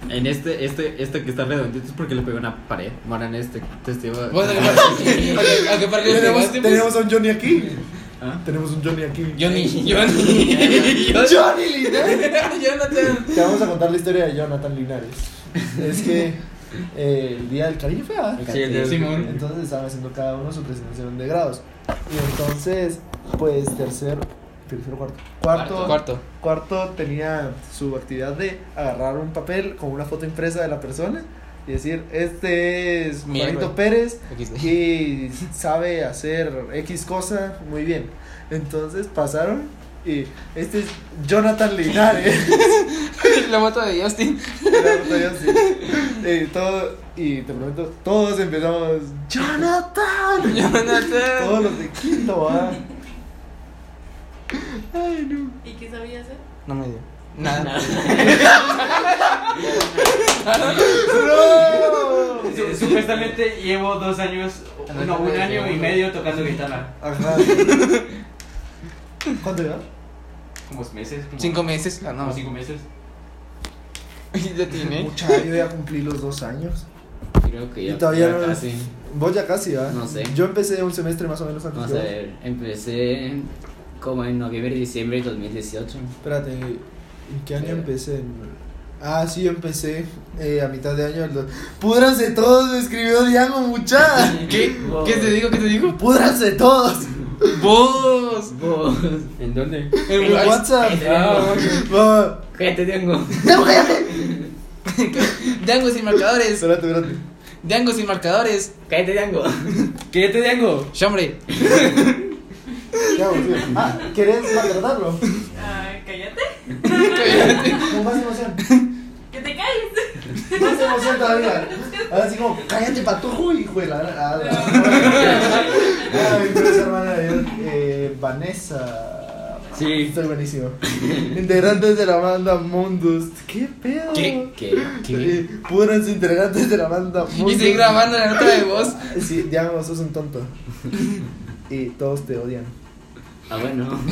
Speaker 4: En este, este, este que está redondito es porque le pegó una pared. Ahora en este testigo.
Speaker 5: Bueno, pues, [laughs] a que para que
Speaker 3: Tenemos,
Speaker 5: te
Speaker 3: Este, tenemos a un Johnny aquí.
Speaker 4: ¿Ah?
Speaker 3: Tenemos un Johnny aquí. Eh,
Speaker 5: Johnny,
Speaker 3: [laughs]
Speaker 5: Johnny,
Speaker 3: Johnny Linares.
Speaker 5: [laughs] Jonathan.
Speaker 3: Te vamos a contar la historia de Jonathan Linares. Es que eh, el día del cariño fue ¿ah?
Speaker 4: Sí, el de Simón.
Speaker 3: Entonces estaban haciendo cada uno su presentación de grados. Y entonces, pues tercer, tercero, cuarto. Cuarto,
Speaker 5: Cuarto.
Speaker 3: cuarto tenía su actividad de agarrar un papel con una foto impresa de la persona y decir, este es
Speaker 5: Mi héroe.
Speaker 3: Juanito Pérez
Speaker 5: Aquí está.
Speaker 3: y sabe hacer X cosa muy bien. Entonces pasaron y este es Jonathan Linares.
Speaker 5: [laughs] La moto de Justin.
Speaker 3: Era puta, yo sí. Eh, todo, y te prometo, todos empezamos. ¡Jonathan!
Speaker 5: Jonathan.
Speaker 3: Todos los de quinto, ah.
Speaker 9: ¿Y qué eh? sabía hacer?
Speaker 5: No me dio. Nada.
Speaker 3: ¡No!
Speaker 2: Su- Supuestamente llevo dos años,
Speaker 4: Ah,
Speaker 2: no, un año y medio tocando guitarra.
Speaker 3: Ajá. ¿Cuánto lleva?
Speaker 2: Como meses. Como,
Speaker 5: Cinco meses. Ah, no.
Speaker 2: como cinco meses.
Speaker 5: Y ya tiene.
Speaker 3: Mucha, yo ya cumplí los dos años.
Speaker 4: Creo que
Speaker 3: Y
Speaker 4: ya.
Speaker 3: todavía
Speaker 4: ya
Speaker 3: no-
Speaker 4: casi.
Speaker 3: Vos ya casi, ¿ah?
Speaker 4: No sé.
Speaker 3: Yo empecé un semestre más o menos antes
Speaker 4: Vamos
Speaker 3: que
Speaker 4: a
Speaker 3: vos.
Speaker 4: ver, empecé como en noviembre, diciembre de 2018.
Speaker 3: Espérate, ¿en qué año
Speaker 4: Espera.
Speaker 3: empecé? En- Ah, sí, yo empecé eh, a mitad de año. del do- ¡Púdranse todos! Me escribió Diago, mucha.
Speaker 5: ¿Qué? ¿Qué te digo? ¿Qué te digo?
Speaker 3: ¡Púdranse todos!
Speaker 2: Vos. Vos. ¿En dónde?
Speaker 3: En mi WhatsApp.
Speaker 2: Ah, ok.
Speaker 3: Va.
Speaker 4: Cállate, Django. Django sin marcadores.
Speaker 3: Espérate, espérate.
Speaker 4: Django sin marcadores. Cállate, [laughs] Django.
Speaker 2: ¿Qué te tengo?
Speaker 4: Ya, hombre.
Speaker 3: Ya, volvió. Ah, ¿querés maltratarlo?
Speaker 9: Ah, cállate.
Speaker 3: Con más emoción.
Speaker 9: Que te calles.
Speaker 3: Más emoción todavía. Ahora sí como, cállate patojo, hijo de la... Ah, la- Ah, mi primera hermana es eh, Vanessa. Ah,
Speaker 2: Sí.
Speaker 3: Estoy buenísimo. Integrantes de la banda Mundus. ¿Qué pedo?
Speaker 2: ¿Qué? ¿Qué? ¿Qué?
Speaker 3: Eh, Puros integrantes de la banda Mundus.
Speaker 4: Y estoy grabando la nota de voz.
Speaker 3: Sí, Diego, sos un tonto. Y todos te odian.
Speaker 2: Ah, bueno.
Speaker 3: [laughs]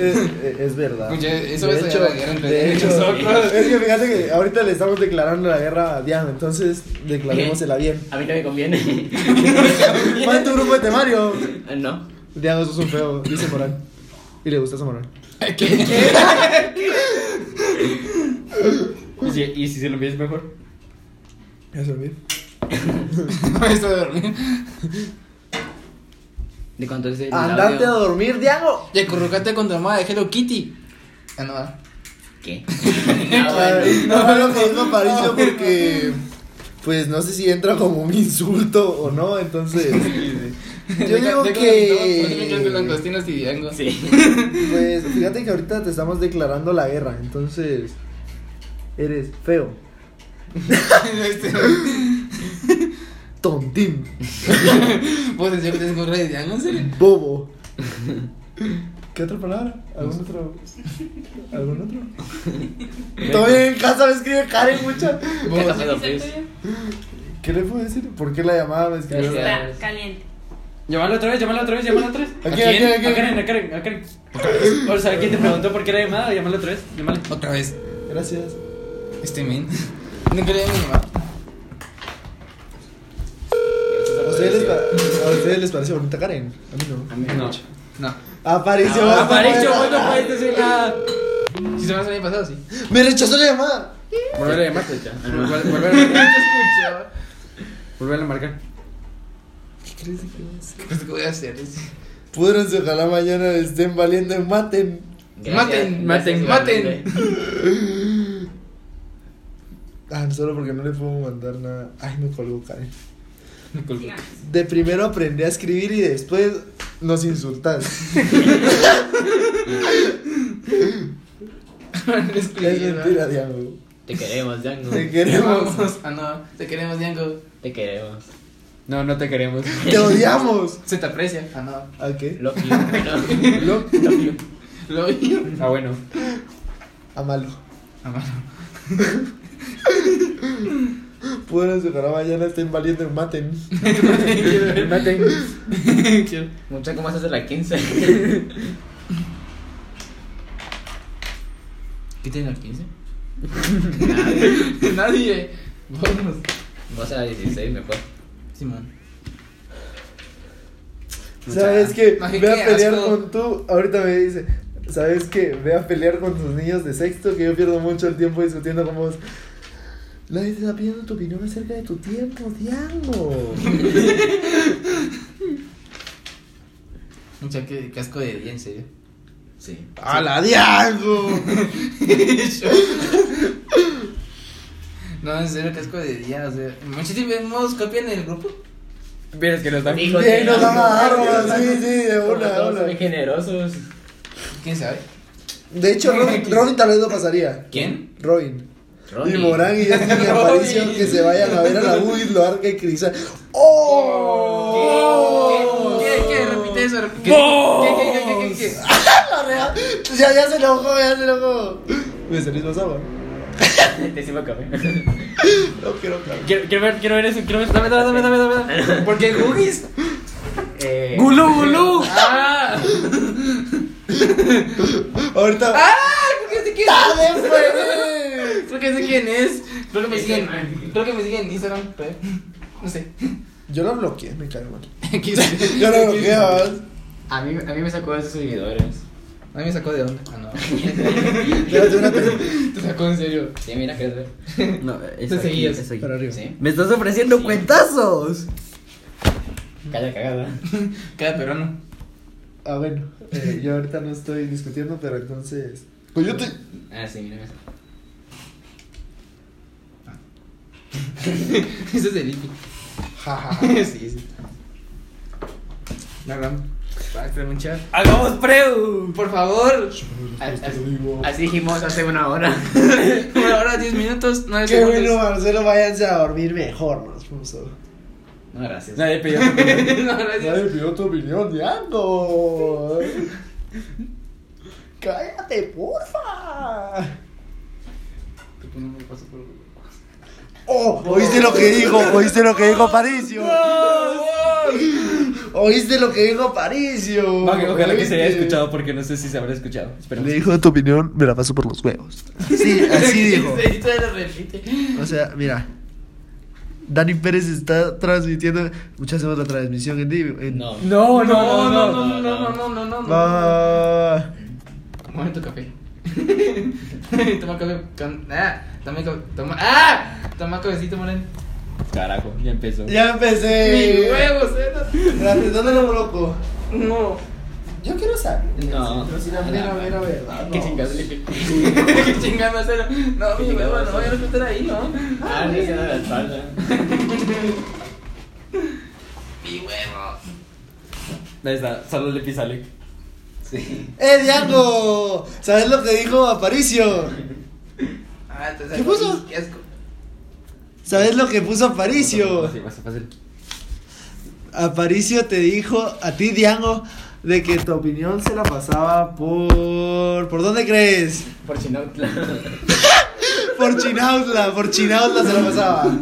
Speaker 3: es, es- es verdad.
Speaker 4: Escucha, Pues eso
Speaker 3: de
Speaker 4: es
Speaker 3: hecho,
Speaker 4: la guerra entre
Speaker 3: de hecho,
Speaker 4: nosotros.
Speaker 3: Es que fíjate que ahorita le estamos declarando la guerra a Diana, entonces declarémosela bien.
Speaker 10: A mí no me conviene.
Speaker 3: ¿Cuál es tu grupo de temario?
Speaker 10: no.
Speaker 3: Diana, sos un feo, dice Morán. Y le gustas a Morán.
Speaker 2: ¿Y si, y si se lo pides mejor?
Speaker 3: Ya se olvidó.
Speaker 4: Esto de dormir.
Speaker 10: ¿De cuánto es el
Speaker 3: Andate a
Speaker 10: audio?
Speaker 3: dormir, Diego.
Speaker 4: Y acurrucate con tu mamá de Hello Kitty. Ah, no, va.
Speaker 10: ¿Qué?
Speaker 3: [laughs] Ay, No no lo conozco a Paricio porque. Pues no sé si entra como un insulto o no, entonces. Yo
Speaker 4: Deja-
Speaker 3: digo
Speaker 4: deja-
Speaker 3: que.
Speaker 4: deja- deja con langostinos y Django.
Speaker 10: Sí.
Speaker 3: Pues fíjate que ahorita te estamos declarando la guerra, entonces. Eres feo. Tontín.
Speaker 4: ¿Vos en serio que tienes gorra de Django? ¿En serio?
Speaker 3: Bobo. ¿Qué otra palabra? ¿Algún otro? ¿Algún otro? Todavía en casa me escribe Karen mucha.
Speaker 10: Caca
Speaker 9: [laughs]
Speaker 4: Vos.
Speaker 10: pedo,
Speaker 9: ¿Es el
Speaker 10: pues.
Speaker 9: tuyo?
Speaker 3: ¿Qué le puedo decir? ¿Por qué la llamada me escribió?
Speaker 10: Gracias.
Speaker 9: Está caliente.
Speaker 2: Llámalo otra vez, llámalo otra vez, llámalo otra vez.
Speaker 3: ¿A quién? ¿A quién? ¿A quién?
Speaker 2: A Karen, a Karen, a Karen. O sea, ¿quién te preguntó por qué era llamada? Llámalo otra vez, llámale.
Speaker 4: Otra vez.
Speaker 3: Gracias.
Speaker 4: Este men. No quería mi mamá.
Speaker 3: ¿A ustedes, les pa- ¿A ustedes les pareció bonita Karen? A mí no.
Speaker 2: No.
Speaker 4: No.
Speaker 3: Apareció.
Speaker 2: Aparicio, vos Ah, no puedes decir nada.
Speaker 4: Si se me hace el año pasado, sí.
Speaker 3: Me rechazó la llamada.
Speaker 2: Volver a llamarte [laughs] ya.
Speaker 4: Volver volver a [laughs] marcar.
Speaker 2: Volver a marcar.
Speaker 4: ¿Qué crees que voy a hacer?
Speaker 3: Pudranse, ojalá mañana estén valiendo y maten.
Speaker 10: Gracias,
Speaker 4: Maten,
Speaker 10: gracias,
Speaker 4: maten, maten.
Speaker 10: igualmente.
Speaker 3: Ah, solo porque no le puedo mandar nada. Ay, me colgó Karen. ah.
Speaker 9: Sigamos.
Speaker 3: De primero aprendí a escribir y después nos [laughs] insultas. es mentira, Diablo.
Speaker 10: Te queremos, Django.
Speaker 3: Te
Speaker 4: Queremos.
Speaker 3: queremos.
Speaker 4: Ah, no. Te queremos, Django.
Speaker 10: Te queremos.
Speaker 2: No, no te queremos.
Speaker 3: Te odiamos.
Speaker 4: Se te aprecia. Ah, no.
Speaker 3: ¿A qué?
Speaker 10: Love you. Love-
Speaker 3: Lo-
Speaker 10: love you.
Speaker 4: Lo oí.
Speaker 2: Ah,
Speaker 4: [laughs]
Speaker 2: bueno.
Speaker 3: A malo. [laughs]
Speaker 4: Amado.
Speaker 3: Pudranse, ojalá mañana estén valiendo y maten.
Speaker 2: Maten.
Speaker 10: Mucha, ¿cómo haces de la 15?
Speaker 4: ¿Qué tiene la 15? Nadie. Vamos.
Speaker 10: Vos a la 16 mejor.
Speaker 4: Simón.
Speaker 3: ¿Sabes qué?
Speaker 4: Ay,
Speaker 3: Ve
Speaker 4: qué
Speaker 3: a pelear
Speaker 4: asco.
Speaker 3: con tú. Ahorita me dice. ¿Sabes qué? Ve a pelear con tus niños de sexto que yo pierdo mucho el tiempo discutiendo con vos. Nadie te está pidiendo tu opinión acerca de tu tiempo,
Speaker 4: [laughs]
Speaker 3: Diablo.
Speaker 4: Mucha que casco de ¿eh? día, en serio.
Speaker 10: Sí.
Speaker 3: ¡A la Diago!
Speaker 4: No, en serio, casco de día. O sea, muchos vemos copia en el grupo.
Speaker 2: Vieras que no están.
Speaker 10: Dijo
Speaker 3: Bien, nos
Speaker 10: Django.
Speaker 3: van a dar, bro. sí, sí, de
Speaker 10: Como
Speaker 3: una, de
Speaker 10: todos
Speaker 3: una.
Speaker 10: Son generosos.
Speaker 4: ¿Quién sabe?
Speaker 3: De hecho, Robin, Robin tal vez lo pasaría.
Speaker 4: ¿Quién?
Speaker 3: Robin.
Speaker 10: Ronnie.
Speaker 3: Y Morán y Justin y Aparicio que se vayan a ver a la U y lo arca y Crisal. ¡Oh!
Speaker 4: ¿Qué? ¿Qué? Repite eso. Repite. ¿Qué? ¿Qué? ¿Qué? ¿Qué? ¿Qué?
Speaker 3: Pues Ya, ya se enojó, ya se enojó. ¿Me salís más agua?
Speaker 10: Te hicimos café.
Speaker 3: No quiero claro.
Speaker 2: Quiero, quiero ver, quiero ver eso, quiero ver. Dame, dame, dame, dame, dame.
Speaker 4: qué? [laughs] ¿Por qué Googies?
Speaker 10: Eh,
Speaker 2: ¡Gulú, [laughs] gulú!
Speaker 4: ¡Ah!
Speaker 3: Ahorita.
Speaker 4: ¡Ah! ¿Por qué se quiere?
Speaker 3: ¡Dale, pues!
Speaker 4: [laughs] Creo que sé quién es. Creo que
Speaker 2: Este
Speaker 4: me siguen. Creo que me siguen en Instagram. pero- No sé. [laughs]
Speaker 3: Yo lo bloqueé, me cae mal.
Speaker 2: [laughs]
Speaker 4: ¿Quién sabe?
Speaker 3: Yo lo bloqueé, ¿verdad?
Speaker 10: a, mí, a mí me sacó de sus seguidores.
Speaker 4: A mí me sacó de onda. Ah, no.
Speaker 2: [laughs]
Speaker 3: Espérate, espérate.
Speaker 4: Te sacó en serio.
Speaker 10: Sí, mira, quieres ver.
Speaker 2: No, es
Speaker 4: Te seguías.
Speaker 2: es aquí.
Speaker 3: Para arriba.
Speaker 10: Sí.
Speaker 2: ¡Me estás ofreciendo cuentazos!
Speaker 4: Calla cagada. [laughs]
Speaker 5: Cada peruano.
Speaker 3: Ah, bueno, eh, yo ahorita no estoy discutiendo, pero entonces. Pues yo te.
Speaker 4: Ah, sí, mira. eso.
Speaker 5: Ese es el hippie. [laughs] sí, sí. Hagamos. Basta, mucha.
Speaker 2: ¡Hagamos preu!
Speaker 5: Por favor.
Speaker 3: pues
Speaker 4: Así dijimos hace una
Speaker 5: [laughs]
Speaker 4: hora.
Speaker 5: Una hora, diez minutos, nueve
Speaker 3: Qué
Speaker 5: segundos.
Speaker 3: bueno, Marcelo, váyanse a dormir mejor, nos puso.
Speaker 4: No, gracias.
Speaker 2: Nadie pidió tu opinión.
Speaker 5: [laughs] No, gracias.
Speaker 3: Nadie pidió tu opinión, diablo. Cállate, porfa. Oh, ¿oíste lo que dijo? ¿Oíste lo que dijo Paricio? ¿Oíste lo que dijo Paricio?
Speaker 2: Va, que Ojalá que se haya
Speaker 3: ¿Oíste?
Speaker 2: escuchado porque no sé si se habrá escuchado. Esperemos.
Speaker 3: Le dijo tu opinión, me la paso por los huevos.
Speaker 5: [laughs]
Speaker 3: Sí, así dijo.
Speaker 5: Sí, todavía lo repite.
Speaker 3: O sea, mira. Dani Pérez está transmitiendo. Muchas hacemos la transmisión en vivo. en-
Speaker 4: No.
Speaker 2: No,
Speaker 5: No, no, no, no, no, no, no, no, no.
Speaker 3: Ah,
Speaker 5: Momento café. [laughs] toma café. con- Ah, toma café. Toma. ¡Ah! Toma cafecito, Moreno.
Speaker 2: Carajo, ya empezó.
Speaker 3: ya
Speaker 5: Mi
Speaker 2: Eh.
Speaker 3: empecé.
Speaker 5: huevo, cero.
Speaker 3: Gracias, ¿dónde lo coloco?
Speaker 5: No.
Speaker 3: Yo quiero saber.
Speaker 4: No. Ah,
Speaker 3: Pero si la mera, mera verdad.
Speaker 4: Qué
Speaker 3: no.
Speaker 4: chingados, Lipi.
Speaker 5: [laughs] Qué chingada cero. No, mi huevo, no, yo no quiero estar ahí, ¿no?
Speaker 4: Ah, no se da la
Speaker 3: [laughs]
Speaker 4: espalda.
Speaker 5: Mi huevo.
Speaker 2: Ahí está, solo le pisa Alec.
Speaker 4: Sí.
Speaker 3: ¡Eh, Diango! ¿Sabes lo que dijo Aparicio?
Speaker 5: Ah, entonces.
Speaker 3: ¿Qué puso?
Speaker 5: Qué asco.
Speaker 3: ¿Sabes lo que puso Aparicio?
Speaker 2: Fácil, fácil, fácil.
Speaker 3: Aparicio te dijo a ti, Diango, de que tu opinión se la pasaba por. ¿Por dónde crees?
Speaker 4: Por Chinautla.
Speaker 3: Por Chinautla, por Chinautla se la pasaba.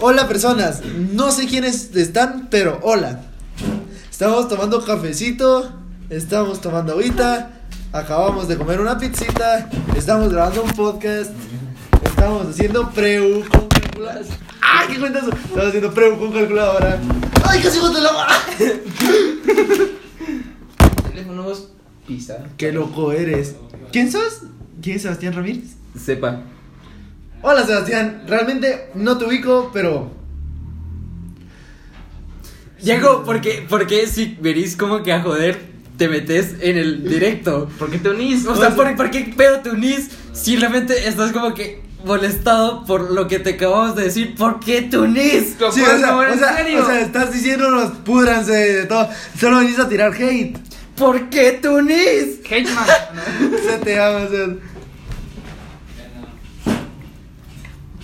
Speaker 3: Hola personas, no sé quiénes están, pero hola. Estamos tomando cafecito, estamos tomando agüita, acabamos de comer una pizzita, estamos grabando un podcast, estamos haciendo preu con calculadora. ¡Ah, qué cuentas! Estamos haciendo preu con calculadora. ¡Ay, casi hijo de la ma-
Speaker 5: Teléfonos. Pisa.
Speaker 3: ¡Qué loco eres! ¿Quién sos? ¿Quién es Sebastián Ramírez?
Speaker 2: Sepa.
Speaker 3: Hola Sebastián, realmente no te ubico, pero
Speaker 2: Diego, ¿por qué, por qué si venís como que a joder, te metes en el directo?
Speaker 5: ¿Por qué te unís?
Speaker 2: O sea, ¿por, por qué pedo te unís si realmente estás como que molestado por lo que te acabamos de decir? ¿Por qué te unís?
Speaker 5: Lo
Speaker 3: Sí,
Speaker 5: puedes
Speaker 3: o sea,
Speaker 5: saber
Speaker 3: o
Speaker 5: en
Speaker 3: sea,
Speaker 5: serio.
Speaker 3: o sea, estás diciéndonos pudranse de todo. Solo venís a tirar hate.
Speaker 2: ¿Por qué te unís?
Speaker 5: Hateman.
Speaker 3: Se te ama, o sea.
Speaker 2: [laughs]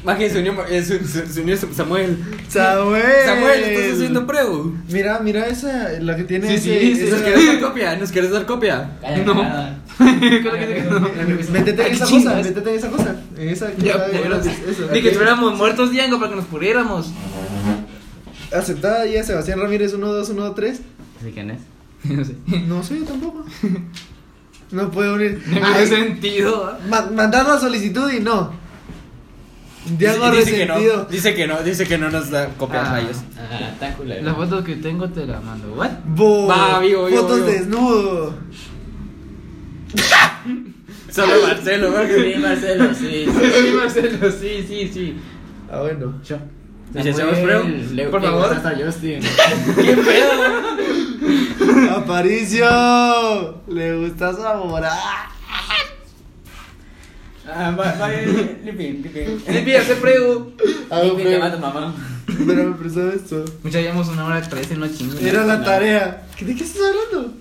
Speaker 2: Más que se unió, eh, se- se- se unió Samuel.
Speaker 3: Samuel.
Speaker 2: Samuel, estás haciendo preu.
Speaker 3: Mira, mira esa, la que tiene.
Speaker 2: Sí,
Speaker 3: ese-
Speaker 2: sí, sí.
Speaker 3: esa-
Speaker 2: ¿Nos quieres dar copia? ¿Nos quieres dar
Speaker 5: [laughs]
Speaker 2: copia?
Speaker 4: Calla
Speaker 5: No.
Speaker 4: cagada.
Speaker 3: [laughs]
Speaker 5: [laughs]
Speaker 3: pues, Métete en
Speaker 5: Ay,
Speaker 3: esa
Speaker 5: chingas.
Speaker 3: cosa, eh. métete en esa cosa. En esa que
Speaker 5: Ya,
Speaker 3: está-
Speaker 5: de veras.
Speaker 3: esa.
Speaker 5: Ni que estuviéramos muertos, Diango, para que nos puriéramos.
Speaker 3: Aceptada ya Sebastián Ramírez
Speaker 2: [laughs]
Speaker 3: 1213.
Speaker 4: ¿Sí quién es?
Speaker 5: No sé.
Speaker 3: No sé, yo tampoco. No puedo
Speaker 2: [laughs]
Speaker 3: unir.
Speaker 5: No tiene
Speaker 3: Ay,
Speaker 5: [laughs] sentido. ¿ah?
Speaker 3: ma- mandar la solicitud y no. Diablo
Speaker 2: dice, dice que no,
Speaker 3: resentido.
Speaker 2: dice que no, dice que no nos da copia
Speaker 5: Ah.
Speaker 2: a ellos.
Speaker 4: Ah, está culero.
Speaker 5: La foto que tengo te la mando. ¿What?
Speaker 3: Bo-
Speaker 2: Va, vivo, vivo,
Speaker 3: Fotos
Speaker 2: vivo.
Speaker 3: desnudo.
Speaker 2: Solo Marcelo, porque-
Speaker 4: Sí, Marcelo, sí. sí.
Speaker 5: Sí, Marcelo, sí, sí, sí.
Speaker 3: Ah, bueno.
Speaker 4: Yo.
Speaker 2: ¿Y si hacemos prueba?
Speaker 4: Le-
Speaker 5: Por
Speaker 4: le
Speaker 5: favor.
Speaker 4: gusta hasta Justin.
Speaker 3: Aparicio, le gusta saborar.
Speaker 4: Ah, va, va, Lipi, Lipi.
Speaker 5: Lipi, hace prego.
Speaker 3: Hago
Speaker 4: Lipi, llama a tu
Speaker 3: prueba.
Speaker 4: mamá.
Speaker 3: Ah, Pero me prestaba esto.
Speaker 5: Mucha, llevamos una hora trece en la chingada.
Speaker 3: Era la tarea. ¿De qué estás hablando?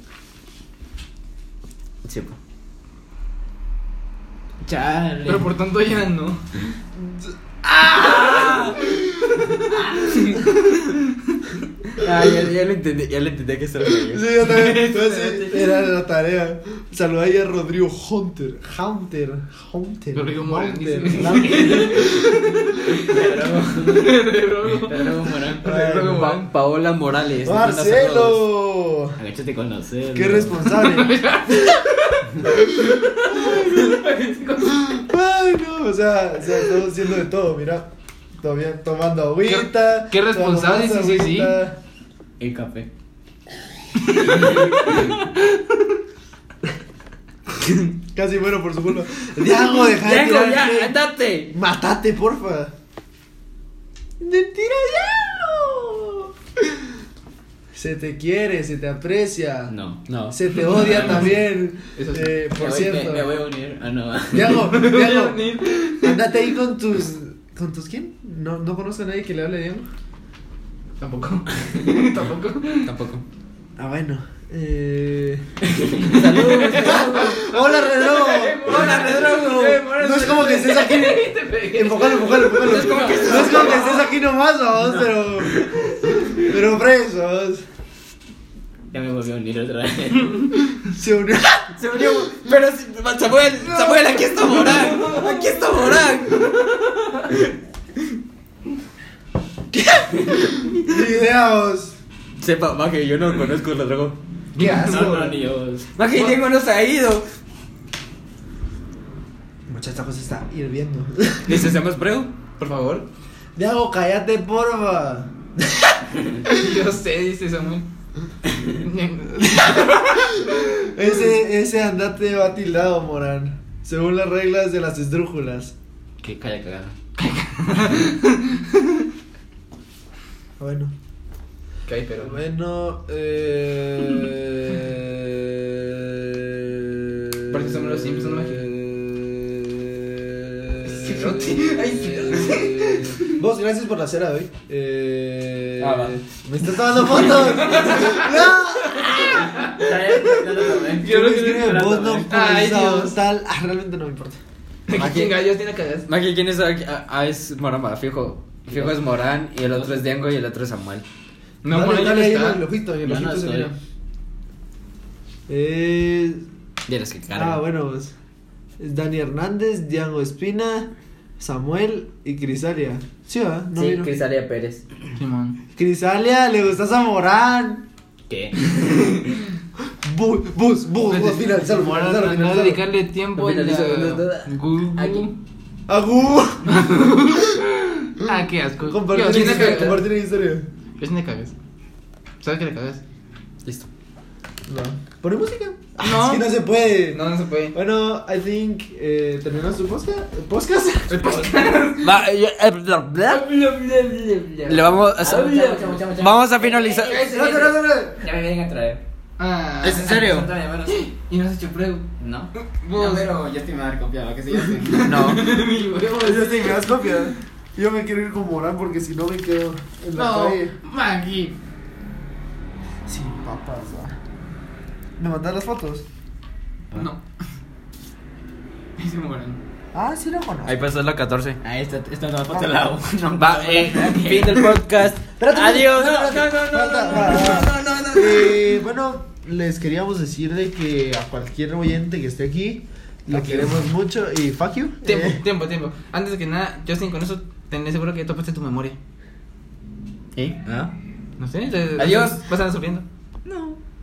Speaker 4: Chale.
Speaker 5: Pero por tanto ya no.
Speaker 2: Ah, ya, ya lo entendí, ya lo entendí que estaba
Speaker 3: Sí,
Speaker 2: ellos.
Speaker 3: yo también. Entonces, sí, era la tarea. Saludé ahí a Rodrigo Hunter. Hunter. Hunter.
Speaker 5: Rodrigo
Speaker 3: Hunter.
Speaker 5: Morenísimo.
Speaker 4: Pero luego Morán.
Speaker 3: Rodrigo
Speaker 2: Pa-
Speaker 3: Morán.
Speaker 2: Paola Morales. te manda saludos.
Speaker 3: Marcelo.
Speaker 4: Agáchate con los celos.
Speaker 3: Qué
Speaker 5: [laughs]
Speaker 3: responsable. Ay, no, o sea, o sea, estamos haciendo de todo, mira. Todavía tomando agüita.
Speaker 5: Qué- qué responsable,
Speaker 3: tomando
Speaker 5: sí, sí, sí.
Speaker 3: agüita.
Speaker 4: El café.
Speaker 3: Casi muero por su culpa. Diago,
Speaker 5: [laughs]
Speaker 3: deja de
Speaker 2: Diego,
Speaker 3: tirar
Speaker 2: ya,
Speaker 3: hate.
Speaker 2: andate.
Speaker 3: Matate, porfa. Mentira, Diago. Se te quiere, se te aprecia.
Speaker 4: No.
Speaker 2: No.
Speaker 3: Se te
Speaker 4: [laughs]
Speaker 3: odia también.
Speaker 4: Eso sí.
Speaker 3: Eh, por
Speaker 4: me voy-
Speaker 3: cierto.
Speaker 4: me, me voy a unir. Ah, [laughs] no.
Speaker 3: [laughs] Diego, Diego, andate ahí con tus. ¿Con tus quién? No, no conozco a nadie que le hable a Diego. [laughs] Tampoco. Tampoco.
Speaker 2: Tampoco.
Speaker 3: Ah, bueno. Eh... Saludos. Hola, Redrogo. Hola, Redrogo. No es como que estés aquí. [laughs] Enfocalo, enfocalo, enfocalo. No es como que estés aquí nomás, vamos, pero. Pero preso, vamos.
Speaker 4: Ya me volví a unir otra [laughs] vez.
Speaker 3: Se unió. [laughs]
Speaker 2: Se unió. Pero si- Samuel, Samuel, aquí está Morán. Aquí está Morán.
Speaker 3: Videos.
Speaker 2: Sepa, Maje, yo no conozco el dragón.
Speaker 3: Qué asco.
Speaker 4: No, no, ni yo.
Speaker 2: Maje, Diego no se ha ido.
Speaker 3: Muchacha, cosa está hirviendo.
Speaker 2: ¿Necesitamos prego? Por [laughs] favor.
Speaker 3: Diego, cállate, porfa.
Speaker 5: Yo sé, dice
Speaker 2: [laughs]
Speaker 5: Samuel.
Speaker 3: Ese, ese andate va tildado, Morán. Según las reglas de las esdrújulas.
Speaker 4: Que calla cagada.
Speaker 3: Bueno.
Speaker 5: Que hay, pero.
Speaker 3: Bueno, eh.
Speaker 5: Parece Samuel los Simpson, maje.
Speaker 3: Vos, gracias por la cera de hoy. Eh,
Speaker 2: Ah, va.
Speaker 3: Me estás tomando
Speaker 2: [laughs]
Speaker 3: fotos. no.
Speaker 5: Yo no
Speaker 3: Tú me escribes,
Speaker 5: quiero
Speaker 3: vos no
Speaker 5: ¿eh? Ay,
Speaker 3: publicado,
Speaker 5: Dios.
Speaker 3: tal. Ah, realmente no me importa.
Speaker 5: ¿Quién gallos tiene cagadas?
Speaker 2: Maje, ¿quién es? aquí? Ah, ah, es Morán, va, fijo. Fijo es Morán y el otro es Diango y el otro es Samuel.
Speaker 5: No,
Speaker 3: Dale,
Speaker 5: bueno, ya no
Speaker 3: dale ahí en el
Speaker 5: está.
Speaker 3: ojito, en el
Speaker 4: Ya no
Speaker 3: ojito se
Speaker 4: estoy.
Speaker 3: mira. Eh,
Speaker 2: De los que cargan.
Speaker 3: ah, bueno, pues, es Dani Hernández, Diego Espina, Samuel y Crisalia. Sí, ¿verdad? No vino.
Speaker 2: Crisalia Pérez.
Speaker 5: Simón.
Speaker 3: Crisalia, le gustas a Morán. [laughs]
Speaker 4: ¿Qué?
Speaker 3: Bus, bus, bus, bus, finalizalo,
Speaker 5: Ahora,
Speaker 3: finalizalo,
Speaker 5: no
Speaker 3: finalizalo.
Speaker 5: dedicarle tiempo en
Speaker 2: Finaliza,
Speaker 5: la...
Speaker 2: finaliza.
Speaker 5: Gu-
Speaker 2: Aquí.
Speaker 3: Agú.
Speaker 5: Ah, qué asco. Yo,
Speaker 3: [laughs] Compartir
Speaker 5: ¿quién le
Speaker 3: historia,
Speaker 5: cagas?
Speaker 3: compartir historia.
Speaker 5: Yo sí le cagas. ¿Sabes que le cagas?
Speaker 2: Listo.
Speaker 3: No. ¿Pone música? [laughs] Es
Speaker 5: No.
Speaker 3: que no se puede.
Speaker 5: Eh, No, no se puede.
Speaker 3: Bueno, I think eh, terminamos tu podcast. ¿Podcast?
Speaker 2: Va, yo- eh, bla, bla. Le vamos a Vamos a finalizar.
Speaker 3: No, no, no, no.
Speaker 4: Ya me vienen a traer.
Speaker 5: Ah,
Speaker 2: ¿Es en serio? Pues,
Speaker 4: Son todavía buenos.
Speaker 5: Y no has hecho prueba.
Speaker 4: No.
Speaker 5: Vos.
Speaker 4: No, pero yo estoy mal confiado, que sí, yo sí.
Speaker 2: No.
Speaker 3: Pues Yo sí, me das copia. Yo me quiero ir con Morán porque si no me quedo en la
Speaker 5: No,
Speaker 3: calle
Speaker 5: Maggie.
Speaker 3: sin papas. ¿va? ¿Me mandas las fotos?
Speaker 5: No. [laughs] Ese
Speaker 2: Eh.
Speaker 5: Morán.
Speaker 3: Ah, sí lo conozco.
Speaker 2: Ahí pasó la 14.
Speaker 4: Ah, esta, esta [laughs] no foto la uno.
Speaker 2: Va, eh, fin del podcast. Adiós.
Speaker 3: no, no, no. Eh, bueno, les queríamos decir de que a cualquier oyente que esté aquí lo queremos mucho y fuck you.
Speaker 5: Tiempo,
Speaker 3: Eh,
Speaker 5: tiempo, tiempo. Antes de que nada, Justin, con eso tenés seguro que ya topaste tu memoria.
Speaker 2: ¿Eh?
Speaker 5: No sé. te-
Speaker 2: Adiós.
Speaker 5: Vas a andar sufriendo.
Speaker 4: No.